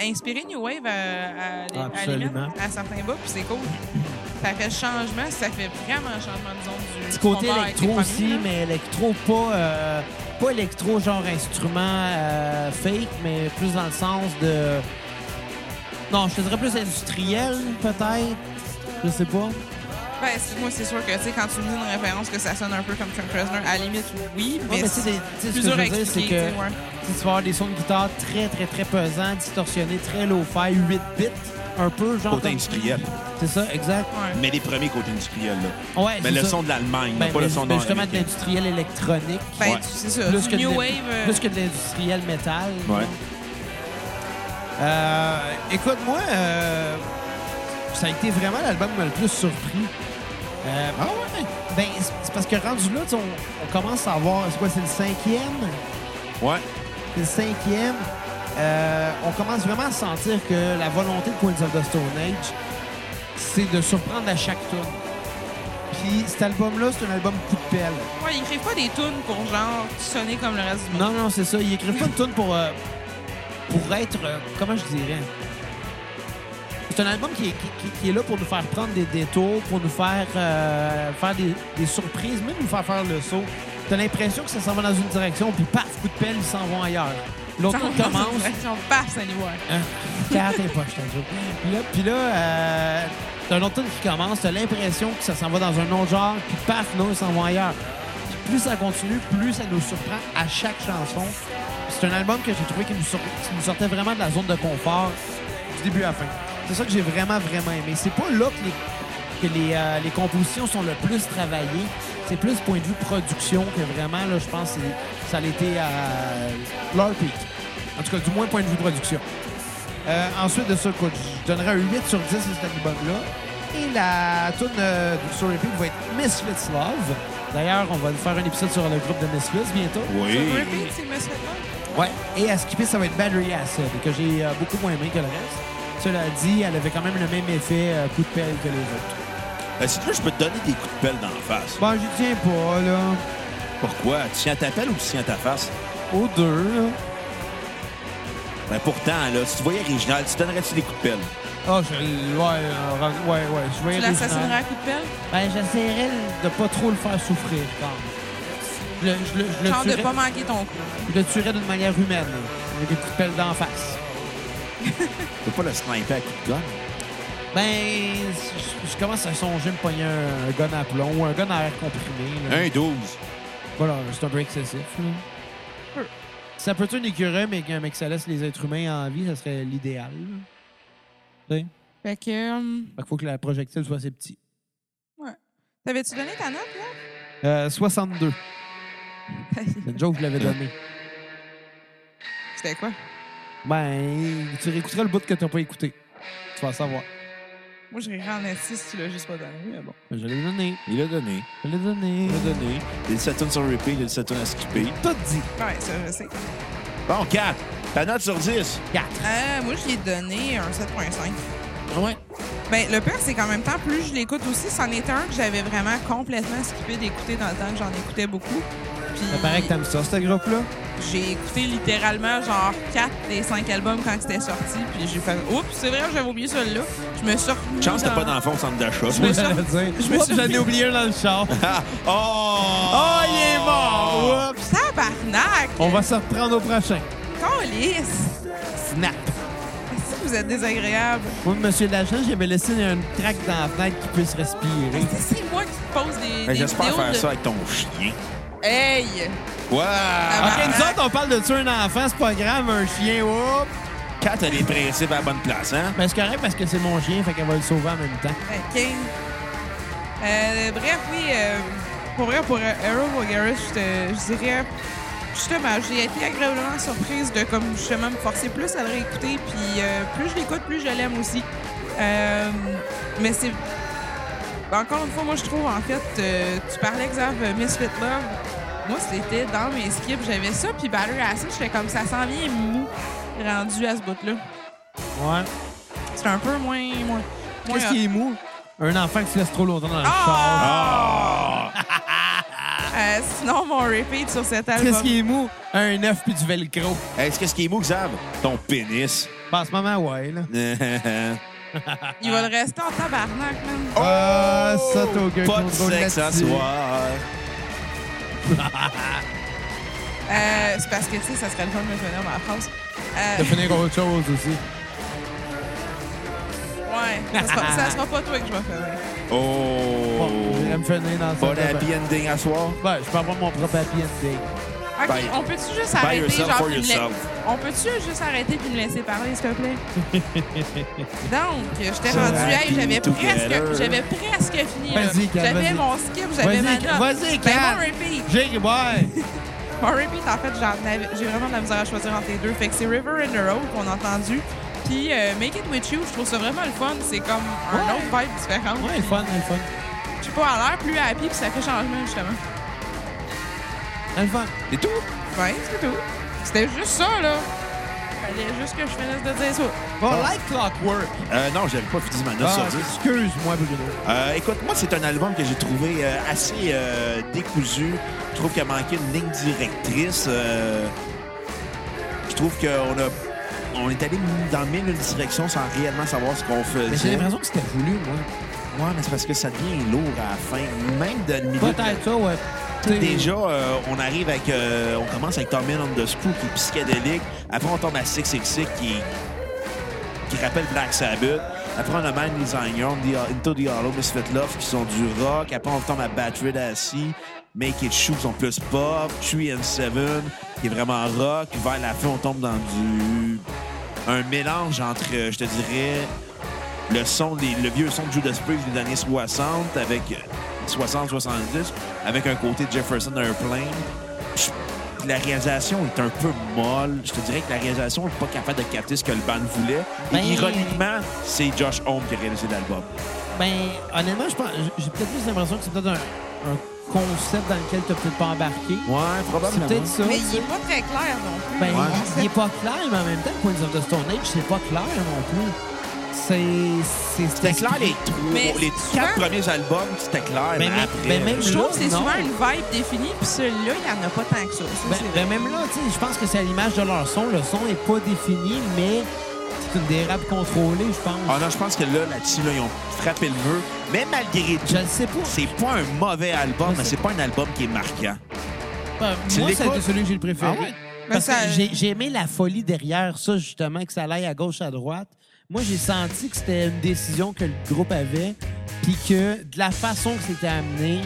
[SPEAKER 3] inspiré New Wave à, à, à, la limite,
[SPEAKER 2] Absolument.
[SPEAKER 3] à certains bas, puis c'est cool. Ça fait changement, ça fait vraiment changement, disons, du
[SPEAKER 2] Petit côté
[SPEAKER 3] combat avec les
[SPEAKER 2] électro aussi,
[SPEAKER 3] premiers, là.
[SPEAKER 2] mais électro pas, euh, pas électro genre instrument euh, fake, mais plus dans le sens de. Non, je te dirais plus industriel, peut-être. Je sais pas.
[SPEAKER 3] Ben, c'est- moi, c'est sûr que, tu sais, quand tu me dis une référence que ça sonne un peu comme Trent Reznor, à la limite, oui, mais,
[SPEAKER 2] Ouais, mais tu sais,
[SPEAKER 3] c'est
[SPEAKER 2] des- tu sais, ce que
[SPEAKER 3] plus
[SPEAKER 2] je
[SPEAKER 3] dur à
[SPEAKER 2] veux dire, c'est
[SPEAKER 3] expliquer,
[SPEAKER 2] que
[SPEAKER 3] tu sais, ouais.
[SPEAKER 2] tu vas avoir des sons de guitare très, très, très pesants, distorsionnés, très low-fi, 8 bits, un peu genre.
[SPEAKER 1] Côté
[SPEAKER 2] comme-
[SPEAKER 1] industriel.
[SPEAKER 2] C'est ça, exact.
[SPEAKER 3] Ouais.
[SPEAKER 1] Mais les premiers côtés industriels, là.
[SPEAKER 2] Ouais,
[SPEAKER 1] Mais
[SPEAKER 2] c'est
[SPEAKER 1] le
[SPEAKER 2] ça.
[SPEAKER 1] son de l'Allemagne,
[SPEAKER 2] Ben,
[SPEAKER 1] pas le
[SPEAKER 2] mais-
[SPEAKER 1] son
[SPEAKER 2] mais justement de
[SPEAKER 1] nord-américain.
[SPEAKER 2] l'industriel électronique.
[SPEAKER 3] Ben,
[SPEAKER 1] Ouais.
[SPEAKER 3] tu- c'est ça,
[SPEAKER 2] plus
[SPEAKER 3] du
[SPEAKER 2] que,
[SPEAKER 3] New
[SPEAKER 2] de,
[SPEAKER 3] Wave. euh,
[SPEAKER 2] plus que de l'industriel métal.
[SPEAKER 1] Ouais.
[SPEAKER 2] Euh, écoute, moi, euh, ça a été vraiment l'album qui m'a le plus surpris. Euh,
[SPEAKER 1] Ah ouais?
[SPEAKER 2] ben, c'est- c'est parce que rendu là, tu sais, on, on commence à avoir. C'est quoi, c'est le cinquième?
[SPEAKER 1] Ouais.
[SPEAKER 2] C'est le cinquième. Euh, on commence vraiment à sentir que la volonté de Queens of the Stone Age, c'est de surprendre à chaque tour. Puis cet album-là, c'est un album coup de pelle.
[SPEAKER 3] Ouais, ils écrivent pas des tunes pour, genre, sonner comme le reste du monde.
[SPEAKER 2] Non, non, c'est ça. Ils écrivent pas une tune pour, euh, pour être. euh, comment je dirais C'est un album qui est, qui, qui- qui est là pour nous faire prendre des détours, pour nous faire euh, faire des, des surprises, même nous faire faire le saut. T'as l'impression que ça s'en va dans une direction, puis paf, coup de pelle, ils s'en vont ailleurs. L'autre tune commence.
[SPEAKER 3] passe à New Wave.
[SPEAKER 2] Hein? Quatre et pas, je te le jure. Puis là, puis là euh, t'as un autre tune qui commence, t'as l'impression que ça s'en va dans un autre genre, puis paf, non, ils s'en vont ailleurs. Puis plus ça continue, plus ça nous surprend à chaque chanson. Puis c'est un album que j'ai trouvé qui nous, sur- qui nous sortait vraiment de la zone de confort du début à la fin. C'est ça que j'ai vraiment, vraiment aimé. C'est pas là que les, que les, euh, les compositions sont le plus travaillées. C'est plus point de vue production que vraiment, là, je pense que c'est- ça a été à leur pic. En tout cas, du moins point de vue production. Euh, ensuite de ça, écoute, je donnerais un 8 sur 10 à cet album-là. Et la tune euh, sur repeat va être Misfits Love. D'ailleurs, on va faire un épisode sur le groupe de Misfits bientôt.
[SPEAKER 1] Oui.
[SPEAKER 3] Sur repeat, c'est Monsieur Love.
[SPEAKER 2] Ouais. Et à skipper, ça va être Battery Acid, que j'ai euh, beaucoup moins aimé que le reste. Cela dit, elle avait quand même le même effet euh, coup de pelle que les autres.
[SPEAKER 1] Euh, si tu veux, je peux te donner des coups de pelle dans la face.
[SPEAKER 2] Bon, Ben, j'y tiens pas, là.
[SPEAKER 1] Pourquoi? Tu tiens ta pelle ou tu tiens ta face?
[SPEAKER 2] Aux deux, là.
[SPEAKER 1] Ben pourtant, là, si tu voyais original, tu donnerais-tu des coups de pelle?
[SPEAKER 2] Ah, je. Ouais, euh, ra- ouais, ouais. Je voyais
[SPEAKER 3] Tu l'assassinerais à coup de pelle?
[SPEAKER 2] Ben, j'essaierais de pas trop le faire souffrir, quand même. Je le, je le- je le
[SPEAKER 3] Genre de
[SPEAKER 2] tuerais,
[SPEAKER 3] pas manquer ton coup.
[SPEAKER 2] je le tuerais d'une manière humaine, là, avec une petite pelle d'en face.
[SPEAKER 1] Tu peux pas le sniper à coups de gun?
[SPEAKER 2] Ben, je, je commence à songer me pogner un, un gun à plomb ou un gun à air comprimé. là.
[SPEAKER 1] Un 12.
[SPEAKER 2] Voilà, c'est un peu excessif. là. Ça peut être une écureuil, mais qu'un mec ça laisse les êtres humains en vie, ça serait l'idéal. là. Tu sais?
[SPEAKER 3] Fait que. hum,
[SPEAKER 2] Fait qu'il faut que la projectile soit assez petite.
[SPEAKER 3] Ouais. T'avais-tu donné ta note, là?
[SPEAKER 2] Euh, 62. C'est une joke que je l'avais donnée.
[SPEAKER 3] C'était quoi?
[SPEAKER 2] Ben, tu réécouteras le bout que t'as pas écouté. Tu vas savoir.
[SPEAKER 3] Moi, je rirais en assis si tu l'as juste pas donné, mais bon.
[SPEAKER 2] Ben, Je l'ai donné.
[SPEAKER 1] Il a donné.
[SPEAKER 2] Je l'ai donné.
[SPEAKER 1] Il a donné. Il a tourne sur repeat, il a tourne à skipper.
[SPEAKER 2] Tout dit.
[SPEAKER 3] Ouais, ça, je sais.
[SPEAKER 1] Bon, 4. Ta note sur 10.
[SPEAKER 2] 4.
[SPEAKER 3] Euh, moi, je lui ai donné un 7,5.
[SPEAKER 2] Ouais.
[SPEAKER 3] Ben, le pire, c'est qu'en même temps, plus je l'écoute aussi, c'en est un que j'avais vraiment complètement skippé d'écouter dans le temps que j'en écoutais beaucoup. Puis,
[SPEAKER 2] Ça paraît que t'aimes ça, ce groupe-là.
[SPEAKER 3] j'ai écouté littéralement genre 4 des 5 albums quand c'était sorti. Puis j'ai fait, oups, c'est vrai, j'avais oublié celui-là. Je me suis remis
[SPEAKER 1] Chance, t'as
[SPEAKER 3] dans-
[SPEAKER 1] pas d'enfant au centre d'achat.
[SPEAKER 3] me suis- je me
[SPEAKER 2] Oups,
[SPEAKER 3] suis-
[SPEAKER 2] J'en ai oublié un dans le char.
[SPEAKER 1] Ah! Oh!
[SPEAKER 2] Oh, il est mort! Oups.
[SPEAKER 3] Tabarnak!
[SPEAKER 2] On va se reprendre au prochain.
[SPEAKER 3] Câlisse!
[SPEAKER 2] Snap.
[SPEAKER 3] Si vous êtes désagréable.
[SPEAKER 2] Moi, monsieur Lachance, j'avais laissé une traque dans la fenêtre qui puisse respirer.
[SPEAKER 3] Est-ce que C'est moi qui te pose
[SPEAKER 1] Ben,
[SPEAKER 3] des, des
[SPEAKER 1] J'espère
[SPEAKER 3] vidéos
[SPEAKER 1] faire
[SPEAKER 3] de-
[SPEAKER 1] ça avec ton chien.
[SPEAKER 3] Hey!
[SPEAKER 1] Wow!
[SPEAKER 3] Ah,
[SPEAKER 2] OK, nous autres, on parle de tuer un enfant, c'est pas grave, un chien, oups.
[SPEAKER 1] 4 a des principes à la bonne place, hein?
[SPEAKER 2] Mais Ben, c'est correct parce que c'est mon chien, fait qu'elle va le sauver en même temps.
[SPEAKER 3] Ok. Euh, bref, oui, euh, pour vrai, pour euh, Arrow Vulgaris, je, te- je dirais, justement, j'ai été agréablement surprise de, comme, justement, me forcer plus à le réécouter, puis euh, plus je l'écoute, plus je l'aime aussi. Euh, mais c'est... ben, Encore une fois, moi, je trouve, en fait, euh, tu parlais, Xav, euh, Misfit Love, moi, c'était dans mes skips, j'avais ça, puis Battery Acid, j'étais comme, ça s'en vient mou, rendu à ce bout-là.
[SPEAKER 2] Ouais.
[SPEAKER 3] C'était un peu moins... moins, moins
[SPEAKER 2] Qu'est-ce
[SPEAKER 1] hein.
[SPEAKER 2] qui est mou? Un enfant qui se laisse trop longtemps dans le char.
[SPEAKER 3] Ah! Euh, sinon, mon repeat sur cet album.
[SPEAKER 2] Qu'est-ce qui est mou? Un œuf puis du velcro.
[SPEAKER 1] Est-ce que ce qui est mou, Xav? Ton pénis.
[SPEAKER 2] Ben, en ce moment, ouais, là.
[SPEAKER 3] Il va le rester en tabarnak, même.
[SPEAKER 2] Ah, ça, t'as aucun
[SPEAKER 1] Pas de
[SPEAKER 2] contrôle
[SPEAKER 1] sexe hein, à
[SPEAKER 2] là-dessus.
[SPEAKER 1] soir.
[SPEAKER 3] Euh, c'est parce que, tu sais, ça serait le fun de me finir ma phrase. Euh,
[SPEAKER 2] T'as fini avec autre chose aussi.
[SPEAKER 3] ouais, ça sera, ça sera pas toi que je vais finir.
[SPEAKER 1] Oh!
[SPEAKER 2] Bon, j'irai me finir dans
[SPEAKER 1] Pas
[SPEAKER 2] ça.
[SPEAKER 1] d'happy ending à soir?
[SPEAKER 2] Ben, je peux avoir mon propre happy ending.
[SPEAKER 3] OK,
[SPEAKER 1] Bye.
[SPEAKER 3] on peut-tu juste
[SPEAKER 1] By
[SPEAKER 3] arrêter,
[SPEAKER 1] yourself
[SPEAKER 3] genre,
[SPEAKER 1] for
[SPEAKER 3] puis me la-
[SPEAKER 1] yourself.
[SPEAKER 3] On peut-tu juste arrêter puis me laisser parler, s'il te plaît? Donc, j'étais
[SPEAKER 1] So
[SPEAKER 3] rendu hey,
[SPEAKER 1] happy
[SPEAKER 3] j'avais
[SPEAKER 1] together.
[SPEAKER 3] presque, j'avais presque fini. là.
[SPEAKER 2] Vas-y, Kat,
[SPEAKER 3] J'avais
[SPEAKER 2] vas-y.
[SPEAKER 3] mon skip, j'avais ma
[SPEAKER 2] Vas-y,
[SPEAKER 3] note.
[SPEAKER 2] Kat, vas-y,
[SPEAKER 3] Ben,
[SPEAKER 2] Kat.
[SPEAKER 3] mon repeat.
[SPEAKER 2] J'ai, ouais.
[SPEAKER 3] Mon repeat, en fait, j'en avais- j'ai vraiment de la misère à choisir entre les deux. Fait que c'est River in the Road qu'on a entendu. Puis euh, Make It With You, je trouve ça vraiment le fun. C'est comme un
[SPEAKER 2] Ouais.
[SPEAKER 3] autre vibe différent.
[SPEAKER 2] Ouais, le fun, le fun.
[SPEAKER 3] Je suis pas à l'air plus happy, puis ça fait changement, justement.
[SPEAKER 2] Le fun.
[SPEAKER 1] C'est tout?
[SPEAKER 3] Ouais, c'est tout. C'était juste ça, là. Fallait juste que je finisse de dire ça.
[SPEAKER 2] Bon, like Clockwork.
[SPEAKER 1] Euh, non, j'avais pas fini ma note
[SPEAKER 2] Ah,
[SPEAKER 1] Ah. sur 10.
[SPEAKER 2] excuse-moi, Bruno.
[SPEAKER 1] Euh, écoute, moi, c'est un album que j'ai trouvé euh, assez euh, décousu. Je trouve qu'il a manqué une ligne directrice. Euh, je trouve qu'on a, on est allé dans mille et une directions sans réellement savoir ce qu'on faisait.
[SPEAKER 2] Mais j'ai l'impression que c'était voulu, moi.
[SPEAKER 1] Ouais, mais c'est parce que ça devient lourd à la fin, même dans le milieu.
[SPEAKER 2] Peut-être ça, ouais. T'sais,
[SPEAKER 1] Déjà, euh, on arrive avec. euh, on commence avec Tommy on the Spook qui est psychédélique. Après, on tombe à 666 qui, qui rappelle Black Sabbath. Après, on a Man les Onions, The- Into the Hollow, Misfit Love qui sont du rock. Après, on tombe à Battery Acid, Make It Shoe qui sont plus pop. Tree and Seven qui est vraiment rock. Vers la fin, on tombe dans du. Un mélange entre, euh, je te dirais, le son, des- le vieux son de Judas Priest des années euh, 60 avec 60-70, avec un côté de Jefferson Airplane. Je que la réalisation est un peu molle. Je te dirais que la réalisation n'est pas capable de capter ce que le band voulait. Et
[SPEAKER 2] Ben-
[SPEAKER 1] ironiquement, c'est Josh Homme qui a réalisé l'album.
[SPEAKER 2] Ben, honnêtement, je pense- j'ai peut-être plus l'impression que c'est peut-être un, un concept dans lequel tu n'as peut-être pas embarqué.
[SPEAKER 1] Ouais,
[SPEAKER 2] C'est peut-être ça.
[SPEAKER 3] Mais il est pas très clair non plus.
[SPEAKER 2] Ben,
[SPEAKER 1] Ouais.
[SPEAKER 2] il n'est pas clair, mais en même temps, Queens of the Stone Age, c'est pas clair non plus. C'est.
[SPEAKER 1] C'était clair les trois,
[SPEAKER 3] Mais
[SPEAKER 1] les
[SPEAKER 3] souvent-
[SPEAKER 1] quatre premiers albums, c'était clair. Mais,
[SPEAKER 2] Hein? Mais- mais-
[SPEAKER 1] après,
[SPEAKER 2] mais même-
[SPEAKER 3] Je trouve
[SPEAKER 2] Là,
[SPEAKER 3] que c'est
[SPEAKER 2] non.
[SPEAKER 3] souvent une vibe définie, puis celui-là, il n'y en a pas tant que ça. Ça,
[SPEAKER 2] Ben,
[SPEAKER 3] c'est
[SPEAKER 2] ben,
[SPEAKER 3] vrai.
[SPEAKER 2] même là, tu sais, je pense que c'est à l'image de leur son. Le son n'est pas défini, mais c'est une dérape contrôlée, je pense.
[SPEAKER 1] Ah non, je pense que là, là-dessus, là, ils ont frappé le mur. Mais malgré tout,
[SPEAKER 2] Je ne sais pas.
[SPEAKER 1] c'est pas un mauvais album,
[SPEAKER 2] Mais
[SPEAKER 1] mais c'est pas un album qui est marquant.
[SPEAKER 2] Ben,
[SPEAKER 1] Tu
[SPEAKER 2] moi,
[SPEAKER 1] l'écoutes?
[SPEAKER 2] c'était celui que j'ai le préféré.
[SPEAKER 1] Ah ouais?
[SPEAKER 2] Parce
[SPEAKER 3] Ben, ça-
[SPEAKER 2] que j'ai j'ai aimé la folie derrière ça, justement, que ça allait à gauche, à droite. Moi, j'ai senti que c'était une décision que le groupe avait, puis que de la façon que c'était amené,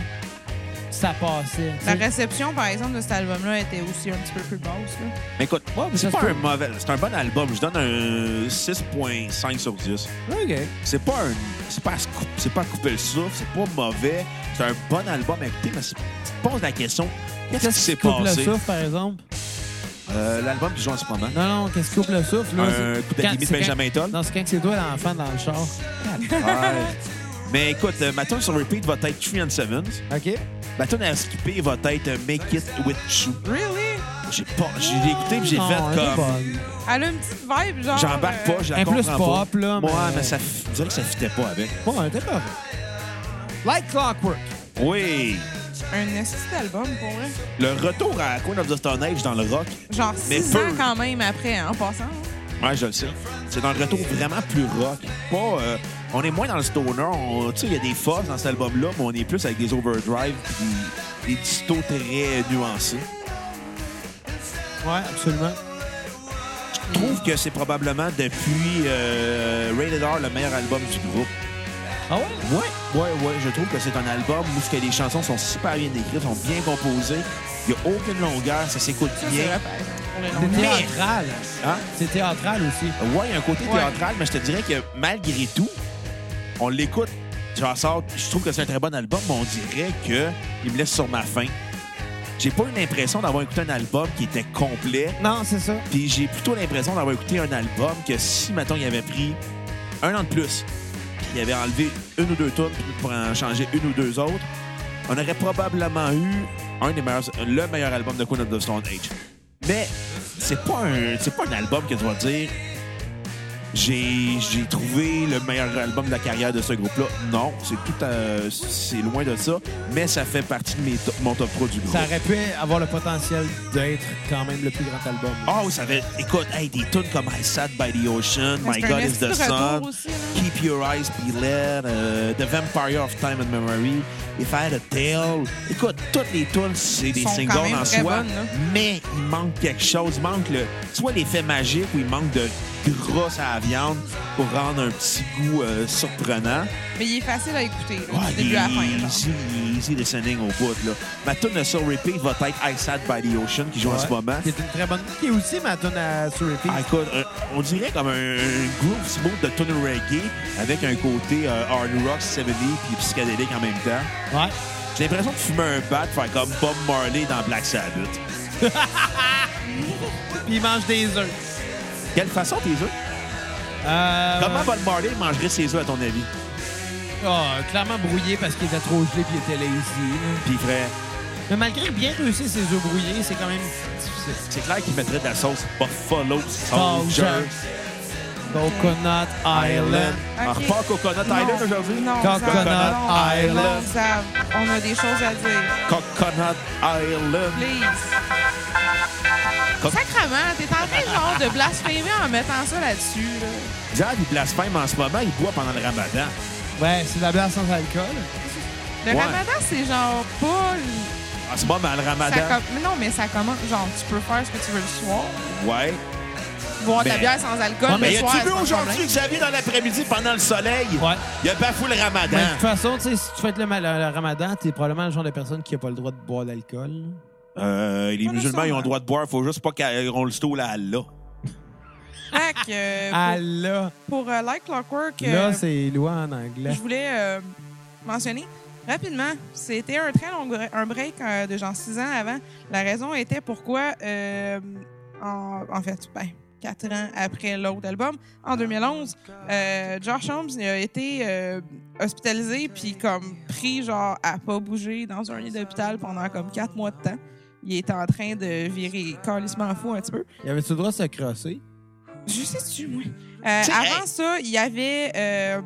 [SPEAKER 2] ça passait. tu
[SPEAKER 3] La
[SPEAKER 2] sais.
[SPEAKER 3] réception, par exemple, de cet album-là était aussi un petit peu plus basse. là.
[SPEAKER 1] Mais écoute,
[SPEAKER 2] Ouais, mais
[SPEAKER 1] c'est
[SPEAKER 2] ça se
[SPEAKER 1] pas
[SPEAKER 2] peut.
[SPEAKER 1] un mauvais... C'est un bon album. Je donne un 6.5 sur 10.
[SPEAKER 2] OK.
[SPEAKER 1] C'est pas un... C'est pas, à se coup- c'est pas à couper le souffle, c'est pas mauvais. C'est un bon album à écouter, mais c'est- tu te poses la question, qu'est-ce qui s'est
[SPEAKER 2] coupe le
[SPEAKER 1] passé?
[SPEAKER 2] souffle, par exemple?
[SPEAKER 1] Euh, L'album qui joue en ce moment.
[SPEAKER 2] Non, non, qu'est-ce qui coupe le souffle? Là,
[SPEAKER 1] Un
[SPEAKER 2] c'est-
[SPEAKER 1] coup de
[SPEAKER 2] quand-
[SPEAKER 1] Jimmy de
[SPEAKER 2] c'est quand-
[SPEAKER 1] Benjamin Toll.
[SPEAKER 2] Non, c'est quand c'est toi l'enfant dans le char.
[SPEAKER 1] Ouais. Mais écoute, euh, ma tune sur repeat va être 3 and 7.
[SPEAKER 2] OK.
[SPEAKER 1] Ma tune à skipper va être euh, Make It With You.
[SPEAKER 3] Really?
[SPEAKER 1] J'ai pas... J'ai écouté puis j'ai
[SPEAKER 2] Non, elle
[SPEAKER 1] fait
[SPEAKER 2] est
[SPEAKER 1] comme...
[SPEAKER 2] bonne.
[SPEAKER 3] Elle a une petite vibe, genre.
[SPEAKER 1] J'embarque
[SPEAKER 3] euh,
[SPEAKER 1] pas, je la
[SPEAKER 2] Un
[SPEAKER 1] comprends
[SPEAKER 2] plus
[SPEAKER 1] pas.
[SPEAKER 2] pop, là,
[SPEAKER 1] Ouais,
[SPEAKER 2] mais-
[SPEAKER 1] mais ça... f- Je dirais que ça fitait pas avec.
[SPEAKER 2] Bon, elle était pas. Like Clockwork.
[SPEAKER 1] Oui.
[SPEAKER 3] Un esti d'album, pour vrai.
[SPEAKER 1] Le retour à Queen of the Stone Age dans le rock,
[SPEAKER 3] Genre
[SPEAKER 1] Mais
[SPEAKER 3] 6 ans
[SPEAKER 1] peu.
[SPEAKER 3] quand même après, hein, en passant. hein.
[SPEAKER 1] ouais, je le sais. C'est un retour vraiment plus rock. Pas, euh, on est moins dans le stoner. on- Tu sais, il y a des phases dans cet album-là, mais on est plus avec des overdrive puis des distos très nuancés.
[SPEAKER 2] Ouais, absolument.
[SPEAKER 1] Je trouve que c'est probablement depuis euh, Rated R le meilleur album du groupe.
[SPEAKER 2] Ah ouais?
[SPEAKER 1] Ouais, ouais, ouais. Je trouve que c'est un album où ce que les chansons sont super bien écrites, sont bien composées. Il n'y a aucune longueur, ça s'écoute
[SPEAKER 3] Ça, c'est
[SPEAKER 1] bien.
[SPEAKER 3] vrai, par exemple, pour les
[SPEAKER 2] C'est
[SPEAKER 3] longueurs.
[SPEAKER 1] Mais-
[SPEAKER 2] théâtral.
[SPEAKER 1] Hein?
[SPEAKER 2] C'est théâtral aussi.
[SPEAKER 1] Ouais, il y a un côté
[SPEAKER 3] Ouais.
[SPEAKER 1] théâtral, mais je te dirais que malgré tout, on l'écoute, j'en sors, je trouve que c'est un très bon album, mais on dirait que il me laisse sur ma faim. J'ai pas eu l'impression d'avoir écouté un album qui était complet,
[SPEAKER 2] Non, c'est ça.
[SPEAKER 1] puis j'ai plutôt l'impression d'avoir écouté un album que si, mettons, il avait pris un an de plus, puis il avait enlevé une ou deux tonnes pour en changer une ou deux autres, on aurait probablement eu un des meilleurs, le meilleur album de Queen of the Stone Age. Mais c'est pas un, c'est pas un album que tu vas dire. J'ai, j'ai trouvé le meilleur album de la carrière de ce groupe-là. Non, c'est tout, à- c'est loin de ça. Mais ça fait partie de mes top- mon top pro du groupe.
[SPEAKER 2] Ça aurait pu avoir le potentiel d'être quand même le plus grand album.
[SPEAKER 1] Oh, ça avait. Écoute, hey, des tunes comme I Sat by the Ocean,
[SPEAKER 3] Mais
[SPEAKER 1] My
[SPEAKER 3] c'est un
[SPEAKER 1] God is
[SPEAKER 3] esti de
[SPEAKER 1] the
[SPEAKER 3] retour
[SPEAKER 1] Sun,
[SPEAKER 3] aussi, là.
[SPEAKER 1] Keep Your Eyes Be Led, euh, The Vampire of Time and Memory, If I Had a Tale. Écoute, toutes les tunes, c'est des
[SPEAKER 3] Sont quand
[SPEAKER 1] singles
[SPEAKER 3] même
[SPEAKER 1] en
[SPEAKER 3] très
[SPEAKER 1] soi,
[SPEAKER 3] bonnes, là.
[SPEAKER 1] mais il manque quelque chose. Il manque le, soit l'effet magique ou il manque de gras à la viande pour rendre un petit goût euh, surprenant.
[SPEAKER 3] Mais il est facile à écouter, là,
[SPEAKER 1] Ouais,
[SPEAKER 3] du début à la
[SPEAKER 1] il-
[SPEAKER 3] fin. genre.
[SPEAKER 1] Easy, easy listening au bout, là. Ma tune sur repeat va être I Sat by the Ocean qui joue en ce moment.
[SPEAKER 2] C'est une très bonne. Qui est aussi ma tune à sur repeat.
[SPEAKER 1] Ah, écoute, euh, on dirait comme un, un groove smooth de tunnel reggae avec un côté euh, hard rock 70 puis psychédélique en même temps.
[SPEAKER 2] Ouais.
[SPEAKER 1] J'ai l'impression de fumer un bat, faire comme Bob Marley dans Black Sabbath.
[SPEAKER 2] Puis il mange des œufs.
[SPEAKER 1] Quelle façon tes œufs?
[SPEAKER 2] Euh,
[SPEAKER 1] Comment Bob Marley mangerait ses œufs à ton avis?
[SPEAKER 2] Ah, clairement brouillé parce qu'il était trop gelé puis il était lazy.
[SPEAKER 1] Puis frère,
[SPEAKER 2] Mais malgré que bien réussi ses œufs brouillés, c'est quand même difficile.
[SPEAKER 1] c'est clair qu'il mettrait de la sauce Buffalo Soldier.
[SPEAKER 2] Soldier. Coconut Island.
[SPEAKER 1] On
[SPEAKER 3] Ok.
[SPEAKER 1] repart Ah, Coconut Island
[SPEAKER 3] Non.
[SPEAKER 1] aujourd'hui?
[SPEAKER 3] Non,
[SPEAKER 2] Coconut
[SPEAKER 3] ça- non,
[SPEAKER 2] Island.
[SPEAKER 3] non, ça- on a des choses à dire.
[SPEAKER 1] Coconut Island.
[SPEAKER 3] Please.
[SPEAKER 1] Com-
[SPEAKER 3] Sacrement, t'es en train genre de blasphémer en mettant ça là-dessus. Là.
[SPEAKER 1] Diable, il blasphème en ce moment, il boit pendant le ramadan.
[SPEAKER 2] Ouais, c'est de la bière sans alcool.
[SPEAKER 3] Le
[SPEAKER 1] Ouais.
[SPEAKER 3] ramadan, c'est genre pas...
[SPEAKER 1] En ce moment, le
[SPEAKER 3] ça
[SPEAKER 1] ramadan.
[SPEAKER 3] com- mais Non, mais ça commence... Genre, tu peux faire ce que tu veux le soir.
[SPEAKER 1] Ouais.
[SPEAKER 3] Boire de la
[SPEAKER 1] Ben-
[SPEAKER 3] bière sans alcool
[SPEAKER 2] Ouais,
[SPEAKER 3] le
[SPEAKER 1] Mais
[SPEAKER 3] soir.
[SPEAKER 1] as-tu vu
[SPEAKER 3] c'est pas un
[SPEAKER 1] aujourd'hui,
[SPEAKER 3] problème.
[SPEAKER 1] Xavier, dans l'après-midi, pendant le soleil?
[SPEAKER 2] Ouais.
[SPEAKER 1] Il a bafoué le
[SPEAKER 2] Mais
[SPEAKER 1] ramadan.
[SPEAKER 2] de toute façon, tu sais, si tu fais le, ma- le- le ramadan, t'es probablement le genre de personne qui a pas le droit de boire d'alcool.
[SPEAKER 1] Euh, les
[SPEAKER 3] Pas
[SPEAKER 1] musulmans, ils ont
[SPEAKER 3] nécessairement.
[SPEAKER 1] le droit de boire. Faut juste pas euh, qu'on le stole à Allah.
[SPEAKER 3] Fait que, euh, pour-
[SPEAKER 2] Ah là,
[SPEAKER 3] pour euh, Like Clockwork, euh,
[SPEAKER 2] là c'est loin en anglais.
[SPEAKER 3] je voulais euh, mentionner Rapidement, c'était un très long bre- un break euh, de genre six ans avant. La raison était pourquoi, euh, en, en fait, ben, quatre ans après l'autre album, en 2011, euh, George Holmes il a été euh, hospitalisé puis comme pris genre à pas bouger dans un lit d'hôpital pendant comme quatre mois de temps. Il était en train de virer carlissement fou un petit peu.
[SPEAKER 2] Il avait-tu le droit de se crosser?
[SPEAKER 3] Je sais-tu, moi. Euh,
[SPEAKER 1] C'est-
[SPEAKER 3] avant ça, il avait euh,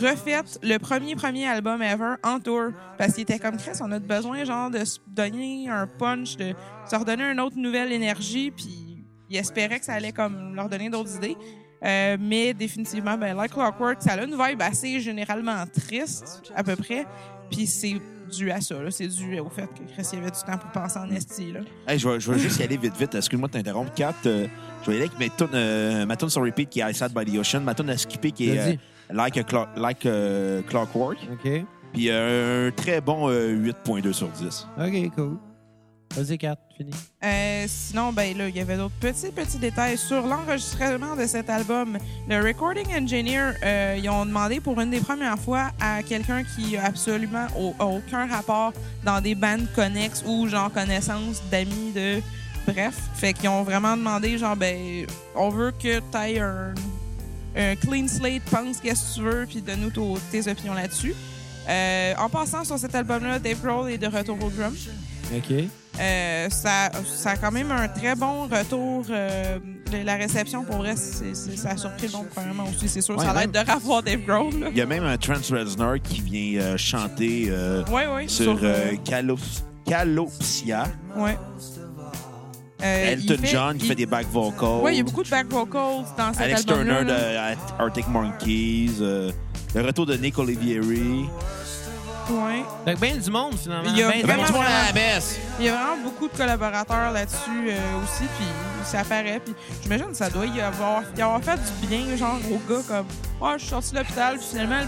[SPEAKER 3] refait le premier premier album ever en tour parce qu'il était comme Chris, on a besoin genre de se donner un punch, de se redonner une autre nouvelle énergie, puis il espérait que ça allait comme leur donner d'autres idées. Euh, mais définitivement, ben, Like Clockwork, ça a une vibe assez généralement triste, à peu près. Puis c'est dû à ça, là. c'est dû au fait que Chris il avait du temps pour penser en esti. Là.
[SPEAKER 1] Hey, je, vais, je vais juste y aller vite, vite. Excuse-moi de t'interrompre, Kat. Euh, je vais y aller avec mes tounes, euh, ma tune sur repeat qui est I Sat by the Ocean, ma tune à skipper qui est
[SPEAKER 2] Vas-y.
[SPEAKER 1] euh, Like, a Clo- like a Clockwork.
[SPEAKER 2] OK.
[SPEAKER 1] Puis euh, un très bon euh, 8.2 sur 10.
[SPEAKER 2] OK, cool. Vas-y, 4, fini.
[SPEAKER 3] Euh, sinon, ben là, il y avait d'autres petits, petits détails sur l'enregistrement de cet album. Le recording engineer, euh, ils ont demandé pour une des premières fois à quelqu'un qui a absolument au- aucun rapport dans des bandes connexes ou genre connaissance d'amis de. Bref, fait qu'ils ont vraiment demandé genre, ben, on veut que t'ailles un, un clean slate, pense qu'est-ce que tu veux, puis donne-nous ton- tes opinions là-dessus. Euh, en passant sur cet album-là, Dave Grohl est de retour au drum.
[SPEAKER 2] OK.
[SPEAKER 3] Euh, ça, ça a quand même un très bon retour. euh, de la réception, pour vrai, c'est- c'est- ça a surpris donc premièrement aussi, c'est sûr.
[SPEAKER 1] Ouais,
[SPEAKER 3] ça a l'air
[SPEAKER 1] même.
[SPEAKER 3] de revoir Dave Grohl. là.
[SPEAKER 1] Il y a même un Trent Reznor qui vient euh, chanter euh,
[SPEAKER 3] Ouais, ouais.
[SPEAKER 1] sur
[SPEAKER 3] euh,
[SPEAKER 1] euh, Calos- Calopsia.
[SPEAKER 3] ouais. Euh,
[SPEAKER 1] Elton
[SPEAKER 3] il fait-
[SPEAKER 1] John qui
[SPEAKER 3] il-
[SPEAKER 1] fait des back vocals.
[SPEAKER 3] Ouais, il y a beaucoup de back vocals dans cet
[SPEAKER 1] Alex
[SPEAKER 3] album-là.
[SPEAKER 1] Turner de
[SPEAKER 3] là.
[SPEAKER 1] At- Arctic Monkeys. euh, le retour de Nick Olivieri.
[SPEAKER 3] Ouais.
[SPEAKER 2] Fait que ben du monde, finalement.
[SPEAKER 3] Il y a
[SPEAKER 2] Ben du
[SPEAKER 3] vraiment-
[SPEAKER 2] monde.
[SPEAKER 3] Tout le monde à la
[SPEAKER 1] messe.
[SPEAKER 3] Il y a vraiment beaucoup de collaborateurs là-dessus euh, aussi, puis ça paraît. Puis j'imagine que ça doit y avoir, y avoir fait du bien, genre au gars comme, oh, je suis sorti de l'hôpital, puis finalement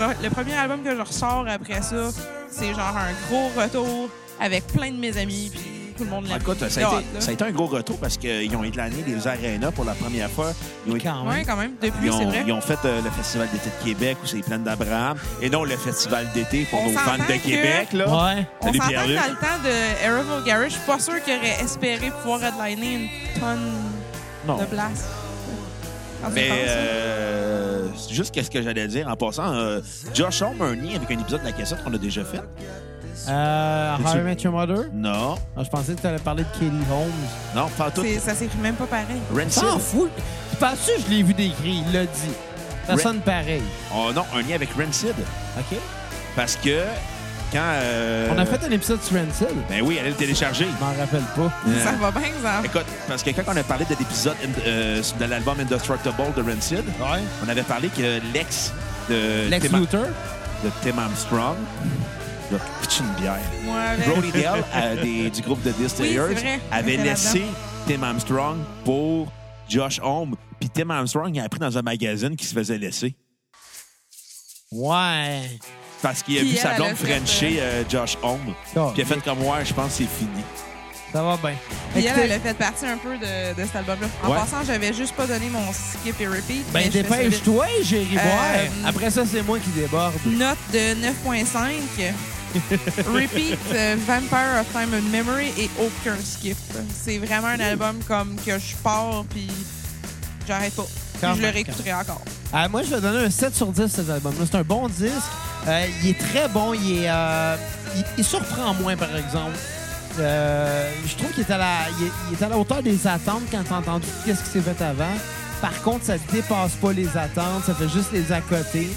[SPEAKER 3] le, le premier album que je ressors après ça, c'est genre un gros retour avec plein de mes amis, puis tout le monde l'aime.
[SPEAKER 1] Ah, Écoute, ça a,
[SPEAKER 3] J'ai hâte,
[SPEAKER 1] été,
[SPEAKER 3] là.
[SPEAKER 1] ça a été un gros retour parce qu'ils ont éclaté les arénas pour la première fois. Ils ont,
[SPEAKER 2] Quand
[SPEAKER 3] Ouais,
[SPEAKER 2] même.
[SPEAKER 3] quand même.
[SPEAKER 1] ils
[SPEAKER 3] Depuis, c'est
[SPEAKER 1] ont-
[SPEAKER 3] vrai.
[SPEAKER 1] ils ont fait euh, le Festival d'été de Québec où c'est les plaines d'Abraham et non le Festival d'été pour
[SPEAKER 3] On
[SPEAKER 1] nos fans
[SPEAKER 3] s'entend
[SPEAKER 1] de
[SPEAKER 3] que-
[SPEAKER 1] Québec. Là.
[SPEAKER 2] Ouais.
[SPEAKER 3] On
[SPEAKER 1] Salut,
[SPEAKER 3] s'entend que
[SPEAKER 1] Pierre-Luc.
[SPEAKER 3] dans le temps de Aero Vulgaris, je suis pas sûre qu'il aurait espéré pouvoir headliner une tonne
[SPEAKER 1] Non.
[SPEAKER 3] de place. Quand tu y
[SPEAKER 1] Mais
[SPEAKER 3] penses, là.
[SPEAKER 1] euh, c'est juste qu'est-ce que j'allais dire en passant. euh, Josh Homme a un lien avec un épisode de la cassette qu'on a déjà fait.
[SPEAKER 2] Euh, How I Met Your Mother?
[SPEAKER 1] Non,
[SPEAKER 2] Ah, je pensais que tu allais parler de Katie Holmes.
[SPEAKER 1] non, pas tout.
[SPEAKER 3] C'est- ça s'écrit même pas pareil.
[SPEAKER 1] Rancid.
[SPEAKER 2] T'en fous? Tu penses que je l'ai vu décrit? Il l'a dit. Ça
[SPEAKER 1] Re-
[SPEAKER 2] sonne pareil.
[SPEAKER 1] Oh non, un lien avec Rancid.
[SPEAKER 2] OK.
[SPEAKER 1] Euh, Parce que quand. euh,
[SPEAKER 2] On a fait un épisode sur Rancid.
[SPEAKER 1] Ben oui, allez le télécharger.
[SPEAKER 2] Je m'en rappelle pas.
[SPEAKER 1] Euh,
[SPEAKER 3] Ça va bien, ça.
[SPEAKER 1] Écoute, parce que quand on a parlé de l'épisode euh, de l'album Indestructible de Rancid,
[SPEAKER 2] Ouais.
[SPEAKER 1] on avait parlé que l'ex de,
[SPEAKER 2] Lex
[SPEAKER 1] Tim,
[SPEAKER 2] Luthor?
[SPEAKER 1] de Tim Armstrong, je vais te pitcher une bière.
[SPEAKER 3] Moi, avec-
[SPEAKER 1] Brody Dale euh, des- du groupe The Distillers
[SPEAKER 3] Oui, c'est vrai.
[SPEAKER 1] avait
[SPEAKER 3] J'étais
[SPEAKER 1] laissé Tim Armstrong pour Josh Homme. Puis Tim Armstrong a appris dans un magazine qu'il se faisait laisser.
[SPEAKER 2] Ouais.
[SPEAKER 1] Parce qu'il a
[SPEAKER 3] Puis
[SPEAKER 1] vu
[SPEAKER 3] elle,
[SPEAKER 1] sa
[SPEAKER 3] elle
[SPEAKER 1] blonde
[SPEAKER 3] a fait,
[SPEAKER 1] Frenchie euh, Josh Homme.
[SPEAKER 2] Oh,
[SPEAKER 1] Puis il a fait comme moi, je pense que c'est fini.
[SPEAKER 2] Ça va bien.
[SPEAKER 3] Puis elle,
[SPEAKER 2] Écoutez,
[SPEAKER 3] elle a fait partie un peu de, de cet album-là. En
[SPEAKER 1] Ouais.
[SPEAKER 3] passant, j'avais juste pas donné mon skip et repeat.
[SPEAKER 2] ben,
[SPEAKER 3] mais je fais ça vite.
[SPEAKER 2] dépêche-toi, Jerry
[SPEAKER 3] Euh,
[SPEAKER 2] Boire. Après ça, c'est moi qui déborde.
[SPEAKER 3] Note de 9.5. repeat, euh, Vampire of Time and Memory et aucun skip. C'est vraiment un album comme que je pars puis j'arrête pas. Puis
[SPEAKER 2] Quand
[SPEAKER 3] je le
[SPEAKER 2] même,
[SPEAKER 3] réécouterai encore.
[SPEAKER 2] Euh, moi, je vais donner un 7 sur 10 cet album-là. C'est un bon disque. Euh, il est très bon. Il, est, euh, il, il surprend moins, par exemple. Euh, je trouve qu'il est, à la, il est- il est à la hauteur des attentes quand tu entendu tout ce qui s'est fait avant. Par contre, ça dépasse pas les attentes. Ça fait juste les à côté.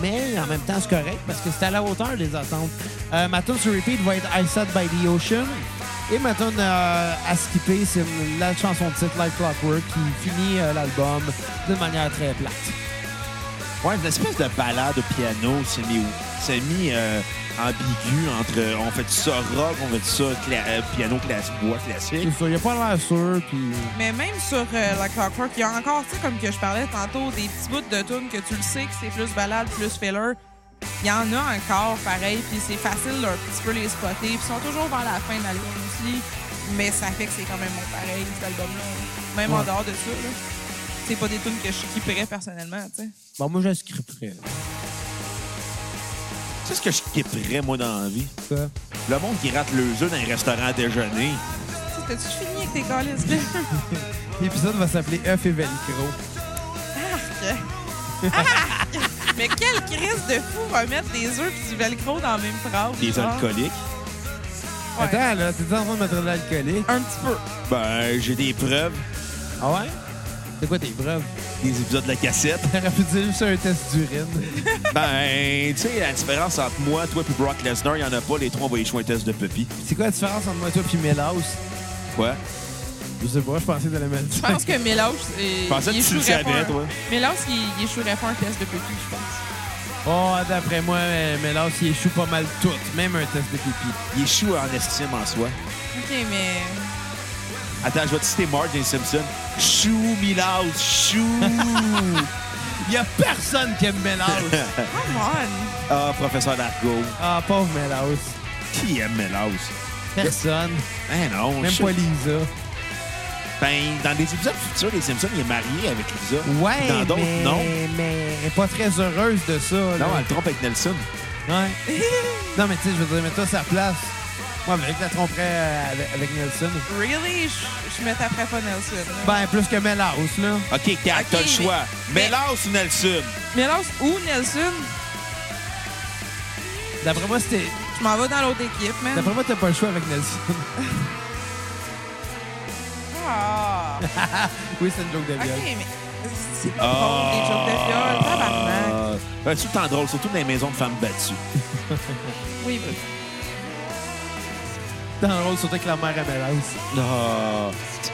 [SPEAKER 2] Mais en même temps, c'est correct parce que c'est à la hauteur des attentes. Euh, ma tune sur repeat va être I Sat by the Ocean. Et ma tune euh, à skipper, c'est la chanson de titre Like Clockwork qui finit euh, l'album de manière très plate.
[SPEAKER 1] Ouais, une espèce de balade au piano semi, semi euh, ambigu entre euh, on fait du ça rock, on fait du ça cla- euh, piano classique, bois classique.
[SPEAKER 2] C'est ça, il a pas l'air sûr, puis...
[SPEAKER 3] Mais même sur euh, la Clockwork, il y a encore, tu sais, comme que je parlais tantôt, des petits bouts de tunes que tu le sais que c'est plus balade, plus filler. Il y en a encore, pareil, puis c'est facile de un petit peu les spotter. Puis ils sont toujours vers la fin de l'album aussi, mais ça fait que c'est quand même bon pareil, cet album-là. Même en
[SPEAKER 2] Ouais.
[SPEAKER 3] dehors de ça, là. c'est pas des tunes que je kipperais personnellement, tu sais.
[SPEAKER 2] Bon, moi, je scripterais.
[SPEAKER 1] C'est ce que je kipperais, moi, dans la vie.
[SPEAKER 2] Ça.
[SPEAKER 1] Le monde qui rate leurs œufs dans un restaurant à déjeuner.
[SPEAKER 3] T'as-tu fini avec tes calices, là?
[SPEAKER 2] L'épisode va s'appeler Œuf et Velcro.
[SPEAKER 3] Arc! Arc! Mais quelle crise de fou va mettre des œufs et du velcro dans la même phrase.
[SPEAKER 1] Des
[SPEAKER 3] genre.
[SPEAKER 1] alcooliques.
[SPEAKER 3] Ouais.
[SPEAKER 2] Attends, là, t'es en train de mettre de l'alcoolique.
[SPEAKER 3] Un petit peu.
[SPEAKER 1] Ben, j'ai des preuves.
[SPEAKER 2] Ah ouais? C'est quoi tes preuves?
[SPEAKER 1] Des épisodes de la cassette.
[SPEAKER 2] T'aurais pu dire juste un test d'urine.
[SPEAKER 1] Ben, tu sais, la différence entre moi, toi puis Brock Lesnar, il n'y en a pas. Les trois, on va échouer un test de puppy.
[SPEAKER 2] C'est quoi la différence entre moi, toi puis Mélaus?
[SPEAKER 1] Quoi?
[SPEAKER 2] Je sais pas, je pensais de la même
[SPEAKER 3] Je pense que Mélange, c'est.
[SPEAKER 1] Je pensais que
[SPEAKER 3] il
[SPEAKER 1] tu le
[SPEAKER 3] échouerait
[SPEAKER 1] savais,
[SPEAKER 3] pas un-
[SPEAKER 1] toi.
[SPEAKER 3] Mélange, il, il échouerait pas un test de petit, je pense.
[SPEAKER 2] Oh, d'après moi, euh, Mélaus, il échoue pas mal toutes, même un test de pipi.
[SPEAKER 1] Il échoue en estime en soi.
[SPEAKER 3] OK, mais.
[SPEAKER 1] Attends, je vais te citer Marge des Simpsons. Chou, Milhouse, chou!
[SPEAKER 2] Il y a personne qui aime Mélaus.
[SPEAKER 3] Come on!
[SPEAKER 1] ah, professeur Dargo.
[SPEAKER 2] ah, pauvre Mélaus.
[SPEAKER 1] Qui aime Milhouse?
[SPEAKER 2] Personne.
[SPEAKER 1] Ben non,
[SPEAKER 2] Même
[SPEAKER 1] je-
[SPEAKER 2] pas Lisa.
[SPEAKER 1] Ben, dans des épisodes futurs, les Simpsons, il est marié avec Lisa.
[SPEAKER 2] Ouais,
[SPEAKER 1] Dans d'autres,
[SPEAKER 2] mais...
[SPEAKER 1] non.
[SPEAKER 2] mais elle est pas très heureuse de ça. là.
[SPEAKER 1] Non, elle trompe avec Nelson.
[SPEAKER 2] Ouais. non, mais tu sais, je veux dire, mets-toi à sa place. Moi, avec la tromperais euh, avec, avec Nelson.
[SPEAKER 3] Really? Je, je me taperais pas Nelson. là.
[SPEAKER 2] Ben, plus que Melhouse, là.
[SPEAKER 1] OK, Kat,
[SPEAKER 3] Ok,
[SPEAKER 1] t'as le
[SPEAKER 3] mais-
[SPEAKER 1] choix.
[SPEAKER 3] mais-
[SPEAKER 1] Mélasse ou Nelson?
[SPEAKER 3] Mélange ou Nelson,
[SPEAKER 2] D'après moi, c'était.
[SPEAKER 3] je m'en vais dans l'autre équipe, man.
[SPEAKER 2] D'après moi, t'as pas le choix avec Nelson.
[SPEAKER 3] Ah!
[SPEAKER 2] oui, c'est une joke de
[SPEAKER 3] OK,
[SPEAKER 2] viol.
[SPEAKER 3] mais. C'est pas drôle, les Oh, jokes de viol. Tabarnak.
[SPEAKER 1] Ah. Ben, c'est tout le temps drôle, surtout dans les maisons de femmes battues.
[SPEAKER 3] Oui, oui.
[SPEAKER 2] Dans le rôle, surtout avec la mère à Melhouse.
[SPEAKER 1] Ah.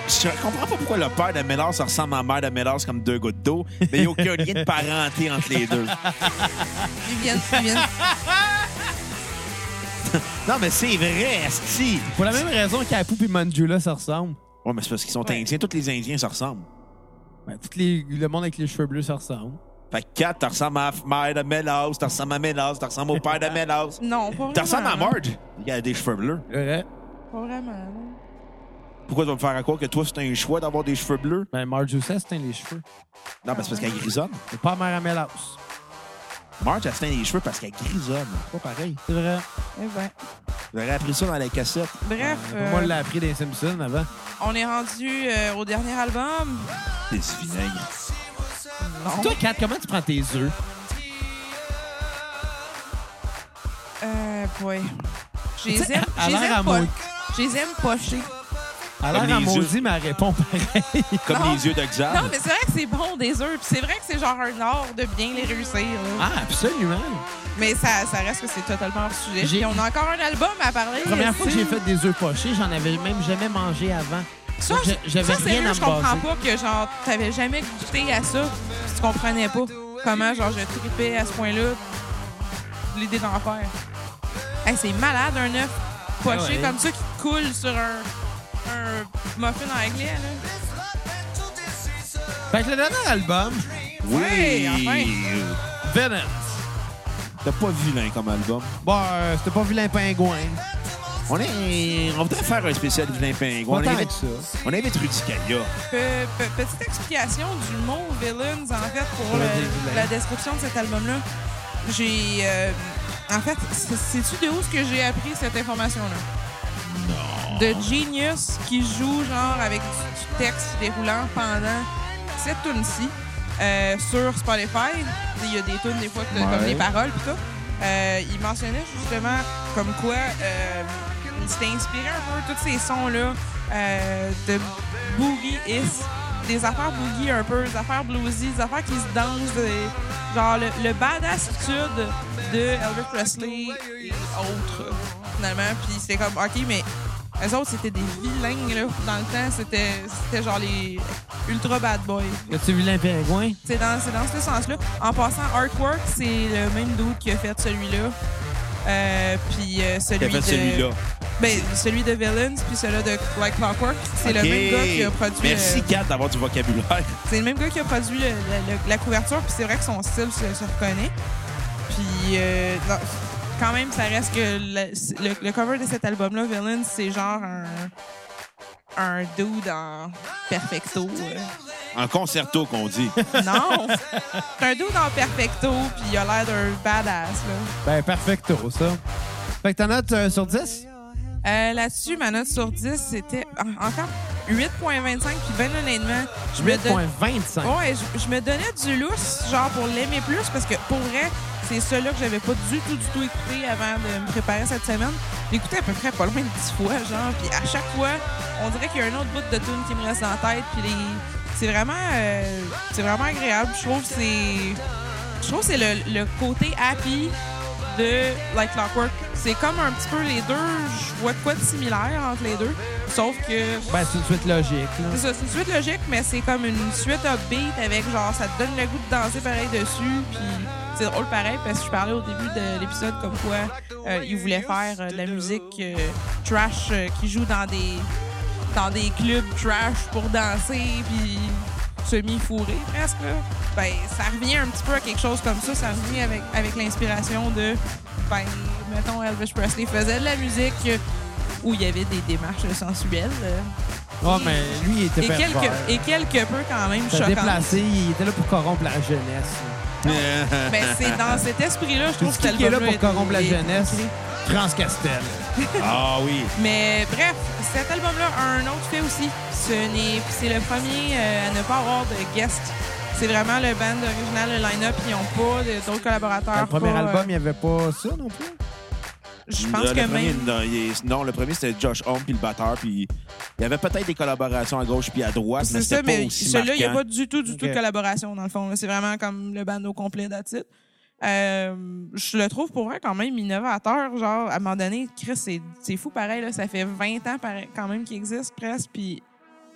[SPEAKER 1] Je comprends pas pourquoi le père de Mélasse ressemble à la mère de Mélasse comme deux gouttes d'eau, mais il n'y a aucun lien de parenté entre les deux.
[SPEAKER 3] Ils viennent, ils viennent.
[SPEAKER 1] Non, mais c'est vrai, esti!
[SPEAKER 2] Pour la même raison qu'Apu et Manjula se ressemblent.
[SPEAKER 1] Ouais, mais c'est parce qu'ils sont
[SPEAKER 3] Ouais.
[SPEAKER 1] indiens. Tous les Indiens se ressemblent.
[SPEAKER 2] Ouais, tout ben, les... le monde avec les cheveux bleus se ressemble.
[SPEAKER 1] Fait que Kat, tu ressembles à la mère de Mélasse, tu ressembles à Mélasse, tu ressembles au père de Mélasse.
[SPEAKER 3] Non, pas vraiment.
[SPEAKER 1] Tu ressembles à Marge. Il a des cheveux bleus.
[SPEAKER 2] Ouais.
[SPEAKER 3] Pas vraiment. non.
[SPEAKER 1] Pourquoi tu vas me faire à croire que toi, c'est un choix d'avoir des cheveux bleus?
[SPEAKER 2] Ben, Marge aussi, teint les cheveux.
[SPEAKER 1] Non, mais c'est parce qu'elle grisonne.
[SPEAKER 2] Mais pas la mère à Melhouse.
[SPEAKER 1] Marge, elle se teint les cheveux parce qu'elle grisonne. C'est Pas pareil.
[SPEAKER 2] C'est vrai.
[SPEAKER 3] Eh ben.
[SPEAKER 1] J'aurais appris ça dans la cassette.
[SPEAKER 3] Bref,
[SPEAKER 2] Moi, on
[SPEAKER 3] euh,
[SPEAKER 2] l'a appris des Simpsons avant.
[SPEAKER 3] on est rendu euh, au dernier album.
[SPEAKER 1] Des vinaigres.
[SPEAKER 3] Non.
[SPEAKER 2] Toi, Kat, comment tu prends tes œufs?
[SPEAKER 3] Euh, ouais. Je les aime,
[SPEAKER 2] à
[SPEAKER 3] je les
[SPEAKER 2] l'air à
[SPEAKER 3] aime pas.
[SPEAKER 2] moi.
[SPEAKER 3] Je les aime pochés.
[SPEAKER 2] Alors,
[SPEAKER 1] Comme
[SPEAKER 2] à
[SPEAKER 1] les œufs.
[SPEAKER 2] maudit, mais elle répond pareil.
[SPEAKER 1] Comme
[SPEAKER 3] Non.
[SPEAKER 1] les yeux de Xav.
[SPEAKER 3] Non, mais c'est vrai que c'est bon des œufs, puis c'est vrai que c'est genre un art de bien les réussir. là.
[SPEAKER 2] Ah, absolument.
[SPEAKER 3] Mais ça, ça reste que c'est totalement hors sujet.
[SPEAKER 2] Ah. J'ai-
[SPEAKER 3] Puis on a encore un album à parler.
[SPEAKER 2] La première fois que
[SPEAKER 3] tu
[SPEAKER 2] j'ai
[SPEAKER 3] sais.
[SPEAKER 2] fait des œufs pochés, j'en avais même jamais mangé avant.
[SPEAKER 3] ça,
[SPEAKER 2] Donc, je-
[SPEAKER 3] je-
[SPEAKER 2] j'avais
[SPEAKER 3] ça,
[SPEAKER 2] rien
[SPEAKER 3] sérieux,
[SPEAKER 2] à me
[SPEAKER 3] je comprends
[SPEAKER 2] baser.
[SPEAKER 3] pas que genre t'avais jamais goûté à ça, puis tu comprenais pas comment genre je tripais à ce point-là l'idée d'en faire. Hey, c'est malade un œuf poché
[SPEAKER 2] Ah ouais.
[SPEAKER 3] comme ça qui coule sur un, un muffin anglais là.
[SPEAKER 2] Fait que le dernier album,
[SPEAKER 1] Oui!
[SPEAKER 3] Ouais, enfin.
[SPEAKER 2] Venice.
[SPEAKER 1] T'as pas vilain comme album.
[SPEAKER 2] Bon, euh, c'était pas vilain pingouin.
[SPEAKER 1] On est. On voudrait faire un spécial vilain pingouin.
[SPEAKER 2] Content
[SPEAKER 1] On
[SPEAKER 2] avec
[SPEAKER 1] invite,
[SPEAKER 2] ça.
[SPEAKER 1] on invite Rudy Kaya.
[SPEAKER 3] Pe- Euh, pe- petite explication du mot villains en fait pour
[SPEAKER 2] Ouais,
[SPEAKER 3] le-
[SPEAKER 2] des villains.
[SPEAKER 3] la description de cet album-là. J'ai euh, en fait, c- sais-tu de où ce que j'ai appris cette information-là? de Genius qui joue genre avec du, du texte déroulant pendant cette tune-ci euh, sur Spotify. Il y a des tunes des fois que t'as
[SPEAKER 1] Ouais.
[SPEAKER 3] comme les paroles pis tout. Euh, il mentionnait justement comme quoi euh, il s'était inspiré un peu tous ces sons-là euh, de boogie is des affaires boogie un peu, des affaires bluesy, des affaires qui se dansent, des- genre le, le badassitude de Elvis Presley et autres finalement. Puis c'était comme ok mais eux autres, c'était des vilains, là. Dans le temps, c'était c'était genre les ultra bad boys.
[SPEAKER 2] As-tu vilain pingouin?
[SPEAKER 3] C'est dans, c'est dans ce sens-là. En passant, Artwork, c'est le même dude qui a fait celui-là. Euh, puis euh, celui
[SPEAKER 1] T'as fait
[SPEAKER 3] de...
[SPEAKER 1] celui-là.
[SPEAKER 3] Ben, celui de Villains, puis celui-là de Like Clockwork. C'est
[SPEAKER 1] OK.
[SPEAKER 3] le même gars qui a produit...
[SPEAKER 1] Merci,
[SPEAKER 3] euh,
[SPEAKER 1] Kat, d'avoir du vocabulaire.
[SPEAKER 3] c'est le même gars qui a produit le- le- le- la couverture, puis c'est vrai que son style se, se reconnaît. Puis, euh, non, quand même, ça reste que le, le- le cover de cet album-là, Villain, c'est genre un, un dude en perfecto. euh,
[SPEAKER 1] En concerto, qu'on dit.
[SPEAKER 3] Non! C'est un dude en perfecto, puis il a l'air d'un badass, là.
[SPEAKER 2] Ben, perfecto, ça. Fait que ta note euh, sur 10?
[SPEAKER 3] Euh, Là-dessus, ma note sur 10, c'était en- encore 8,25, puis ben honnêtement, je me donne...
[SPEAKER 2] 8.25.
[SPEAKER 3] Ouais, je, je me donnais du lousse, genre pour l'aimer plus, parce que pour vrai, c'est celui-là que j'avais pas du tout, du tout écouté avant de me préparer cette semaine. J'écoutais à peu près pas loin de 10 fois, genre, puis à chaque fois, on dirait qu'il y a un autre bout de tune qui me reste en tête, puis les... c'est vraiment, euh, c'est vraiment agréable. Je trouve que c'est, je trouve que c'est le, le côté happy de Like Clockwork. C'est comme un petit peu les deux, je vois de quoi de similaire entre les deux, sauf que
[SPEAKER 2] Ben, c'est une suite logique,
[SPEAKER 3] c'est
[SPEAKER 2] là.
[SPEAKER 3] ça, c'est une suite logique, mais c'est comme une suite upbeat avec genre, ça te donne le goût de danser pareil dessus. Puis c'est drôle pareil parce que je parlais au début de l'épisode comme quoi euh, ils voulaient faire euh, de la musique euh, trash euh, qui joue dans des dans des clubs trash pour danser puis semi-fourré presque. là. Ben, ça revient un petit peu à quelque chose comme ça. Ça revient avec, avec l'inspiration de, ben, mettons, Elvis Presley faisait de la musique euh, où il y avait des démarches sensuelles. euh,
[SPEAKER 2] Oh, mais lui, il était
[SPEAKER 3] et
[SPEAKER 2] pervers.
[SPEAKER 3] quelque, et quelque peu quand même
[SPEAKER 2] Il s'est
[SPEAKER 3] choquant.
[SPEAKER 2] déplacé, il était là pour corrompre la jeunesse.
[SPEAKER 1] Euh,
[SPEAKER 3] Ben, c'est dans cet esprit-là, je
[SPEAKER 2] Tout
[SPEAKER 3] trouve
[SPEAKER 2] ce qui
[SPEAKER 3] que
[SPEAKER 2] est là
[SPEAKER 3] l'album-là
[SPEAKER 2] pour corrompre la
[SPEAKER 3] est-
[SPEAKER 2] jeunesse, France Castel.
[SPEAKER 1] ah oui.
[SPEAKER 3] Mais bref, cet album-là a un autre fait aussi. Ce n'est, c'est le premier euh, à ne pas avoir de guest. C'est vraiment le band original, le line-up. Ils n'ont pas de- d'autres collaborateurs.
[SPEAKER 2] Le premier
[SPEAKER 3] pas, euh,
[SPEAKER 2] album, il n'y avait pas ça non plus?
[SPEAKER 3] je pense
[SPEAKER 1] Le
[SPEAKER 3] que
[SPEAKER 1] premier,
[SPEAKER 3] même.
[SPEAKER 1] Non, il est- non, le premier, c'était Josh Homme puis le batteur. Puis il y avait peut-être des collaborations à gauche puis à
[SPEAKER 2] Ah,
[SPEAKER 1] droite, mais
[SPEAKER 3] C'est
[SPEAKER 1] c'était
[SPEAKER 3] ça,
[SPEAKER 1] pas
[SPEAKER 3] mais
[SPEAKER 1] aussi
[SPEAKER 3] celui-là, il n'y a
[SPEAKER 1] marquant.
[SPEAKER 3] pas du tout, du tout
[SPEAKER 2] Ok.
[SPEAKER 3] de collaboration, dans le fond. là. C'est vraiment comme le band au complet d'attitude. je le trouve pour vrai quand même innovateur. Genre, à un moment donné, Chris, c'est c'est fou pareil. Là, ça fait 20 ans pareil, quand même qu'il existe presque. Puis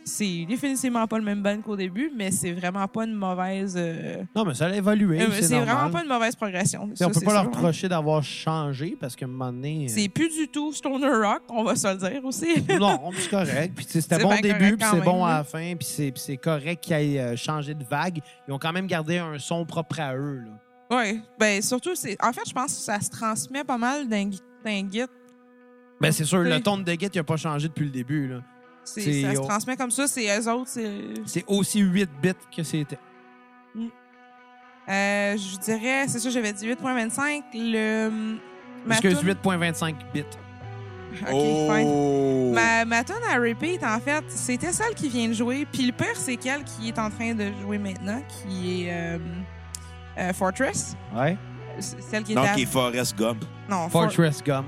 [SPEAKER 3] c'est définitivement pas le même band qu'au début, mais c'est vraiment pas une mauvaise. euh,
[SPEAKER 2] Non, Eh, mais ça a évolué.
[SPEAKER 3] euh,
[SPEAKER 2] c'est
[SPEAKER 3] c'est vraiment
[SPEAKER 2] normal.
[SPEAKER 3] pas une mauvaise progression.
[SPEAKER 2] Puis
[SPEAKER 3] Ça,
[SPEAKER 2] on peut
[SPEAKER 3] c'est
[SPEAKER 2] pas leur
[SPEAKER 3] sûr, hein.
[SPEAKER 2] reprocher d'avoir changé parce qu'à un moment donné. euh,
[SPEAKER 3] C'est plus du tout Stoner Rock, on va se le dire aussi.
[SPEAKER 2] Non, puis c'est correct. Puis tu sais, c'était
[SPEAKER 3] C'est
[SPEAKER 2] bon au
[SPEAKER 3] bien
[SPEAKER 2] début,
[SPEAKER 3] correct
[SPEAKER 2] puis
[SPEAKER 3] quand
[SPEAKER 2] c'est
[SPEAKER 3] même,
[SPEAKER 2] bon à
[SPEAKER 3] là.
[SPEAKER 2] la fin, puis c'est puis c'est correct qu'ils aient euh, changé de vague. Ils ont quand même gardé un son propre à eux. Là.
[SPEAKER 3] oui, ben surtout, c'est en fait, je pense que ça se transmet pas mal d'un gui- d'un git
[SPEAKER 2] Ben, c'est sûr, le
[SPEAKER 3] Oui.
[SPEAKER 2] ton de guide, il n'a pas changé depuis le début. là.
[SPEAKER 3] C'est-
[SPEAKER 2] C'est-
[SPEAKER 3] Ça se
[SPEAKER 2] on-
[SPEAKER 3] transmet comme ça, c'est eux autres. c'est-
[SPEAKER 2] C'est aussi 8 bits que c'était.
[SPEAKER 3] Euh, je dirais, c'est ça, j'avais dit 8.25. Le. hum, ma
[SPEAKER 2] Parce que
[SPEAKER 3] toune-
[SPEAKER 2] 8.25 bits.
[SPEAKER 3] Ok, fine.
[SPEAKER 1] Oh!
[SPEAKER 3] Ma, ma tonne à repeat, en fait, c'était celle qui vient de jouer. Puis le pire, c'est qu'elle qui est en train de jouer maintenant, qui est euh, euh, Fortress.
[SPEAKER 2] Ouais.
[SPEAKER 3] C- Celle qui est
[SPEAKER 1] Non,
[SPEAKER 3] à-
[SPEAKER 1] qui est Forrest Gump.
[SPEAKER 3] Non, For-
[SPEAKER 2] Fortress Gum.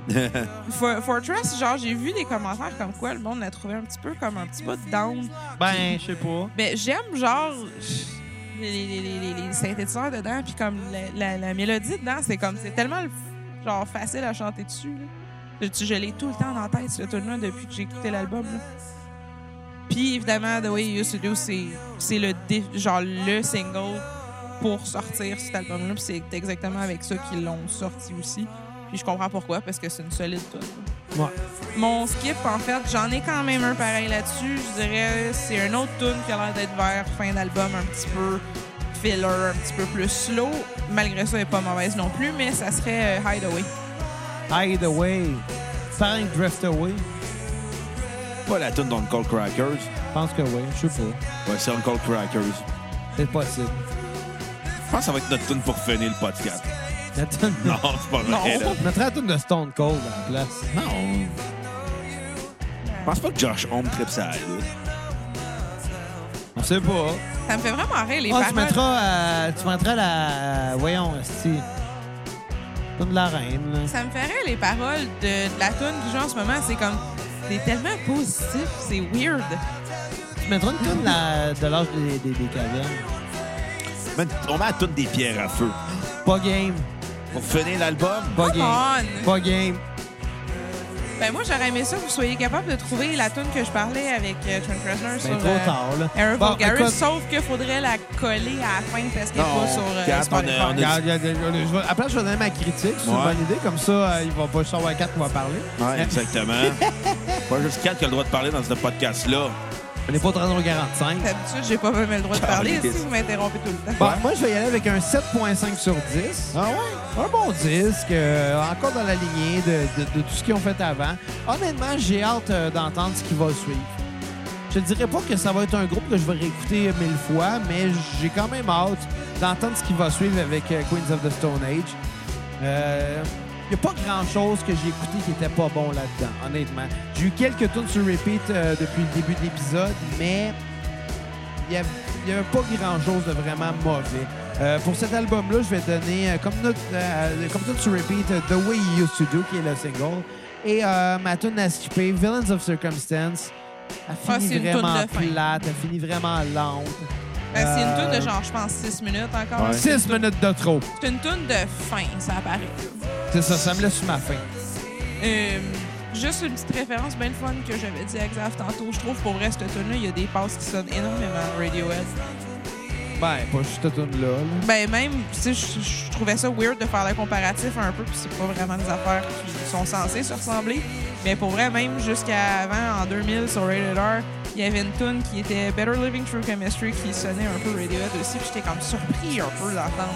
[SPEAKER 3] For- Fortress, genre, j'ai vu des commentaires comme quoi le monde l'a trouvé un petit peu comme un petit peu down.
[SPEAKER 2] Ben, je sais pas.
[SPEAKER 3] Mais j'aime genre les, les- les- les- les synthétiseurs dedans, puis comme la, la- la mélodie dedans, c'est comme c'est tellement le f- genre facile à chanter dessus. là. Je, tu- je l'ai tout le temps dans la tête ce tune-là depuis que j'ai écouté l'album. là. Puis évidemment, The Way You Used to Do, c'est c'est le dé- genre le single pour sortir cet album-là, puis c'est exactement avec ça qu'ils l'ont sorti aussi. Puis je comprends pourquoi, parce que c'est une solide tune. là.
[SPEAKER 2] Ouais.
[SPEAKER 3] Mon skip, en fait, j'en ai quand même un pareil là-dessus. Je dirais, c'est un autre tune qui a l'air d'être vers fin d'album, un petit peu filler, un petit peu plus slow. Malgré ça, elle est pas mauvaise non plus, mais ça serait euh, Hideaway.
[SPEAKER 2] Hideaway. Fang Drift Away.
[SPEAKER 1] Pas la tune d'Uncle Crackers.
[SPEAKER 2] Je pense que oui. Je sais pas.
[SPEAKER 1] Ouais, c'est Uncle Crackers.
[SPEAKER 2] C'est possible.
[SPEAKER 1] Je pense que ça va être notre tune pour finir le podcast.
[SPEAKER 2] Notre tune
[SPEAKER 1] Non, c'est pas vrai.
[SPEAKER 3] Non.
[SPEAKER 1] là.
[SPEAKER 2] de Stone Cold à la place.
[SPEAKER 1] Non. Je pense pas que Josh Homme tripe ça.
[SPEAKER 2] On sait pas.
[SPEAKER 3] Ça me fait vraiment rire, les
[SPEAKER 2] Ah, tu
[SPEAKER 3] paroles.
[SPEAKER 2] mettras, euh, tu mettras la. euh, Voyons, Esti. Comme de la reine, là.
[SPEAKER 3] Ça me fait rire, les paroles de, de la tune qui joue en ce moment. C'est comme, c'est tellement positif, c'est weird.
[SPEAKER 2] Tu mettras une toune la- de l'âge des, des, des cavernes.
[SPEAKER 1] Man, On met à toutes des pierres à feu.
[SPEAKER 2] Pas game.
[SPEAKER 1] Pour finir l'album,
[SPEAKER 2] Pas
[SPEAKER 3] Come
[SPEAKER 2] game.
[SPEAKER 3] on!
[SPEAKER 2] Pas game.
[SPEAKER 3] Ben moi, j'aurais aimé ça que vous soyez capable de trouver la tune que je parlais avec euh, Trent Reznor
[SPEAKER 2] Ben,
[SPEAKER 3] sur...
[SPEAKER 2] trop
[SPEAKER 3] euh,
[SPEAKER 2] tard, là.
[SPEAKER 3] Aaron
[SPEAKER 2] Bon,
[SPEAKER 3] Vulgaris,
[SPEAKER 2] écoute,
[SPEAKER 3] sauf qu'il faudrait la coller à la fin parce qu'elle n'est
[SPEAKER 1] Non,
[SPEAKER 3] pas sur euh,
[SPEAKER 1] Kat, on a-
[SPEAKER 3] Spotify.
[SPEAKER 1] on a-
[SPEAKER 2] regarde, regarde, regarde, je vais- Après, je vais donner ma critique. C'est une
[SPEAKER 1] Ouais.
[SPEAKER 2] bonne idée. Comme ça, euh, il va pas savoir 4 qui va parler.
[SPEAKER 1] Ouais, exactement. pas juste 4 qui a le droit de parler dans ce podcast-là.
[SPEAKER 2] On n'est pas au 39-45.
[SPEAKER 3] D'habitude, j'ai pas même le droit de parler si
[SPEAKER 1] Caliste.
[SPEAKER 3] vous m'interrompez tout le temps.
[SPEAKER 2] Bon, moi, je vais y aller avec un 7.5 sur 10. Ah ouais? Un bon disque, euh, encore dans la lignée de, de- de tout ce qu'ils ont fait avant. Honnêtement, j'ai hâte euh, d'entendre ce qui va suivre. Je te dirais pas que ça va être un groupe que je vais réécouter mille fois, mais j'ai quand même hâte d'entendre ce qui va suivre avec euh, Queens of the Stone Age. Euh, Il n'y a pas grand-chose que j'ai écouté qui n'était pas bon là-dedans, honnêtement. J'ai eu quelques tunes sur repeat euh, depuis le début de l'épisode, mais il n'y avait, il y avait pas grand-chose de vraiment mauvais. Euh, pour cet album-là, je vais donner, euh, comme, note, euh, comme tune sur repeat, euh, The Way You Used to Do, qui est le single, et euh, ma tune à skipper, Villains of Circumstance,
[SPEAKER 3] Ah,
[SPEAKER 2] a
[SPEAKER 3] c'est
[SPEAKER 2] fini
[SPEAKER 3] une tune
[SPEAKER 2] vraiment
[SPEAKER 3] de fin.
[SPEAKER 2] plate, a fini vraiment lente.
[SPEAKER 3] Ben, c'est une toune
[SPEAKER 2] Euh,
[SPEAKER 3] de genre, je pense, 6 minutes encore.
[SPEAKER 1] Ouais.
[SPEAKER 2] Six minutes de trop.
[SPEAKER 3] C'est une toune de fin, ça apparaît.
[SPEAKER 2] C'est ça, ça me laisse sur ma fin.
[SPEAKER 3] Euh, juste une petite référence bien le fun que j'avais dit à Xav tantôt. Je trouve, pour vrai, cette tune là il y a des passes qui sonnent énormément à Radiohead.
[SPEAKER 2] Ben, pas juste cette tune-là. là.
[SPEAKER 3] Ben, même, tu sais, je- je trouvais ça weird de faire le comparatif un peu, puis c'est pas vraiment des affaires qui sont censées se ressembler. Mais pour vrai, même jusqu'à avant, en 2000, sur Rated R, il y avait une tune qui était Better Living Through Chemistry qui sonnait un peu Radiohead aussi, puis j'étais comme surpris un peu d'entendre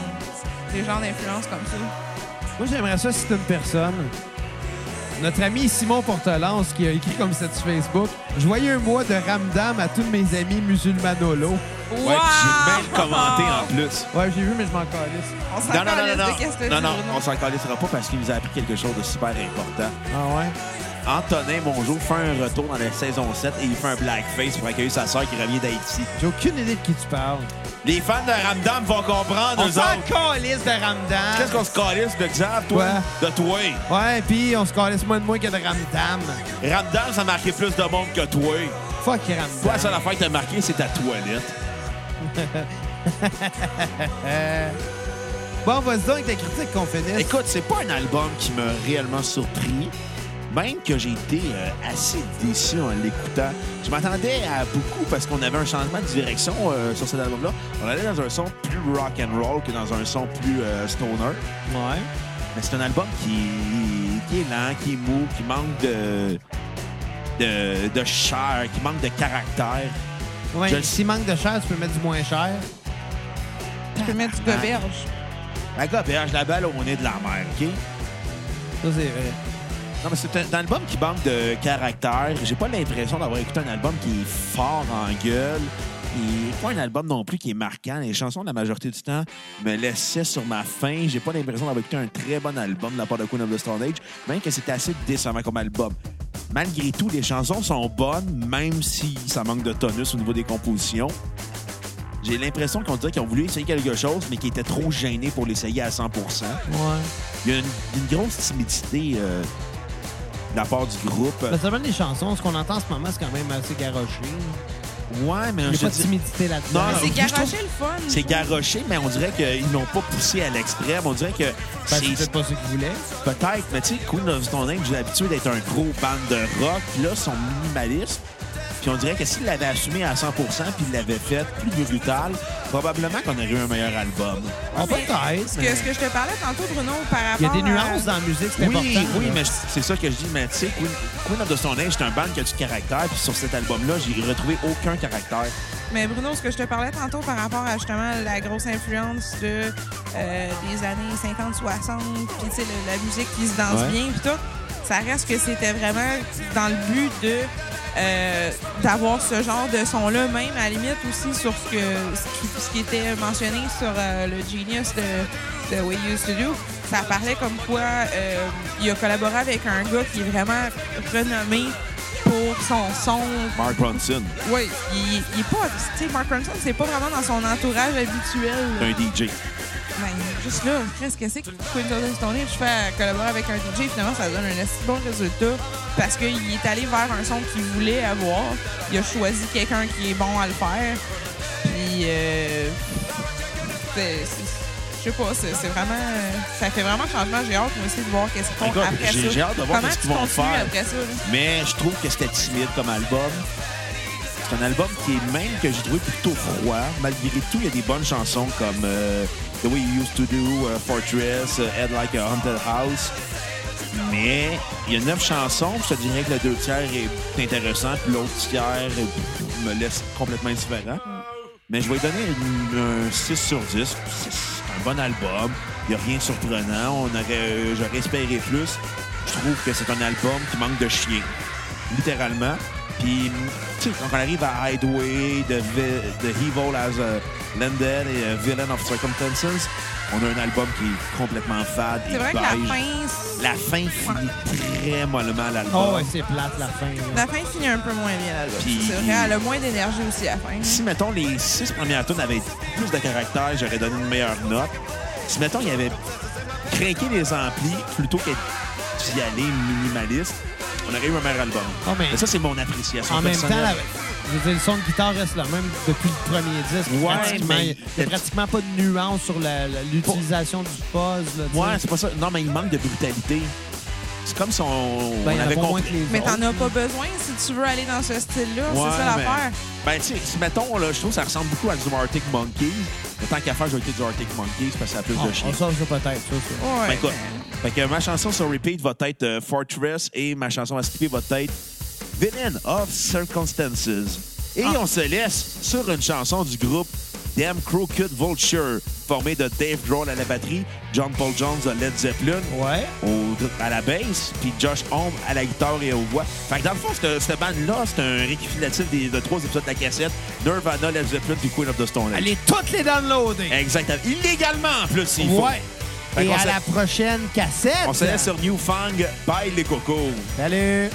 [SPEAKER 3] des genres d'influence comme ça.
[SPEAKER 2] Moi, j'aimerais ça si c'est une personne. Notre ami Simon Portelance qui a écrit comme ça sur Facebook Joyeux mois de Ramdam à tous mes amis musulmanolo.
[SPEAKER 1] Ouais, puis
[SPEAKER 3] Wow!
[SPEAKER 1] j'ai bien commenté en plus.
[SPEAKER 2] Ouais, j'ai vu, mais je m'en calisse.
[SPEAKER 3] On s'en
[SPEAKER 1] Non, non, non,
[SPEAKER 3] calisse
[SPEAKER 1] non,
[SPEAKER 3] de qu'est-ce que
[SPEAKER 1] non.
[SPEAKER 3] tu
[SPEAKER 1] Non, non,
[SPEAKER 3] dis, Bruno.
[SPEAKER 1] on s'en calissera pas parce qu'il nous a appris quelque chose de super important.
[SPEAKER 2] Ah ouais?
[SPEAKER 1] Antonin Mongeau fait un retour dans la saison 7 et il fait un blackface pour accueillir sa sœur qui revient d'Haïti.
[SPEAKER 2] J'ai aucune idée de qui tu parles.
[SPEAKER 1] Les fans de Ramdam vont comprendre,
[SPEAKER 2] On
[SPEAKER 1] eux
[SPEAKER 2] s'en
[SPEAKER 1] autres.
[SPEAKER 2] calisse de Ramdam.
[SPEAKER 1] Qu'est-ce qu'on se calisse de Xav, toi? De toi.
[SPEAKER 2] Ouais, puis on se calisse moins de moins que de Ramdam.
[SPEAKER 1] Ramdam, ça marquait plus de monde que toi.
[SPEAKER 2] Fuck Ramdam.
[SPEAKER 1] Toi, la seule affaire qui t'a marqué, c'est ta toilette.
[SPEAKER 2] Bon, vas-y donc avec la critique qu'on finisse.
[SPEAKER 1] Écoute, c'est pas un album qui m'a réellement surpris, même que j'ai été euh, assez déçu en l'écoutant. Je m'attendais à beaucoup parce qu'on avait un changement de direction euh, sur cet album-là. On allait dans un son plus rock and roll que dans un son plus euh, stoner.
[SPEAKER 2] Ouais.
[SPEAKER 1] Mais c'est un album qui, qui est lent, qui est mou, qui manque de, de, de chair, qui manque de caractère. Je
[SPEAKER 2] Ouais,
[SPEAKER 1] le-
[SPEAKER 2] s'il manque de chair, tu peux mettre du moins cher.
[SPEAKER 3] Tu peux mettre du goberge.
[SPEAKER 1] La goberge, la balle au nez de la mer, OK?
[SPEAKER 2] Ça, c'est vrai.
[SPEAKER 1] Non, mais c'est un, un album qui manque de caractère. J'ai pas l'impression d'avoir écouté un album qui est fort en gueule. Et pas un album non plus qui est marquant. Les chansons, la majorité du temps, me laissaient sur ma faim. J'ai pas l'impression d'avoir écouté un très bon album de la part de Queen of the Stone Age, même que c'était assez décevant comme album. Malgré tout, les chansons sont bonnes, même si ça manque de tonus au niveau des compositions. J'ai l'impression qu'on dirait qu'ils ont voulu essayer quelque chose, mais qu'ils étaient trop gênés pour l'essayer à 100
[SPEAKER 2] Ouais.
[SPEAKER 1] il y a une, une grosse timidité euh, de la part du groupe.
[SPEAKER 2] Ben, ça des chansons. Ce qu'on entend en ce moment, c'est quand même assez garoché. là.
[SPEAKER 1] Ouais, mais
[SPEAKER 2] Il n'y
[SPEAKER 1] je
[SPEAKER 2] a pas de
[SPEAKER 1] dis-
[SPEAKER 2] timidité là-dedans.
[SPEAKER 1] Non,
[SPEAKER 3] Mais
[SPEAKER 1] non.
[SPEAKER 3] C'est
[SPEAKER 1] je trouve-
[SPEAKER 3] garoché le fun.
[SPEAKER 1] c'est garoché, mais on dirait qu'ils n'ont pas poussé à l'extrême. On dirait que
[SPEAKER 2] Ben, c'est
[SPEAKER 1] c'est
[SPEAKER 2] peut-être pas ce qu'ils voulaient.
[SPEAKER 1] peut-être, mais tu sais, Queen of Stone Age, j'ai l'habitude d'être un gros band de rock. Puis là, ils sont minimalistes. Puis on dirait que s'ils l'avaient assumé à 100 puis ils l'avaient fait plus brutal, probablement qu'on aurait eu un meilleur album.
[SPEAKER 2] On peut être,
[SPEAKER 3] Ce
[SPEAKER 2] mais
[SPEAKER 3] que, ce que je te parlais tantôt, Bruno, par rapport
[SPEAKER 2] il y a des
[SPEAKER 3] à-
[SPEAKER 2] nuances dans la musique, c'est
[SPEAKER 1] Oui,
[SPEAKER 2] important.
[SPEAKER 1] oui,
[SPEAKER 2] là.
[SPEAKER 1] mais c'est ça que je dis. Mais tu sais, Queen, Queen of the Stone Age, c'est un band qui a du caractère. Puis sur cet album-là, j'ai retrouvé aucun caractère.
[SPEAKER 3] Mais Bruno, ce que je te parlais tantôt par rapport à justement la grosse influence de, euh, des années 50, 60, puis tu sais, le- la musique qui se danse
[SPEAKER 1] Ouais.
[SPEAKER 3] bien, puis tout, ça reste que c'était vraiment dans le but de euh, d'avoir ce genre de son-là, même à la limite aussi sur ce, que, ce, qui, ce qui était mentionné sur euh, le Genius de, de Way You Studio. Ça parlait comme quoi euh, il a collaboré avec un gars qui est vraiment renommé pour son son,
[SPEAKER 1] Mark Ronson,
[SPEAKER 3] oui, il, il est pas. Tu sais, Mark Ronson, c'est pas vraiment dans son entourage habituel.
[SPEAKER 1] un DJ.
[SPEAKER 3] Ben, juste là, qu'est-ce que c'est que Queen of the Stone Age fait collaborer avec un DJ? Finalement, ça donne un assez bon résultat parce qu'il est allé vers un son qu'il voulait avoir. Il a choisi quelqu'un qui est bon à le faire. Puis, euh, c'est- c'est- je sais pas, c'est c'est vraiment. Ça fait vraiment changement. J'ai hâte, moi aussi, de voir qu'est-ce qu'ils font
[SPEAKER 1] Écoute,
[SPEAKER 3] après ça.
[SPEAKER 1] j'ai- j'ai hâte de voir
[SPEAKER 3] Comment
[SPEAKER 1] qu'est-ce qu'ils
[SPEAKER 3] tu
[SPEAKER 1] vont
[SPEAKER 3] continues
[SPEAKER 1] faire.
[SPEAKER 3] après ça, là?
[SPEAKER 1] Mais je trouve que c'était timide comme album. C'est un album qui est même que j'ai trouvé plutôt froid. Malgré tout, il y a des bonnes chansons comme euh, The Way You Used to Do, euh, Fortress, euh, Head Like a Haunted House. Mais il y a neuf chansons. Je te dirais que le deux tiers est intéressant, puis l'autre tiers euh, me laisse complètement indifférent. Mais je vais lui donner une- un 6 sur 10. C'est c'est un bon album. Il n'y a rien de surprenant. On aurait, j'aurais espéré plus. Je trouve que c'est un album qui manque de chien. Littéralement. Puis, tu sais, quand on arrive à Hideaway, The, Vi- The Evil as a Landed et euh, Villain of Circumstances, on a un album qui est complètement fade et
[SPEAKER 3] C'est vrai que
[SPEAKER 1] beige.
[SPEAKER 3] la fin. c'est-
[SPEAKER 1] La fin finit très mollement l'album.
[SPEAKER 2] Oh, ouais, c'est plate, la fin. là.
[SPEAKER 3] La fin finit un peu moins bien là-bas.
[SPEAKER 1] Puis-
[SPEAKER 3] C'est vrai, elle a moins d'énergie aussi à la fin.
[SPEAKER 1] Si, mettons, les six premières tunes avaient plus de caractère, j'aurais donné une meilleure note. Si, mettons, il avait craqué les amplis plutôt que d'y aller minimaliste, on aurait eu un meilleur album.
[SPEAKER 2] Oh, mais-
[SPEAKER 1] mais ça, c'est mon appréciation
[SPEAKER 2] En même temps,
[SPEAKER 1] personnelle.
[SPEAKER 2] la- je veux dire, le son de guitare reste le même depuis le premier disque.
[SPEAKER 1] Ouais,
[SPEAKER 2] pratiquement.
[SPEAKER 1] mais-
[SPEAKER 2] Il n'y a pratiquement pas de nuance sur la- la- l'utilisation du buzz. là, tu sais.
[SPEAKER 1] Ouais, c'est pas ça. Non, mais il manque de brutalité. C'est comme si on, on
[SPEAKER 2] Ben, il y en a
[SPEAKER 1] avait
[SPEAKER 2] pas moins
[SPEAKER 1] compris.
[SPEAKER 2] que les
[SPEAKER 3] Mais
[SPEAKER 2] autres.
[SPEAKER 3] t'en as pas besoin si tu veux aller dans ce style-là.
[SPEAKER 1] Ouais,
[SPEAKER 3] c'est ça
[SPEAKER 1] mais-
[SPEAKER 3] l'affaire.
[SPEAKER 1] Ben, tu sais, si mettons, là, je trouve que ça ressemble beaucoup à du Arctic Monkeys. Mais tant qu'à faire, j'ai été du Arctic Monkeys parce que ça a plus
[SPEAKER 2] Ah,
[SPEAKER 1] de chien.
[SPEAKER 2] On sort ça peut-être, ça. ça.
[SPEAKER 3] Ouais,
[SPEAKER 1] Ben, écoute,
[SPEAKER 3] mais-
[SPEAKER 1] fait que ma chanson sur repeat va être euh, Fortress et ma chanson à skipper va être Villain of Circumstances. Et
[SPEAKER 2] Ah.
[SPEAKER 1] on se laisse sur une chanson du groupe Damn Crooked Vulture, formé de Dave Grohl à la batterie, John Paul Jones de Led Zeppelin,
[SPEAKER 2] Ouais.
[SPEAKER 1] au- à la basse, puis Josh Homme à la guitare et aux voix. Fait que dans le fond, cette, cette bande-là, c'est un récapitulatif des, de trois épisodes de la cassette, Nirvana, Led Zeppelin, puis Queen of the Stone Age.
[SPEAKER 2] Allez toutes les downloader.
[SPEAKER 1] Exactement. Illégalement, en plus, s'il faut.
[SPEAKER 2] Ouais.
[SPEAKER 1] Fait
[SPEAKER 2] Et
[SPEAKER 1] qu'on
[SPEAKER 2] à
[SPEAKER 1] se-
[SPEAKER 2] la prochaine cassette.
[SPEAKER 1] On se laisse sur New Fang by les cocos.
[SPEAKER 2] Salut.